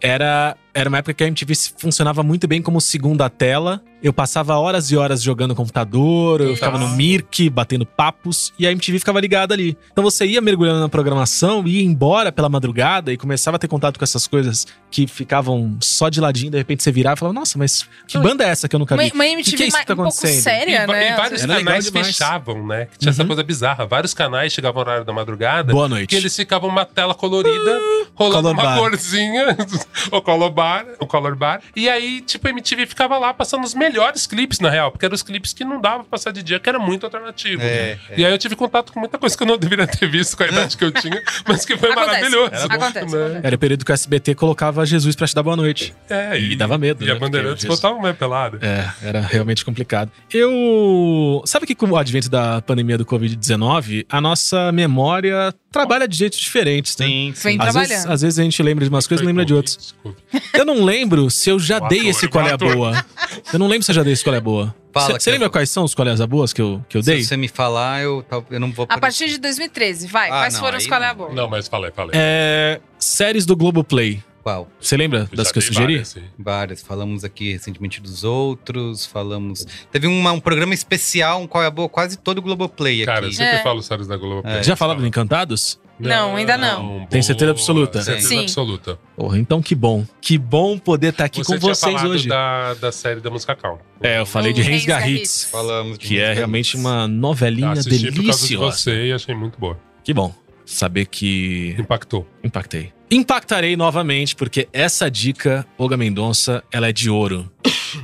S4: era, era uma época que a MTV funcionava muito bem como segunda tela. Eu passava horas e horas jogando no computador, eu ficava no Mirk, batendo papos, e a MTV ficava ligada ali. Então você ia mergulhando na programação, ia embora pela madrugada e começava a ter contato com essas coisas que ficavam só de ladinho, de repente você virava e falava, nossa, mas que banda é essa que eu nunca
S2: Uma,
S4: vi?
S2: uma MTV
S4: Que que é isso
S2: mais-
S4: que tá
S2: um pouco
S4: acontecendo?
S3: E,
S2: séria,
S3: va-
S2: né?
S3: e vários
S4: Era legal
S3: canais
S4: demais.
S3: fechavam, né? Que tinha essa
S4: Uhum.
S3: coisa bizarra. Vários canais chegavam no horário da madrugada.
S4: Boa noite.
S3: que eles ficavam uma tela colorida,
S2: Ah.
S3: rolando
S4: color
S3: uma
S4: bar.
S3: corzinha, *laughs* o color bar, o color bar. E aí, tipo, a MTV ficava lá passando os melhores clipes, na real, porque eram os clipes que não dava pra passar de dia, que era muito alternativo.
S1: É,
S3: né? E aí eu tive contato com muita coisa que eu não deveria ter visto com a idade que eu
S2: *laughs*
S3: tinha, mas que foi
S2: Acontece.
S3: maravilhoso.
S2: Era bom. Acontece,
S3: Né?
S2: acontece.
S4: Era o período que o SBT colocava Jesus pra te dar boa noite.
S3: É,
S4: E dava medo,
S3: E
S4: né?
S3: a Bandeirantes
S4: Porque-
S3: botava uma pelada.
S4: É, era realmente complicado. Eu. Sabe que com o advento da pandemia do Covid-19, a nossa memória trabalha de jeitos diferentes, né?
S1: Sim,
S2: Vem
S4: Às
S2: trabalhando.
S4: vezes, às vezes a gente lembra de umas coisas e
S3: Foi
S4: lembra de
S3: Covid,
S4: outras.
S3: desculpa.
S4: Eu não lembro se eu já
S3: O
S4: dei
S3: ator,
S4: esse
S3: o
S4: qual é a
S3: ator.
S4: boa. Eu não lembro se eu já dei esse qual é a boa.
S1: Fala,
S4: Você
S1: cara.
S4: lembra quais são os qualhas boas que eu, que eu dei?
S1: Se você me falar, eu, tal- eu não vou...
S2: A partir de 2013, vai.
S1: Ah,
S2: Quais
S1: não,
S2: foram os
S1: aí
S2: qual é a
S1: não.
S2: boa?
S3: Não, mas falei, falei.
S4: É, séries do Globoplay.
S1: Qual?
S4: Você lembra
S3: Já
S4: das que eu
S3: dei
S4: sugeri?
S3: várias, assim. sim.
S1: Várias. Falamos aqui recentemente dos outros, falamos... Teve uma- um programa especial, um Qual é a Boa, quase todo o Globoplay
S3: Cara, eu
S1: aqui.
S3: sempre
S2: É.
S3: falo séries da Globo. porque
S4: já
S3: eles
S4: falava do Encantados?
S2: Não, ainda não.
S4: Tem certeza absoluta?
S3: Certeza
S2: Sim.
S3: absoluta.
S4: Porra, então que bom. Que bom poder estar aqui com
S3: tinha
S4: vocês
S3: falado
S4: hoje.
S3: Da, da série da música calma.
S4: É, eu falei de
S2: Do
S4: Reis
S2: Reis Garritz.
S4: Garritz.
S1: Falamos de
S4: Que é
S1: música.
S4: realmente uma novelinha
S3: assisti por causa de
S4: deliciosa.
S3: você e achei muito boa.
S4: Que bom saber que
S3: Impactou.
S4: impactei. Impactarei novamente, porque essa dica, Olga Mendonça, ela é de ouro.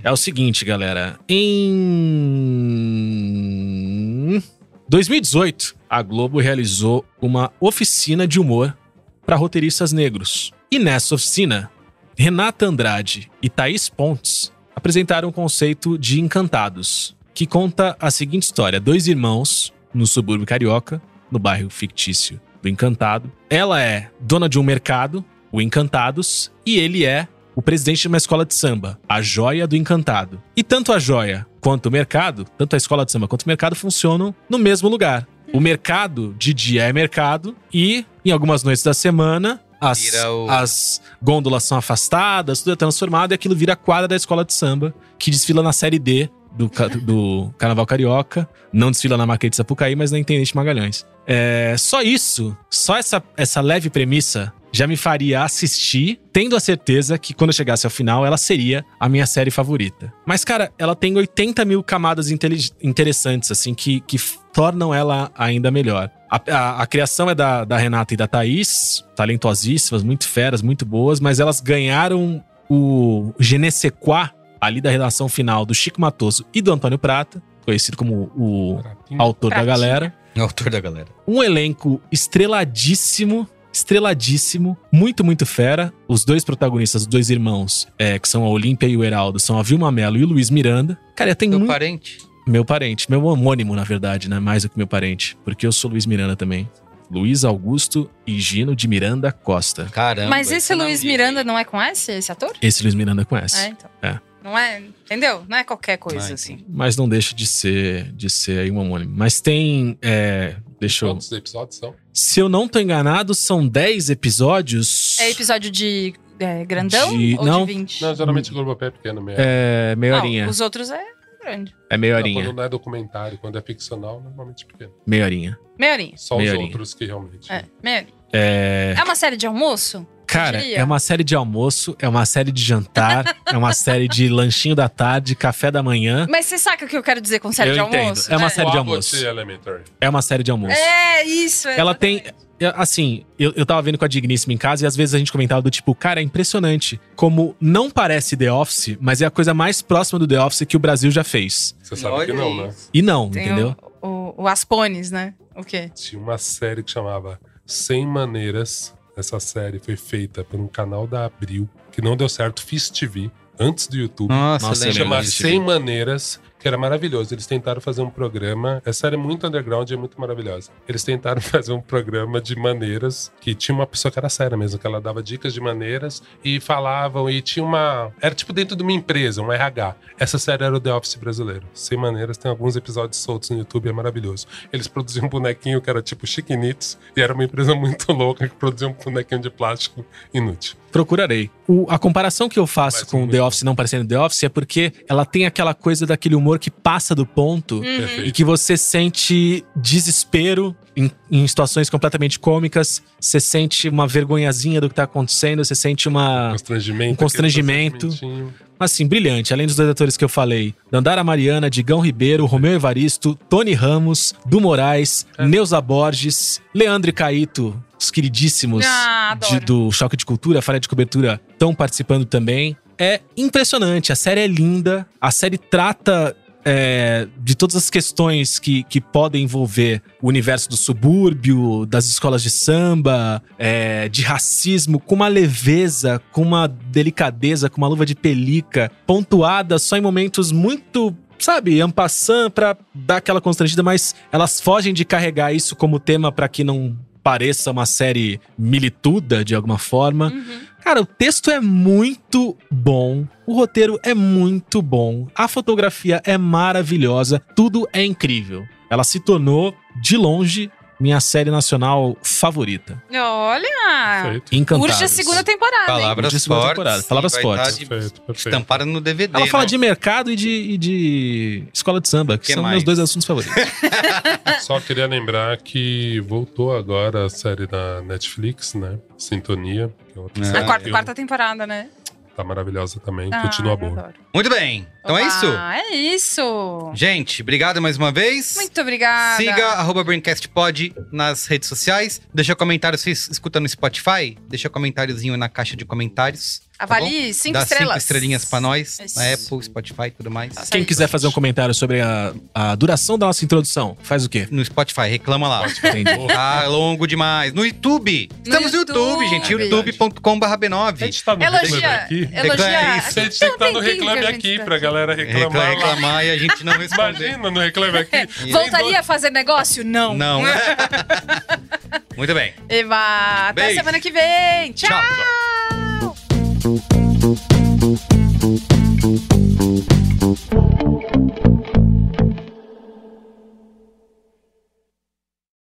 S4: É o seguinte, galera. Em 2018, a Globo realizou uma oficina de humor para roteiristas negros. E nessa oficina, Renata Andrade e Thaís Pontes apresentaram o conceito de Encantados, que conta a seguinte história: dois irmãos no subúrbio carioca, no bairro fictício do Encantado. Ela é dona de um mercado, o Encantados, e ele é o presidente de uma escola de samba, a Joia do Encantado. E tanto a Joia quanto o mercado, tanto a escola de samba quanto o mercado funcionam no mesmo lugar. O mercado de dia é mercado e em algumas noites da semana as,
S1: Vira o-
S4: as gôndolas são afastadas, tudo é transformado e aquilo vira a quadra da escola de samba que desfila na série D do, ca- do Carnaval Carioca. Não desfila na Marquês de Sapucaí, mas na Intendente Magalhães. É, só isso, só essa, essa leve premissa já me faria assistir, tendo a certeza que quando eu chegasse ao final, ela seria a minha série favorita. Mas, cara, ela tem 80 mil camadas intelig- interessantes, assim, que, que f- tornam ela ainda melhor. A, a- a criação é da, da Renata e da Thaís, talentosíssimas, muito feras, muito boas, mas elas ganharam o Genesequá ali da redação final do Chico Matoso e do Antônio Prata, conhecido como o autor da
S2: Pratinha.
S4: galera
S1: É o autor da galera.
S4: um elenco estreladíssimo, estreladíssimo, muito, muito fera. Os dois protagonistas, os dois irmãos, é, que são a Olímpia e o Heraldo, são a Vilma Mello e o Luiz Miranda. Cara, tem
S1: Meu
S4: muito...
S1: parente.
S4: Meu parente, meu homônimo, na verdade, né? Mais do que meu parente, porque eu sou Luiz Miranda também. Luiz Augusto e Gino de Miranda Costa.
S1: Caramba.
S2: Mas esse
S1: eu não
S2: Luiz
S1: li.
S2: Miranda não é com S, esse ator?
S4: Esse Luiz Miranda
S2: É,
S4: conhece.
S2: então.
S4: É.
S2: Não é, entendeu? Não é qualquer coisa,
S1: Ah,
S2: assim.
S4: Mas não deixa de ser, de ser aí um homônimo. Mas tem. É, deixa eu.
S3: Quantos episódios são?
S4: Se eu não tô enganado, são 10 episódios.
S2: É episódio de é, grandão
S4: De-
S2: ou
S4: não.
S2: de 20?
S3: Não, geralmente o Globo é pequeno mesmo.
S4: Hum. É, meia horinha.
S2: Não, os Tá outros é grande.
S4: É meia
S3: Não,
S4: horinha.
S3: Quando não é documentário, quando é ficcional, normalmente pequeno.
S4: Meia horinha.
S2: Meia horinha.
S3: Só
S4: Meia
S3: os
S4: horinha.
S3: outros que realmente.
S2: É, meia horinha.
S4: É.
S2: É uma série de almoço?
S4: Cara,
S2: diria.
S4: é uma série de almoço, é uma série
S2: *laughs*
S4: de jantar, é uma série de lanchinho da tarde, café da manhã.
S2: Mas você sabe o que eu quero dizer com série
S4: Eu
S2: de
S4: entendo.
S2: almoço?
S4: É uma
S3: O
S4: série de
S3: Abbott
S4: almoço.
S3: Elementary.
S4: É uma série de almoço.
S2: É, isso. É
S4: Ela tem. é, Assim, eu, eu tava vendo com a Digníssima em casa e às vezes a gente comentava do tipo, cara, é impressionante como não parece The Office, mas é a coisa mais próxima do The Office que o Brasil já fez.
S3: Você sabe
S1: Olha
S3: que não, né?
S1: isso.
S4: E não,
S2: Tem
S4: entendeu?
S2: O, o, o Aspones, né? O quê?
S3: Tinha uma série que chamava 100 Maneiras. Essa série foi feita por um canal da Abril, que não deu certo, Fizz TV, antes do YouTube.
S1: Nossa, Nossa
S4: Nossa, eu lembro
S3: Chama
S1: lembra?
S4: disso.
S3: 100 Maneiras, que era maravilhoso. Eles tentaram fazer um programa. Essa série é muito underground e é muito maravilhosa. Eles tentaram *laughs* fazer um programa de maneiras que tinha uma pessoa que era séria mesmo, que ela dava dicas de maneiras e falavam. E tinha uma. Era tipo dentro de uma empresa, um RH. Essa série era o The Office brasileiro. 100 Maneiras tem alguns episódios soltos no YouTube, é maravilhoso. Eles produziam um bonequinho que era tipo Chiquinitos e era uma empresa *laughs* muito louca que produzia um bonequinho de plástico inútil.
S2: um
S4: Procurarei. O- a comparação que eu faço
S3: Mas
S4: com
S3: muito
S4: The
S3: bom.
S4: Office não parecendo The Office é porque ela tem aquela coisa daquele humor que passa do ponto
S3: Perfeito.
S4: Uhum. e que você sente desespero em, em situações completamente cômicas, você sente uma vergonhazinha do que tá acontecendo, você sente uma.
S3: Constrangimento.
S4: Um constrangimento.
S3: aquele constrangimentinho.
S4: Assim, brilhante. Além dos dois atores que eu falei: Dandara Mariana, Digão Ribeiro, Romeu Evaristo, Tony Ramos, Du Moraes,
S3: É.
S4: Neuza Borges, Leandro e Caíto, os queridíssimos
S2: Ah,
S4: de-
S2: adoro.
S4: do Choque de Cultura, Falha de Cobertura, estão participando também. É impressionante, a série é linda, a série trata é, de todas as questões que, que podem envolver o universo do subúrbio, das escolas de samba, é, de racismo, com uma leveza, com uma delicadeza, com uma luva de pelica, pontuada só em momentos muito. Sabe, ampassam pra dar aquela constrangida, mas elas fogem de carregar isso como tema pra que não pareça uma série milituda de alguma forma.
S2: Uhum.
S4: Cara, o texto é muito bom, o roteiro é muito bom, a fotografia é maravilhosa, tudo é incrível. Ela se tornou, de longe, minha série nacional favorita. Ah.
S2: Olha!
S3: Perfeito.
S4: Encantados.
S2: Urge a segunda temporada, hein?
S4: de
S1: Palavras
S4: segunda temporada,
S1: fortes.
S4: palavras
S1: e vai tá
S4: fortes.
S1: de-
S3: Perfeito, perfeito.
S1: Estampada no DVD.
S4: Ela fala
S1: né?
S4: de mercado e de, e de escola de samba, que,
S1: Que
S4: são
S1: mais?
S4: meus dois assuntos favoritos.
S3: Só queria lembrar que voltou agora a série da Netflix, né? Sintonia, que é outra
S1: É.
S3: série
S2: A quarta,
S3: que
S2: quarta temporada, né?
S3: tá maravilhosa também. Continua
S2: Ah,
S3: boa.
S2: adoro.
S1: Muito bem. Então é
S2: Opa,
S1: isso.
S2: É isso.
S1: Gente, obrigado mais uma vez.
S2: Muito obrigada.
S1: Siga tá arroba Braincastpod nas redes sociais. Deixa comentário se es- escuta no Spotify. Deixa comentáriozinho na caixa de comentários.
S2: Avalie cinco
S1: Dá
S2: estrelas.
S1: cinco estrelinhas pra nós,
S2: Isso.
S1: na Apple, Spotify e tudo mais.
S2: Nossa,
S4: Quem
S2: aí.
S4: quiser fazer um comentário sobre a, a duração da nossa introdução, faz o quê?
S1: No Spotify, reclama lá.
S4: Entendi.
S1: Tá longo demais. No YouTube. Estamos no YouTube,
S2: YouTube.
S1: gente.
S2: É
S3: verdade.
S1: youtube.com.br
S3: A
S1: B9.
S3: gente tá no reclame
S2: Elogia.
S3: aqui.
S1: Reclame
S2: Elogia.
S1: isso.
S3: A gente tem que tá no reclame aqui pra galera reclamar. lá.
S1: reclamar e a gente não responder.
S3: Imagina no reclame aqui.
S2: Voltaria a fazer negócio? Não.
S1: Não. né?
S2: *laughs*
S1: Muito bem.
S2: Eva, até
S1: Beijo.
S2: semana que vem. Tchau.
S1: Tchau.